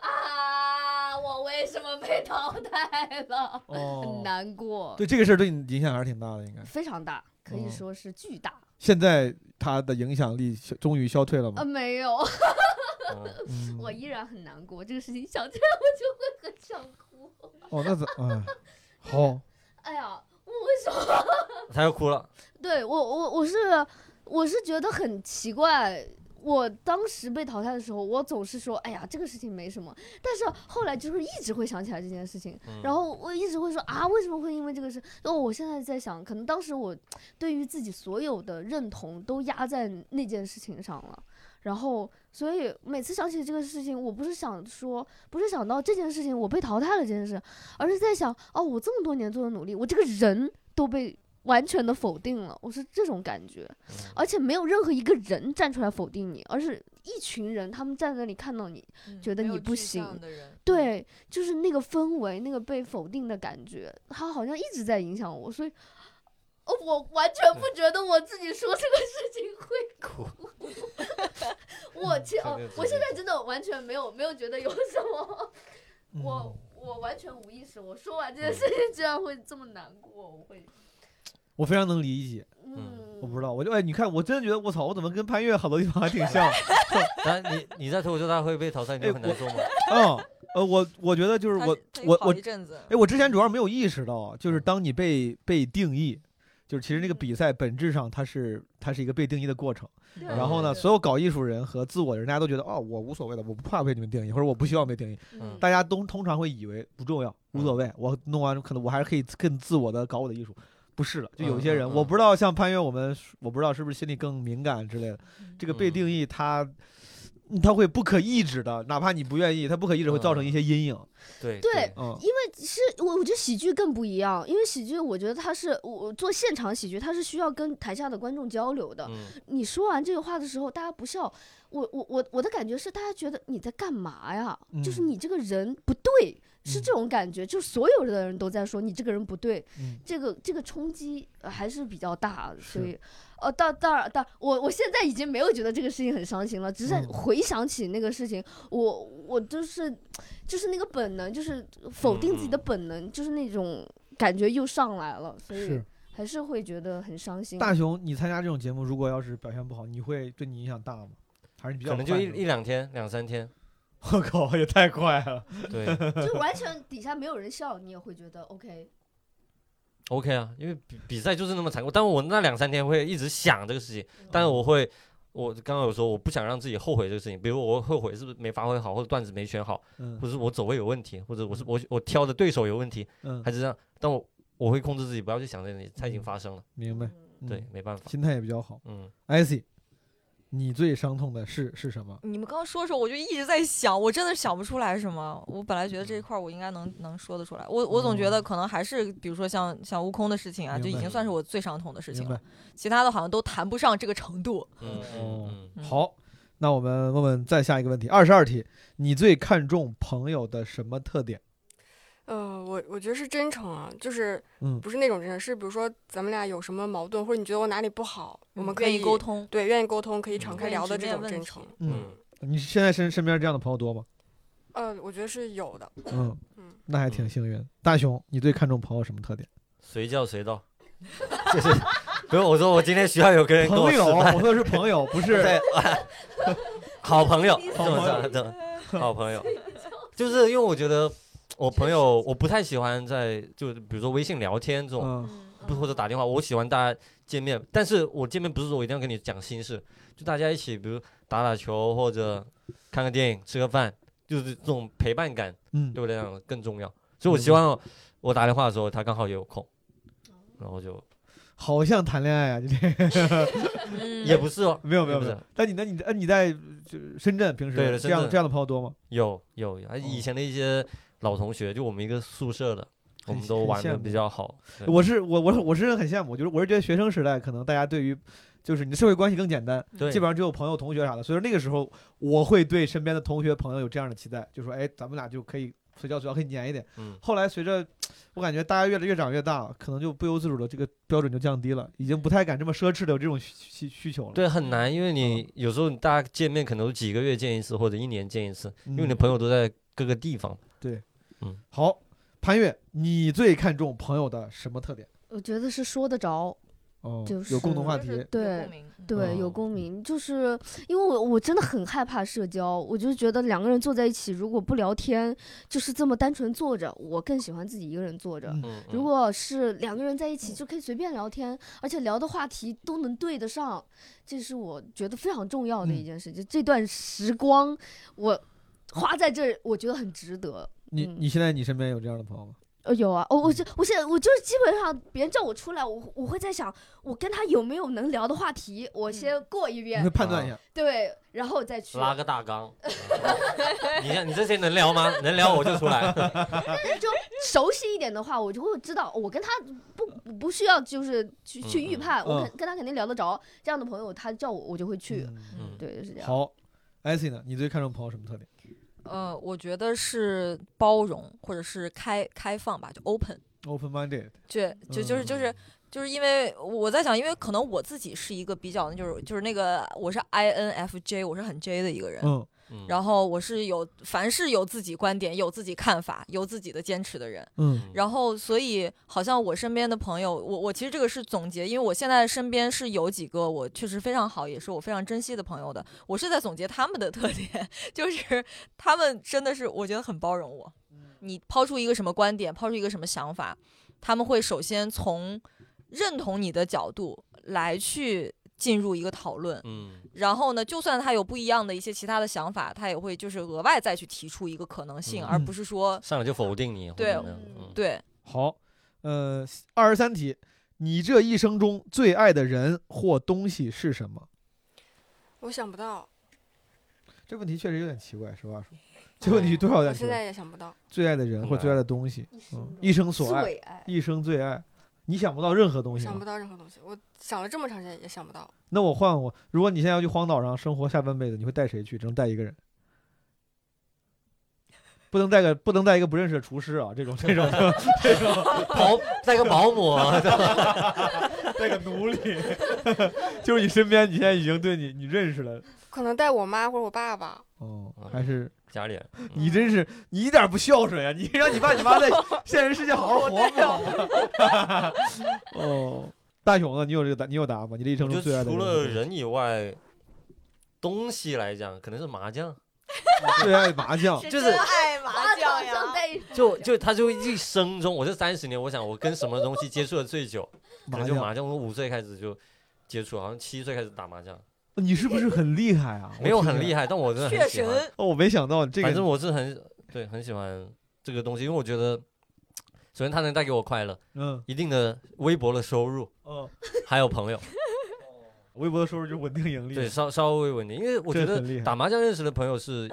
D: 啊，我为什么被淘汰了？很
A: 哦，
F: 难过，
A: 对这个事儿对你影响还是挺大的，应该。
F: 非常大，可
A: 哦
F: 以说是巨大。
A: 现在它的影响力消终于消退了吗
F: 呃，？没有，
A: 哦
C: 嗯
A: 嗯
F: 我依然很难过。这个事情想起来我就会很想哭。 *laughs*
A: 哦，那怎啊？好，
D: 哎呀，
F: 我为什么？
C: 她要哭了，
F: 对我，我我是我是觉得很奇怪。我当时被淘汰的时候，我总是说：“哎呀，这个事情没什么。”但是后来就是一直会想起来这件事情，
C: 嗯
F: 然后我一直会说啊，为什么会因为这个事？哦，我现在在想，可能当时我对于自己所有的认同都压在那件事情上了。然后，所以每次想起这个事情，我不是想说，不是想到这件事情我被淘汰了这件事，而是在想，哦，我这么多年做的努力，我这个人都被完全的否定了，我是这种感觉，
C: 嗯 *laughs*
F: 而且没有任何一个人站出来否定你，而是一群人他们站在那里看到你，
B: 嗯
F: 觉得
B: 没
F: 你
B: 有
F: 不
B: 具象
F: 行
B: 的人，嗯
F: 对，就是那个氛围，那个被否定的感觉，它好像一直在影响我，所以呃我完全不觉得我自己说这个事情会哭。 *laughs* 我
A: 嗯
F: 其哦
C: 真的，
F: 我
C: 真
F: 现
C: 的
F: 在真的完全没有没有觉得有什么，
A: 嗯
F: 我我完全无意识，我说完这件事情居然会这么难过，我会
A: 我非常能理解。
F: 嗯，
A: 我不知道，我就哎，你看，我真的觉得我操，我怎么跟潘越好多地方还挺像？
C: 但你你在脱口秀大会被淘汰，你就很难受吗？
A: 嗯，呃，我我觉得就是
B: 他
A: 我
B: 他
A: 我
B: 好
A: 我
B: 一阵子，
A: 哎，我之前主要没有意识到，啊就是当你被被定义，就是其实那个比赛本质上它是它是一个被定义的过程。
F: 对。
A: 然后呢，
F: 对
A: 所有搞艺术人和自我的人，大家都觉得哦，我无所谓的，我不怕被你们定义，或者我不希望被定义。
C: 嗯
A: 大家都通常会以为不重要，无所谓，我弄完可能我还是可以更自我的搞我的艺术。不是了，就有些
C: 嗯嗯
A: 人，
C: 嗯
A: 我不知道像潘越，我们我不知道是不是心里更敏感之类的。这个被
C: 嗯
A: 定义，它嗯它会不可抑制的，哪怕你不愿意，它不可抑制会造成一些阴影。
C: 对
F: 对
A: 嗯，
F: 是我我觉得喜剧更不一样，因为喜剧我觉得它是我我做现场喜剧，它是需要跟台下的观众交流的。
C: 嗯
F: 你说完这个话的时候，大家不笑，我我我我的感觉是大家觉得你在干嘛呀？就是
A: 嗯
F: 你这个人不对，是
A: 嗯
F: 这种感觉，就所有的人都在说你这个人不对，
A: 嗯
F: 这个这个冲击呃还是比较大，的，所
A: 是
F: 以，呃，当当然当然，我我现在已经没有觉得这个事情很伤心了，只是
A: 嗯
F: 回想起那个事情，我我就是就是那个本能，就是否定自己的
C: 嗯
F: 本能，就是那种感觉又上来了，所以
A: 是。
F: 还是会觉得很伤心。
A: 嗯大雄，你参加这种节目，如果要是表现不好，你会对你影响大吗？还是你比较
C: 可能就
A: 快
C: 一
A: 乐
C: 一 *laughs* 两天、两三天。
A: 我靠，也太快了！
C: 对
F: *laughs* 就完全底下没有人笑，你也会觉得 OK。
C: ，OK 啊，因为比比赛就是那么残酷。但我那两三天会一直想这个事情，但是
A: 嗯
C: 我会，我刚刚有说我不想让自己后悔这个事情。比如我会后悔是不是没发挥好，或者段子没选好，
A: 嗯
C: 或者是我走位有问题，或者我是我我挑的对手有问题，
A: 嗯
C: 还，是这样。但我我会控制自己不要去想这些，它已经发生了，
A: 明白。嗯
C: 对，，没办法。
A: 心态也比较好。
C: 嗯，
A: 艾希，你最伤痛的事是什么？
B: 你们刚刚说的时候，我就一直在想，我真的想不出来什么。我本来觉得这一块儿我应该能能说得出来，我我总觉得可能还是比如说像像悟空的事情啊，
A: 哦明
B: 就
A: 白
B: 已经算是我最伤痛的事情
A: 明
B: 了
A: 白。。
B: 其他的好像都谈不上这个程度。
F: *laughs*
C: 嗯
A: 哦
C: 嗯
B: 嗯
A: 好，那我们问问再下一个问题，二十二题，你最看重朋友的什么特点？
E: 呃，我我觉得是真诚啊，就是
A: 嗯
E: 不是那种真诚，是比如说咱们俩有什么矛盾，或者你觉得我哪里不好，我们可
B: 嗯愿
E: 以
B: 意沟，通，
E: 对，愿意沟通，可以敞
C: 嗯
E: 开
B: 愿意
E: 聊
B: 直
E: 的这
B: 面
E: 种
B: 问
E: 真
B: 题
E: 诚。
A: 嗯，，你现在身身边这样的朋友多吗？
E: 呃，我觉得是有的，
A: 嗯
E: 嗯，
A: 那还挺幸运。大雄，你最看重朋友什么特点？
C: 随叫随到，就是比如我说我今天学校有个人跟我
A: 朋
C: 吃
A: 友，
C: 饭，
A: 我说的是朋友，不
C: *laughs*
A: 是嗯
C: 对，
A: *laughs*
C: 好朋友，这
A: 好朋友
C: 么说这么好
A: *laughs*
C: 朋友，就是因为我觉得我朋友我不太喜欢在就比如说微信聊天这种，
A: 嗯
C: 不或者打电话，我喜欢大家见面，但是我见面不是说我一定要跟你讲心事，就大家一起比如打打球或者看个电影吃个饭，就是这种陪伴感
A: 嗯
C: 对我来讲更重要，所以我希望我打电话的时候他刚好也有空，然后就
A: 好像谈恋爱啊，你这
B: 嗯
C: 也不是哦，
A: 没有没有
C: 不
A: 没
C: 是
A: 有。但你那你呃你在就是深圳平时
C: 对
A: 这
C: 深
A: 样
C: 圳
A: 这样的朋友多吗？
C: 有有，
A: 哦
C: 还以前的一些老同学，就我们一个宿舍的，我们都玩
A: 很羡
C: 的
A: 慕
C: 比较好。对
A: 我是我我我是很羡慕，就是我是觉得学生时代可能大家对于就是你的社会关系更简单，
C: 对
A: 基本上只有朋友、同学啥的。所以说那个时候，我会对身边的同学、朋友有这样的期待，就说，哎，咱们俩就可以随叫随到，可以黏一点。
C: 嗯
A: 后来随着我感觉大家越来越长越大，可能就不由自主的这个标准就降低了，已经不太敢这么奢侈的有这种需需需求了。，
C: 对很难，
A: 嗯
C: 因为你有时候你大家见面可能都几个月见一次，或者一年见一次，因为你的
A: 嗯
C: 朋友都在各个地方。
A: 好，潘越，你最看重朋友的什么特点？
F: 我觉得是说得着，
A: 哦，
F: 就是
A: 有共同话
B: 就
A: 题
B: 是。有
F: 对
B: 共鸣，嗯
F: 对，有
C: 哦
F: 共鸣，就是因为我我真的很害怕社交，我就觉得两个人坐在一起，如果不聊天，就是这么单纯坐着，我更喜欢自己一个人坐着。
A: 嗯
C: 嗯，
F: 如果是两个人在一起，就可以随便聊天，而且聊的话题都能对得上，这是我觉得非常重要的一
A: 嗯
F: 件事。就这段时光，我花在这儿，我觉得很值得。
A: 你
F: 嗯
A: 你现在你身边有这样的朋友吗？
F: 呃，有啊，
A: 嗯
F: 哦，我这我现在我就是基本上别人叫我出来，我我会在想，我跟他有没有能聊的话题，
A: 嗯
F: 我先过一
A: 你
F: 遍，
A: 会判断一下。
F: 对，然后再去。
C: 嗯拉个大
B: *laughs*
C: 纲，你看你这些能聊吗？能聊我就出来。
F: 就熟悉一点的话，我就会知道，我跟他不不需要就是去去
C: 嗯
F: 预
C: 嗯
F: 判，我
A: 嗯
F: 跟跟他肯定聊得着。这样的朋友，他叫我，我就会去。
A: 嗯
C: 嗯
F: 对，就是这样。
A: 好，艾希呢？你最看重朋友什么特点？
B: 呃，我觉得是包容或者是开开放吧，就 open，
A: open minded，
B: 这就 *laughs* 就是
A: 嗯
B: 就是。就是因为我在想，因为可能我自己是一个比较，就是就是那个我是 I N F J，我是很 J 的一个人，
A: 嗯
C: 嗯
B: 然后我是有凡是有自己观点、有自己看法、有自己的坚持的人，
A: 嗯
B: 然后，所以好像我身边的朋友，我我其实这个是总结，因为我现在身边是有几个我确实非常好，也是我非常珍惜的朋友的。我是在总结他们的特点， *laughs* 就是他们真的是我觉得很包容我。
C: 嗯
B: 你抛出一个什么观点，抛出一个什么想法，他们会首先从认同你的角度来去进入一个讨论。
C: 嗯
B: 然后呢，就算他有不一样的一些其他的想法，他也会就是额外再去提出一个可能性，
C: 嗯
B: 而不是说
C: 上来就否定你，或
B: 对
C: 者怎么样嗯
B: 对
A: 好，呃，二十三题，你这一生中最爱的人或东西是什么？
E: 我想
A: *laughs*
E: 不到，
A: 这问题确实有点奇怪，实话说，这问题多少有
E: 我
A: 点奇
E: 现
A: 怪。
E: 在也想不到。
A: 最爱的人或最爱的东西，嗯，一生所爱，
F: 最爱，
A: 一生最爱，你想不到任何东西
E: 想
A: 吗
E: 不。到任何东西，我想了这么长时间也想不到。
A: 那我换我，如果你现在要去荒岛上生活下半辈子，你会带谁去？只能带一个人。不能带个不能带一个不认识的厨师啊，这种这种这种
C: 保带个保姆，啊
A: *laughs* 带个奴隶， *laughs* 就是你身边你现在已经对你你认识了
E: 可能带我妈或者我爸爸，
A: 哦，还是
C: 家里人
A: 你真是你一点不孝顺呀、你让你爸你妈在现实世界好好活不好吗？哦，大雄啊，你有这个答你有答案吗？你的一生
C: 我
A: 中
C: 觉
A: 最爱
C: 得
A: 的
C: 除了
A: 游戏
C: 人以外，东西来讲可能是麻将，
A: 最爱麻将，
C: 就是
B: 真爱麻将
D: 头上
A: *laughs*
B: 呀。
D: 戴
C: *laughs* 就就他就一生中，我这三十年，我想我跟什么东西接触的最久，可
A: 麻
C: 能就
A: 将，
C: 麻将。我五岁开始就接触，好像七岁开始打麻将，
A: 你是不是很厉害啊？
C: 没有很厉
A: 害
C: 害，但我真的
B: 雀
C: 很喜
B: 神，
C: 欢。
A: 哦，我没想到这
C: 反正
A: 个，
C: 我是很对很喜欢这个东西，因为我觉得，首先它能带给我快乐，
A: 嗯
C: 一定的微薄的收入，
A: 嗯，
C: 还
A: *laughs*
C: 有朋友，
A: 微博的收入就稳定盈利，
C: 对，稍稍微稳定。因为我觉
A: 这
C: 得
A: 很厉害
C: 打麻将认识的朋友是，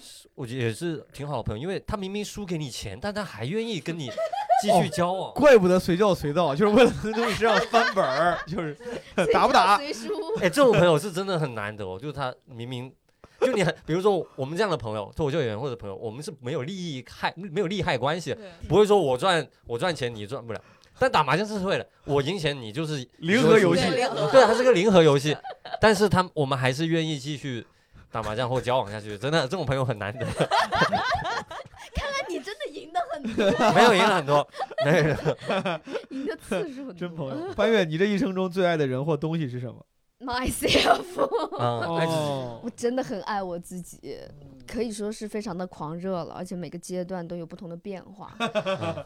C: 是我觉得也是挺好的朋友，因为他明明输给你钱，但他还愿意跟你继
A: 哦
C: 续交往。
A: 怪不得随叫随到，就是为了从你身上翻本儿，就是打不打？ *laughs*
D: 随书，
C: *laughs* 哎、这种朋友是真的很难得哦，就是他明明。就你很，比如说我们这样的朋友，脱口秀演员或者朋友，我们是没有利益害，没有利害关系的，
B: 对
C: 不会说我赚我赚钱你赚不了。但打麻将是会的，我赢钱你就是
A: 零和游戏
B: 对联合
C: 对，啊它是个零和游戏，但是他我们还是愿意继续打麻将或交往下去。真的，这种朋友很难得，
D: 那你真的赢得很多，
C: 没有赢了很多，没有赢了
F: 赢的次
D: *laughs*
F: 数
A: 真朋友，潘越，你这一生中最爱的人或东西是什么？
F: myself，
C: 嗯，爱自己
A: 哦
F: 我，真的很爱我自己，可以说是非常的狂热了，而且每个阶段都有不同的变化，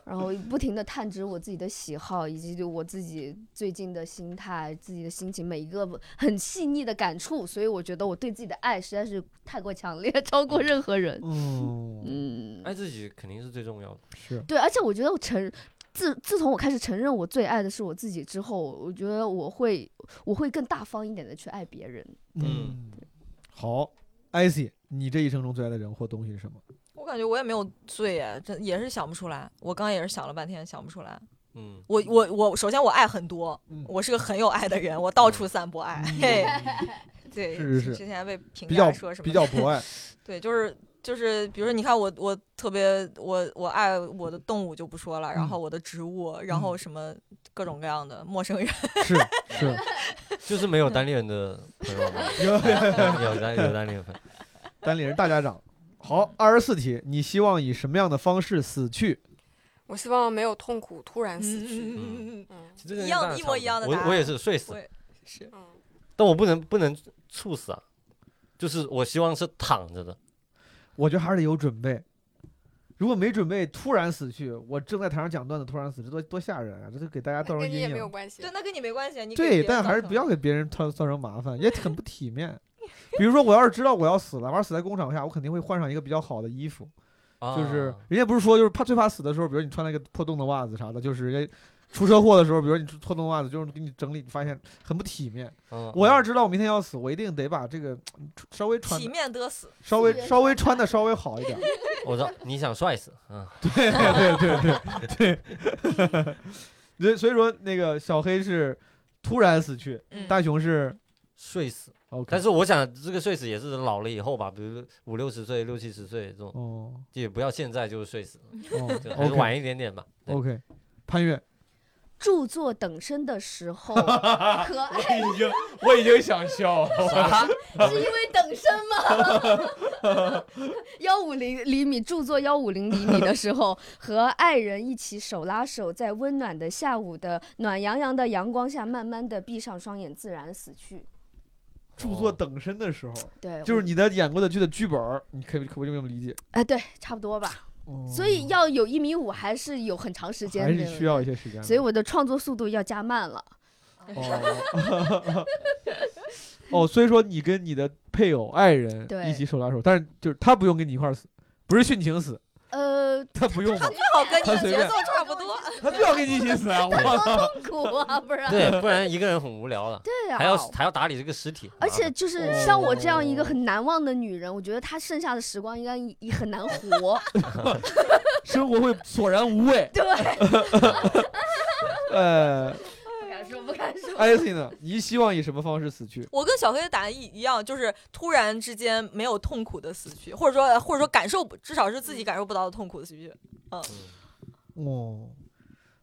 F: 然后不停的探知我自己的喜好，以及对我自己最近的心态、自己的心情，每一个很细腻的感触，所以我觉得我对自己的爱实在是太过强烈， *laughs* 超过任何人。
A: 嗯，
F: 嗯，
C: 爱自己肯定是最重要的。
A: 是，
F: 对，而且我觉得我承自自从我开始承认我最爱的是我自己之后，我觉得我会我会更大方一点的去爱别人。
A: 嗯，好，Icy，你这一生中最爱的人或东西是什么？
B: 我感觉我也没有醉耶，真也是想不出来。我刚刚也是想了半天想不出来。
C: 嗯，
B: 我我我，首先我爱很多
A: 嗯，
B: 我是个很有爱的人，我到处散播爱。哎
E: 嗯 *laughs*
B: *laughs* 嘿，对，
A: 是是是
B: 之前被评
A: 比较
B: 价说什么
A: 比较博爱，
B: 对，就是就是，比如说，你看我我特别我我爱我的动物就不说了，
A: 嗯
B: 然后我的植物，然后
A: 嗯
B: 什么各种各样的陌生人，
A: 是
E: *laughs*
A: 是，
C: 就是没有单恋的朋友吗？
A: 有
C: *laughs* 有单有单恋的朋友，
A: 单立人大家长。好，二十四题，你希望以什么样的方式死去？
E: 我希望没有痛苦突然死去。
B: 嗯，
E: 嗯
C: 其实这个
B: 一样
C: 大家
B: 一模一样的
C: 差不多
B: 答
C: 我
B: 案
C: 我也是睡死
B: 我，也是
E: 嗯，
C: 但我不能不能猝死啊，就是我希望是躺着的。
A: 我觉得还是得有准备。如果没准备，突然死去，我正在台上讲段子，突然死，这多多吓人啊！这就给大家造成
E: 跟你
A: 阴
E: 也没有
A: 影。
E: 关系
B: 对，。那跟你没关系，你给别
A: 对，
B: 人
A: 但还是
B: 造
A: 不要给别人造造成麻烦，也很不体面。比如说，我要是知道我要死了，我要死在工厂下，我肯定会换上一个比较好的衣服。
C: 啊
A: 就是人家不是说，就是怕最怕死的时候，比如你穿了一个破洞的袜子啥的，就是人家出车祸的时候，比如你出破洞袜子，就是给你整理，你发现很不体面。
C: 啊
A: 我要是知道我明天要死，我一定得把这个嗯稍微
B: 成
A: 穿
B: 体
A: 的
B: 面得死，
A: 稍微稍微穿的稍微好一
B: *laughs*
A: 点。
C: 我知道你想帅死，嗯，
A: 对对对对 *laughs* 对，所以所以说那个小黑是突然死去，
B: 嗯，
A: 大雄是
C: 睡死。
A: OK，
C: 但是我想这个睡死也是老了以后吧，比如五六十岁、六七十岁这种，
A: 哦
C: 也不要现在就是睡死，
A: 哦
C: 就还是
A: ，OK
C: 晚一点点吧。对
A: OK，潘越，
F: 著作等身的时候，
D: 可爱，
A: 已经 *laughs* 我已经想笑 *laughs* 了，
D: 是因为等身吗？
F: *laughs* 幺五零厘米著作幺五零厘米的时候，和爱人一起手拉手，在温暖的下午的暖洋洋的阳光下，慢慢的闭上双眼，自然死去。
A: 著作等身的时候，
F: 对，
A: 就是
F: 呃我
A: 你的演过的剧的剧本儿，你可以可不可以这么理解？
F: 哎，对，差不多吧。所以要有一米五，还是有很长时间
A: 哦还
F: 的，
A: 是需要一些时间的，
F: 所以我的创作速度要加慢了。
A: 哦，哦，所以说你跟你的配偶、爱人
F: 对
A: 一起手拉手，但是就是他不用跟你一块儿死，不是殉情死，
F: 呃，
A: 他不用吗？
B: 正好
F: *laughs*
B: 跟你
A: 他
B: 的
A: 随
B: 节
A: 便
B: 奏差不多，
A: 他就要跟你一起死啊！我操！
F: 苦啊，不然
C: 对，不然一个人很无
B: *laughs*
C: 聊了，
F: 对啊，
C: 还要还要打理这个尸体，
F: 而
C: 麻
F: 且
C: 烦
F: 就是
A: 哦
F: 像我这样一个很难忘的女人，我觉得她剩下的时光应该也很
D: *laughs*
F: 难活。
A: 生活会索然无味。
F: 对，
A: 呃，
D: 不敢说，不敢难说。
A: 艾希呢？你希望以什么方式死去？
B: 我跟小黑的答案一一样，就是突然之间没有痛苦的死去，或者说或者说感受不，至少是自己感受不到的痛苦的死去。
C: 嗯
A: 哦，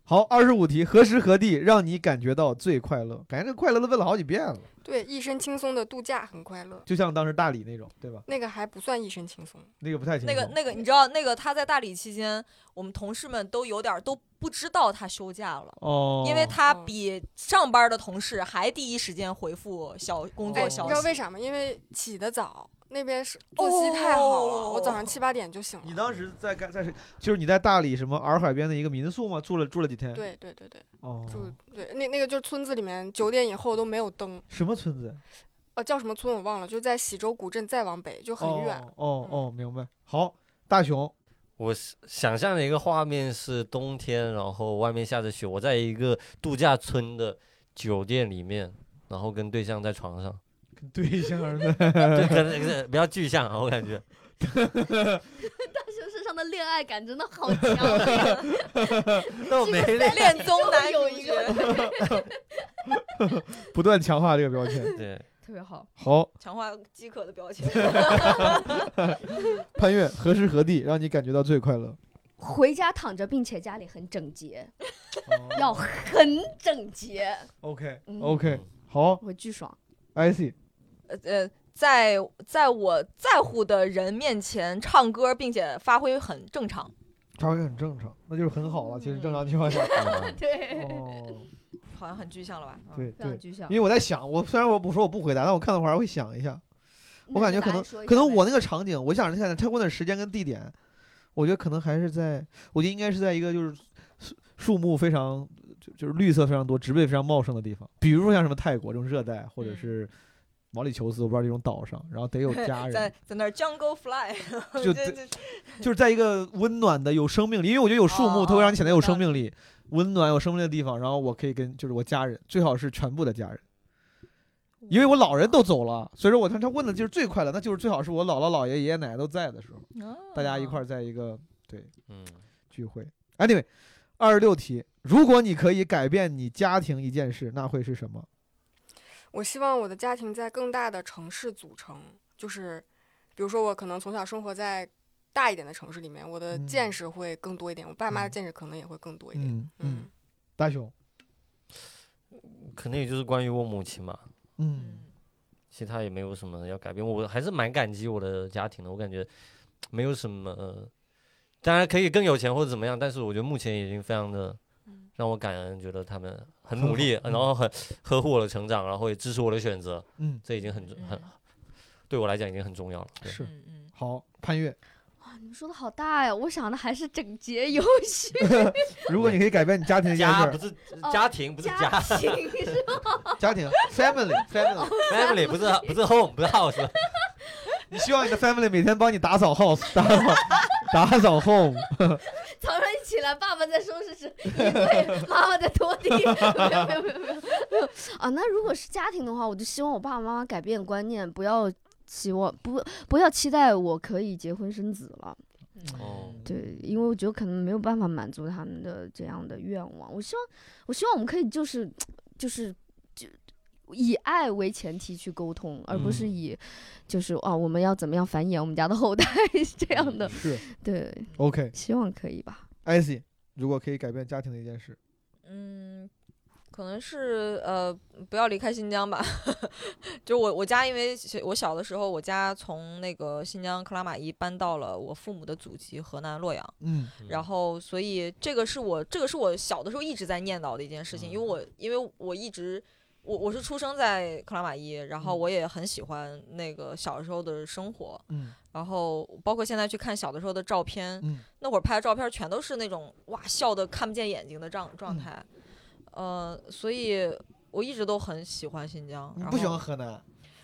A: 好，二十五题，何时何地让你感觉到最快乐？感觉这个快乐都问了好几遍了，
E: *laughs* 对，一身轻松的度假很快乐，
A: 就像当时大理那种，对吧？
E: 那个还不算一身轻松。
A: 那个不太清楚。
B: 那个那个，你知道那个他在大理期间，我们同事们都有点儿都不知道他休假了。
A: 哦，
B: 因为他比上班的同事还第一时间回复小工
E: 哎，
B: 作
E: 你知
B: 消
E: 道
B: 息。
E: 为啥吗？因为起得早，那边是作息太好了，我早上七八点就醒了。
A: 哦你当时在干在是就是你在大理什么洱海边的一个民宿吗？住了住了几天？，
E: 对对对对，
A: 哦，
E: 住对那那个就是村子里面九点以后都没有灯，
A: 什么村子？
E: 呃，叫什么村我忘了，就在喜洲古镇再往北就很远。
A: 哦哦哦，明白。好，大熊，
C: 我是想象的一个画面是冬天，然后外面下着雪，我在一个度假村的酒店里面，然后跟对象在床
A: *laughs*
C: 上，
A: 跟对象儿呢？
C: 对，可能是比较具象啊，我感觉。
D: 大雄身上的恋爱感真的好强呀！
A: *laughs*
C: 都没嘞。
B: 恋综男
D: 有
B: 主
D: 一个
B: 角，
A: 不断强化这个标签。
C: 对，
F: *laughs* 特别好。
A: 好，
B: 强化饥渴的表情。
A: 潘越，何时何地让你感觉到最快乐？
F: 回家躺着，并且家里很整洁，要很整洁，
A: 哦 OK
F: 嗯
A: OK，好
F: 我巨爽。
A: ，IC
B: 呃，在在我在乎的人面前唱歌，并且发挥很正常。
A: 发挥很正常，那就是很好了。其实正常情况下，
C: 嗯
F: 嗯
D: 对，
A: 哦，
B: 好像很具象了吧？嗯，
A: 对
F: 非常
A: 对，
F: 具象
A: 因。为我在想，我虽然我不说我不回答，但我看的会儿会想一下。我感觉可能可能我那个场景，我想想他问的时间跟地点，我觉得可能还是在，我觉得应该是在一个就是树树木非常就就是绿色非常多、植被非常茂盛的地方，比如说像什么泰国这种热带，或者
B: 嗯
A: 是毛里求斯，我不知道这种岛上，然后得有家
B: *laughs* 在
A: 人，
B: 在那儿 Jungle Fly，
A: 就
B: 这
A: 得
B: 这
A: 就是在一个温暖的、有生命力，因为我觉得有树木，它会让你显得有
B: 有道
A: 生命力、温暖、有生命力的地方。然后我可以跟就是我家人，最好是全部的家人。因为我老人都走了，所以说我他他问的就是最快乐，那就是最好是我姥姥、姥爷、爷爷奶奶都在的时候。大家一块
B: 儿。
A: 儿在一个
C: 嗯，
A: 聚会。Anyway，二十六题，如果你可以改变你家庭一件事，那会是什么？
E: 我希望我的家庭在更大的城市组成，就是比如说我可能从小生活在大一点的城市里面，我的
A: 嗯
E: 见识会更多一点，我爸妈的
A: 嗯
E: 见识可能也会更多一点。
A: 嗯
E: 嗯，
A: 大雄，
C: 嗯可能也就是关于我母亲嘛，
A: 嗯，
C: 其他也没有什么要改变。我还是蛮感激我的家庭的，我感觉没有什么，呃当然可以更有钱或者怎么样，但是我觉得目前已经非常的让我感恩，觉得他们很努力，
A: 很好嗯
C: 然后很呵护我的成长，然后也支持我的选择，
A: 嗯，
C: 这已经很重很
B: 嗯
C: 对我来讲已经很重要了。对
A: 是
B: 嗯嗯，
A: 好，潘越，
F: 哇，你们说的好大呀！我想的还是整洁有
A: *laughs*
F: 序，
A: 如果你可以改变你家庭一件
C: 家
A: 事
C: *laughs* 不，是
D: 哦
C: 家庭，不是家
D: 家庭是吧
A: 家庭 family family，
C: family，不是不是 home，不是 house，
A: *laughs* 你希望你的 family 每天帮你打扫 house，打扫打扫 home，
D: 早上一起来，爸爸在收拾
F: *laughs*
D: 衣柜，妈妈在拖地。没有没有没有没有
F: 啊，那如果是家庭的话，我就希望我爸爸妈妈改变观念，不要期望不不要期待我可以结婚生子了。
C: 哦
F: 对，因为我觉得可能没有办法满足他们的这样的愿望。我希望，我希望我们可以就是就是就以爱为前提去沟通，而不是
A: 嗯
F: 以就是啊我们要怎么样繁衍我们家的后代 *laughs* 这样的。
A: 嗯是
F: 对，
A: OK，
F: 希望可以吧。
A: i c y 如果可以改变家庭的一件事，
B: 嗯，可能是呃，不要离开新疆吧。 *laughs* 就我我家，因为小我小的时候，我家从那个新疆克拉玛依搬到了我父母的祖籍河南洛阳，
A: 嗯
B: *laughs* 然后所以这个是我这个是我小的时候一直在念叨的一件事情，因为
C: 嗯
B: 我因为我一直。我我是出生在克拉玛依，然后
A: 嗯
B: 我也很喜欢那个小时候的生活，
A: 嗯
B: 然后包括现在去看小的时候的照片，
A: 嗯，
B: 那会儿拍的照片全都是那种哇笑的看不见眼睛的状
A: 嗯
B: 状态，呃，所以我一直都很喜欢新疆。
A: 你
B: 然
A: 不喜
B: 后
A: 欢河南，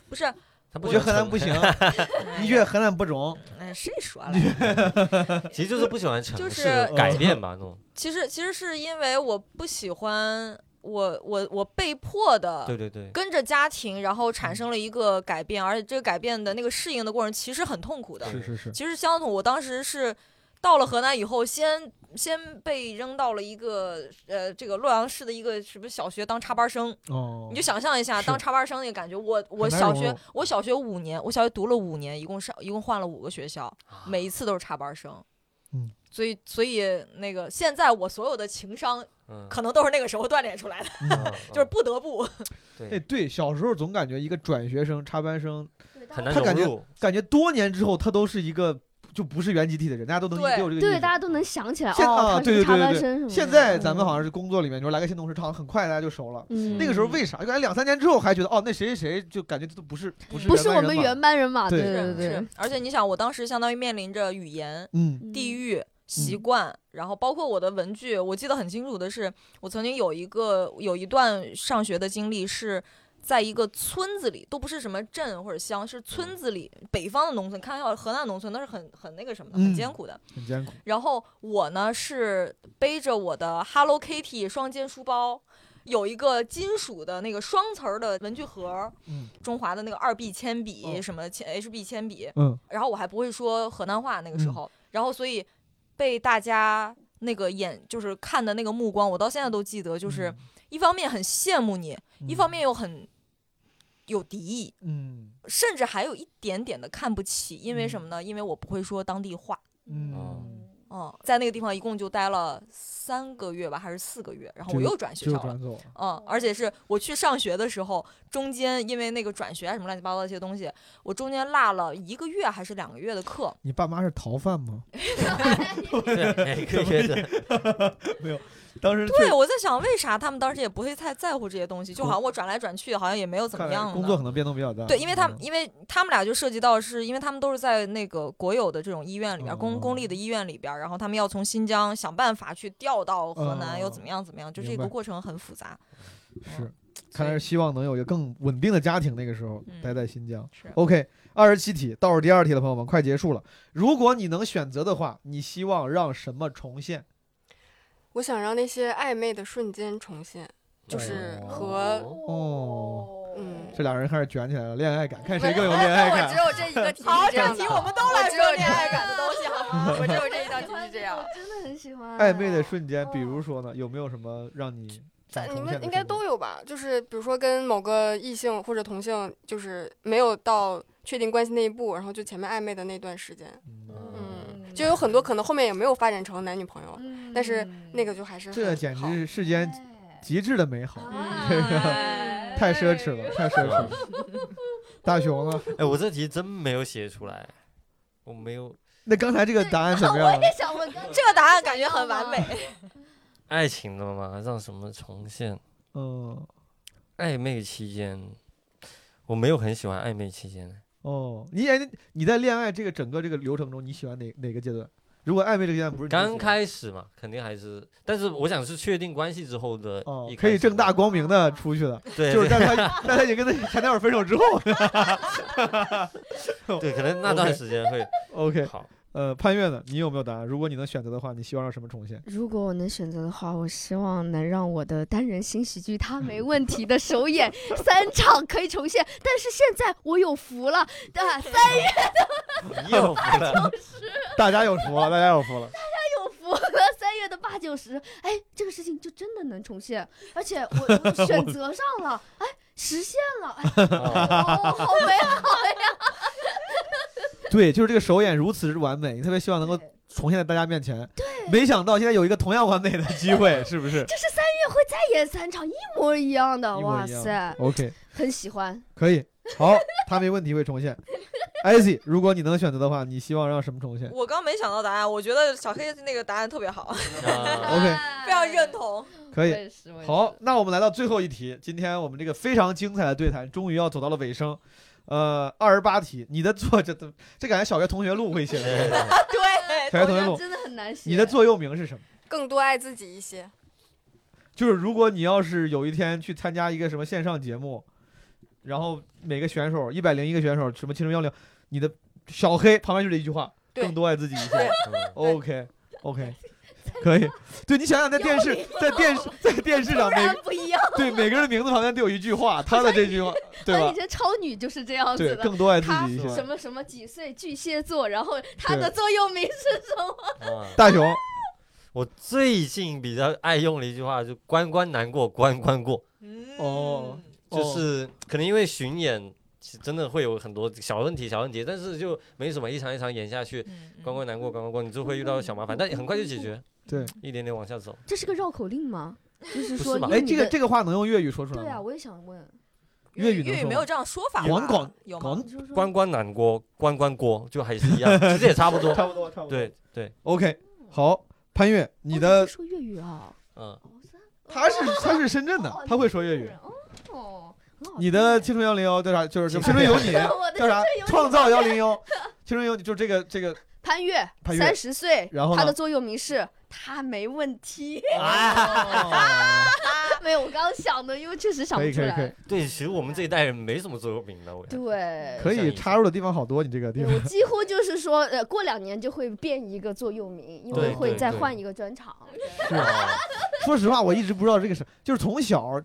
B: 不是？
C: 嗯
A: 嗯我
C: 他不
A: 觉得
C: 喜
A: 河
C: 欢
A: 南不行，
F: 哎
A: 你觉得河南不中，
B: 哎，谁说来着？
C: 其实就是不喜欢嗯城
B: 就
C: 市
B: 是
C: 改变吧，那种
B: 其实其实是因为我不喜欢我我我被迫
C: 对
B: 的。
C: 对对，
B: 跟着家庭，然后
A: 嗯
B: 产生了一个改变，而且这个改变的那个适应的过程其实很痛苦的。
A: 是是是，
B: 其实相同，我当时是到了河南以后，先先被扔到了一个呃这个洛阳市的一个什么小学当插班生，
A: 哦
B: 你就想象一下
A: 是
B: 当插班生那个感觉。我我
A: 很难
B: 小
A: 融
B: 学
A: 入
B: 我小学五年，我小学读了五年，一共上一共换了五个学校，
C: 啊
B: 每一次都是插班生。
A: 嗯，
B: 所以所以那个现在我所有的情商
C: 嗯，
B: 可能 *laughs* 都是那个时候锻炼出来的，
A: 嗯
B: 就是不得不。
A: 哎，
C: 对，
A: 对，小时候总感觉一个转学生、插班生，
C: 很难
A: 他感
C: 融
A: 觉
C: *laughs* 入，
A: 感觉多年之后他都是一个就不是原集体的人，大家都能
B: 对
A: 有这个
F: 对，
A: 意识
F: 大家都能想起来
A: 现
F: 哦，
A: 啊
F: 他
A: 对
F: 是
A: 对
F: 插
A: 对
F: 班
A: 对
F: 生什么的。
A: 现在咱们好像是工作里面，你说来个新同事，好像很快大家就熟了。
F: 嗯
A: 那个时候为啥？就感觉两三年之后还觉得哦，那谁谁谁就感觉都不是不是
F: 不是
A: 原班
F: 我们
A: 人马
F: 原班人马，
A: 对
F: 对
B: 是
F: 对
B: 是，而且你想，我当时相当于面临着语言、
A: 嗯
B: 地域、习惯，然后包括我的文具，我记得很清楚的是，我曾经有一个有一段上学的经历是。在一个村子里，都不是什么镇或者乡，是
A: 嗯
B: 村子里，北方的农村。看到河南农村，那是很很那个什么的，很
A: 嗯
B: 艰苦的。
A: 很艰苦。
B: 然后我呢是背着我的 Hello Kitty 双肩书包，有一个金属的那个双层儿的文具盒儿，
A: 嗯
B: 中华的那个二 B 铅笔，
A: 哦
B: 什么铅 HB 铅笔，
A: 嗯，
B: 然后我还不会说河南话那个时
A: 嗯
B: 候，然后所以被大家那个眼就是看的那个目光，我到现在都记得，
A: 嗯
B: 就是一方面很羡慕你，一方面又很有敌意，
A: 嗯
B: 甚至还有一点点的看不起，因为
A: 嗯
B: 什么呢？因为我不会说当地话。
A: 嗯，
B: 嗯，在那个地方一共就待了三个月吧，还是四个月，然后我
A: 就
B: 又转学
A: 就
B: 校了
A: 转。走了。
B: 嗯，而且是我去上学的时候，中间因为那个转学啊什么乱七八糟的一些东西，我中间落了一个月还是两个月的课。
A: 你爸妈是逃犯吗？
C: 对，哎可以可以的， *laughs*
A: 当时
B: 对，我在想为啥他们当时也不会太在乎这些东西，就好像我转来转去，好像也没有怎
A: 看
B: 么
A: 来
B: 样
A: 工作
B: 的。
A: 可能变动比较大。
B: 对，因为他们
A: 嗯
B: 因为他们俩就涉及到是，因为他们都是在那个国有的这种医院里边，公公
A: 哦
B: 立的医院里边，然后他们要从新疆想办法去调到河南，又怎么样怎么样，就
A: 嗯
B: 这
A: 明
B: 个
A: 白
B: 过程很复杂。
A: 是，看来是希望能有一个更稳定的家庭。那个时候
B: 嗯
A: 待在新疆。
B: 是
A: OK，二十七题倒数第二题了，朋友们，快结束了。如果你能选择的话，你希望让什么重现？
E: 我想让那些暧昧的瞬间重现，就是和
A: 哦
E: 嗯
A: 这俩人开始卷起来了，恋爱感，看谁更有恋爱
G: 我只 *laughs*
A: 感。
G: 有这一个题
B: 好
G: 是这样
B: 这
G: 的，
E: *laughs*
B: 题我们都来
G: 我只
B: 说
G: 有
B: 恋
G: 恋爱感的东西，好吗？我只有这一道题是这
A: *laughs*
G: 样。
F: 真的很喜欢
A: 暧昧的瞬间，比如说呢，有没有什么让你想
E: 咱
A: 重
E: 你
A: 现的
E: 们
A: 瞬
E: 应该
A: 间
E: 都有吧？就是比如说跟某个异性或者同性，就是没有到确定关系那一步，然后就前面暧昧的那段时间，
C: 嗯，
E: 嗯，就有很多可能后面也没有发展成男女朋友，
G: 嗯
E: 但是那个就还是
A: 这
E: 很
A: 简直
E: 好
A: 是世
F: 嗯
A: 间极致的美好，
B: 哎
A: 太奢侈了，太奢侈了。大啊熊呢？
C: 哎，我这题真没有写出来，我没有
A: 那刚才这个答案怎么样？啊
F: *laughs*
D: 也想问，
B: 这个答案感觉很完美。
C: 爱情的嘛，让什么重现？
A: 嗯，
C: 暧昧期间，我没有很喜欢暧昧期间，
A: 哦，你哎，你在恋爱这个整个这个流程中，你喜欢哪哪个阶段？如果暧昧这个阶段不是你最喜
C: 刚
A: 欢
C: 开始嘛，肯定还是，但是我想是确定关系之后的
A: 哦
C: 一，开
A: 可以
C: 始
A: 正大，光明的出去的，*laughs*
C: 对，
A: 就是
C: 对
A: 在他在他已经跟他前男友分手之后
C: 对，可能那
A: OK
C: 段时间会
A: ，OK，
C: 好。
A: 呃，潘越呢？你有没有答案？如果你能选择的话，你希望让什么重现？
F: 如果我能选择的话，我希望能让我的单人新喜剧《他
A: 嗯
F: 没问题》的首
A: *laughs*
F: 演三场可以重现，但是现在我有福了，对吧？三
C: 你有福了，
A: 大家有福了，大家有福了。
F: 有福了，三月的八九十，哎，这个事情就真的能重现，而且我我选择上了，哎，实现了，哎，
A: *laughs*
C: 哦
F: 哦，好美好
A: *laughs* 对，就是这个首演如此之完美，你特别希望能够
F: 对
A: 重现在大家面前。对， *laughs* 没想到现在有一个同样完美的机会，是不 *laughs* 是
F: 就是三月会再演三场一模一样的，
A: 一模
F: 哇
A: 一样
F: 塞，
A: ？OK，
F: 很喜欢。
A: 可以，好，他没问题会重现。艾希，如果你能选择的话，你希望让什么重现
B: *laughs* 我刚没想到答案，我觉得小黑那个答案特别好，
C: 啊
A: ？OK，
B: 非常哎认同。
A: 可以。
F: 也是，我也是啊
A: 好，，那我们来到最后一题，今天我们这个非常精彩的对谈终于要走到了尾声。呃，二十八题，你的作 *laughs* 这都这感觉小学同学录会写 *laughs* 的，
C: 嗯
B: 对，
A: 小学
F: 我
A: 同
F: 觉
A: 学
F: 得
A: 录，
F: 真的很难写。
A: 你的座右铭是什么？
E: 更多爱自己一些。
A: 就是如果你要是有一天去参加一个什么线上节目，然后每个选手一百零一个选手什么其中幺零，你的小黑旁边就这一句话，
E: 对
A: 更多爱自己一些
E: 对。
C: 嗯
A: OK OK，可 *laughs* 以。对你想想，在电视，在电视，在电视上
F: 当
A: 每
F: 然不一样，
A: 对每个人的名字旁边都有一句话，他的这句
F: *laughs*
A: 话，对
F: 像
A: 吧
F: 以？前哎超女就是这样
A: 对，
F: 子的。
A: 更多爱自
F: 她
A: 己一些。
F: 什么什么几岁巨蟹座，然后她
A: 对
F: 的座右铭是什么？
C: 啊
A: 大雄，
C: 我最近比较爱用的一句话就“关关难过关关过
B: 嗯
A: 哦，”，
C: *laughs* 就
A: 哦
C: 是可能因为巡演其实真的会有很多小问题、小问题，但是就没什么，一场一场演下去，
B: 嗯嗯
C: 关关难过关关过，你就会遇到小麻烦，但也很快就解决，
A: 对，
C: 一点点往下走。
F: 这是个绕口令吗？就是
C: 不
F: 说
C: 是吧
F: 因为
A: 哎，
F: 你
A: 这个
F: 的
A: 这个话能用粤语说出来
F: 对啊，
A: 吗？
F: 我也想问，
A: 粤
B: 粤
A: 语能说
B: 没
A: 吗
B: 有这样说法吧，
A: 广广
B: 有吗？
A: 广
F: 你说说哦
C: 关关难过关关过，就还是一
A: *laughs*
C: 样，其实也差不多。
A: 差不多，差不多。
C: 对对，
A: ，OK，好，潘越，
F: 哦
A: 你
F: 会
A: 的
F: 说粤语啊？
C: 嗯，
A: 他是他是深圳的，他会说粤语。
F: 哦，很好
A: 你的
F: 听
A: 青春幺零幺叫啥？就是青春有你
D: 我的
A: 叫
D: 青春
A: 啥
D: 有？你
A: 创造幺零幺，青春有你就这个这个
F: 潘越
A: 潘越
F: 三十岁，
A: 然后呢
F: 他的座右铭是他没问题。 *laughs*
A: *laughs* 哎啊，
F: 没有，我刚刚想的，因为确实想
A: 可
F: 不
A: 以
F: 出
A: 可以
F: 来。
A: 可以
C: 对，其实我们这一代人没什么座右铭的，我感觉
F: 对，
A: 可
C: 像
A: 以
C: 你
A: 插入的地方好多，你这个地
F: 对
A: 方
F: 我几乎就是说，呃，过两年就会变一个座右铭，因为
A: 对
F: 会
A: 对
F: 再
C: 对
F: 换一个专场。
A: 是吧？
C: 啊
A: 说实话，我一直不知道这个是，就是从小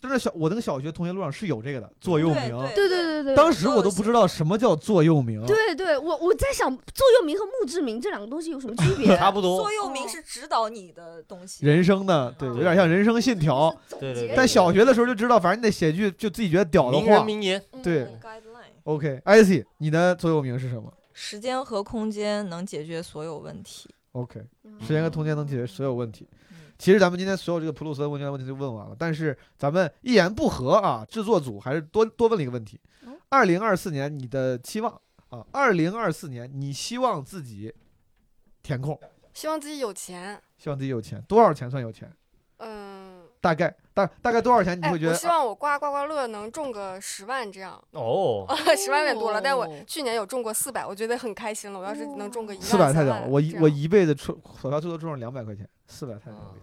A: 真的小我那个小学同学录上是有这个的座右
B: 对
A: 铭，
F: 对对对对，
A: 当时我都不知道什么叫座右铭。
F: 对对，我我在想座右铭和墓志铭这两个东西有什么区
A: *laughs*
F: 别？
C: 差不多
B: 座。右铭是指导你的东西，
A: 人生的，对，
B: 对
A: 有点像人生信条。
C: 对对对
A: 在小学的时候就知道，反正你得写句就自己觉得屌的
C: 名人
A: 话。
C: 名言，
A: 对
B: 嗯 guideline
A: OK，Icy，你的座右铭是什么
B: 时间和空间能解决所有问题。
A: ？OK，
F: 嗯
A: 时间跟空间能解决所有问题。
B: 嗯
A: 其实咱们今天所有这个普鲁斯的问题问题就问完了，但是咱们一言不合啊，制作组还是多多问了一个问题
F: 哦。
A: 二零二四年你的期望啊，二零二四年你希望自己填空，
E: 希望自己有钱。
A: 希望自己有钱，多少钱算有钱？
E: 嗯，
A: 大概大大概多少钱你
E: 哎，
A: 会觉
E: 我
A: 得啊
E: 希望我刮刮刮乐能中个十万这样，
C: 哦，
E: 十万有点多了，但我
F: 哦
E: 去年有中过四百，我觉得很开心了。我要是能中个一万，
A: 四百太
E: 三
A: 屌
E: 万
A: 了？我一
E: 这
A: 我
E: 样啊
A: 一辈子出口袋最多中了两百块钱，四百太屌了，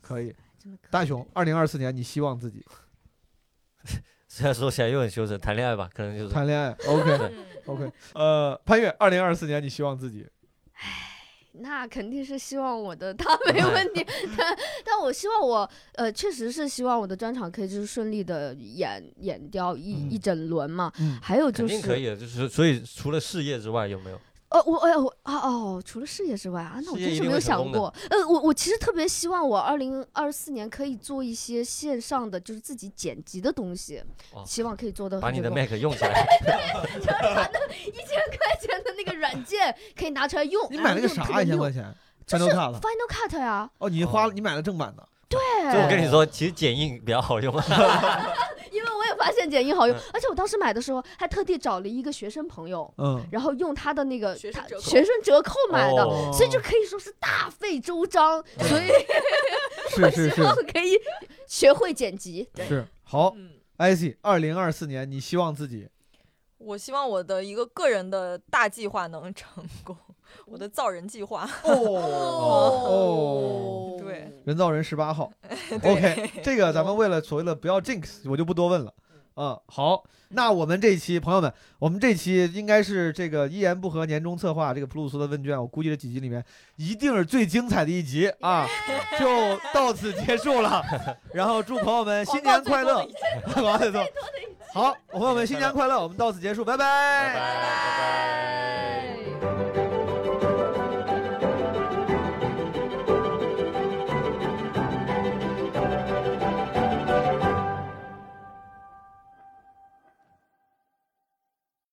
A: 可以。
E: 哎
F: 真的可以
A: 大雄，二零二四年你希望自己
C: 虽然说起来又很羞耻，谈恋爱吧，可能就是
A: 谈恋爱？OK
B: 嗯
E: *laughs*
A: OK，呃，潘越，二零二四年你希望自己
F: 那肯定是希望我的 *laughs* 他没问
A: *laughs*
F: 题，但但我希望我呃，确实是希望我的专场可以就是顺利的演演掉一、
A: 嗯
F: 一整轮嘛。
A: 嗯
F: 还有就
C: 肯定
F: 是
C: 可以的。就是所以除了事业之外，有没有？
F: 呃，我哎我啊哦，除了事业之外啊，那我
C: 事业
F: 真
C: 一
F: 是
C: 定会
F: 没有
C: 成
F: 想
C: 功的
F: 过。呃，我我其实特别希望我二零二四年可以做一些线上的，就是自己剪辑的东西，
C: 哦
F: 希望可以做的
C: 把
F: 很
C: 你
F: 成
C: 的
F: *laughs* 功。
C: Mac 用起来， *laughs*
F: 一千块钱的那个软件可以拿出来用，
A: 你哎买了个啥？一千块
F: 钱
A: 钱全
F: 就
A: 都
F: 是
A: 看了。
F: ？Final Cut 呀、哎
A: 哦，你花了，
C: 哦
A: 你买了正版的，
C: 就我跟
F: 对，
C: 你说，其实剪映比较好用。
F: 因为我也发现剪映好用
C: 嗯，
F: 而且我当时买的时候还特地找了一个学生朋友，
A: 嗯，
F: 然后用他的那个
B: 学生
F: 他
B: 折扣
F: 学生折扣买的，
C: 哦
F: 所以就可以说是大费周章，所以
A: 是是
F: 希望
A: 是
F: 可以学会剪辑。 *laughs* 对，
A: 是好
B: 嗯，
A: ，IC 二零二四年，你希望自己
B: 我希望我的一个个人的大计划能成功，我的造人计划。
A: 哦
B: 对，
A: 人造人十八号，OK，这个咱们为了所谓的不要 jinx，我就不多问了。嗯，好，那我们这一期朋友们，我们这期应该是这个一言不合年终策划这个普鲁斯的问卷，我估计这几集里面一定是最精彩的一集啊，就到此结束了。然后祝朋友们新年快 *laughs* 乐，好，朋友们新年快乐，我们到此结束，拜拜
C: 拜拜拜拜。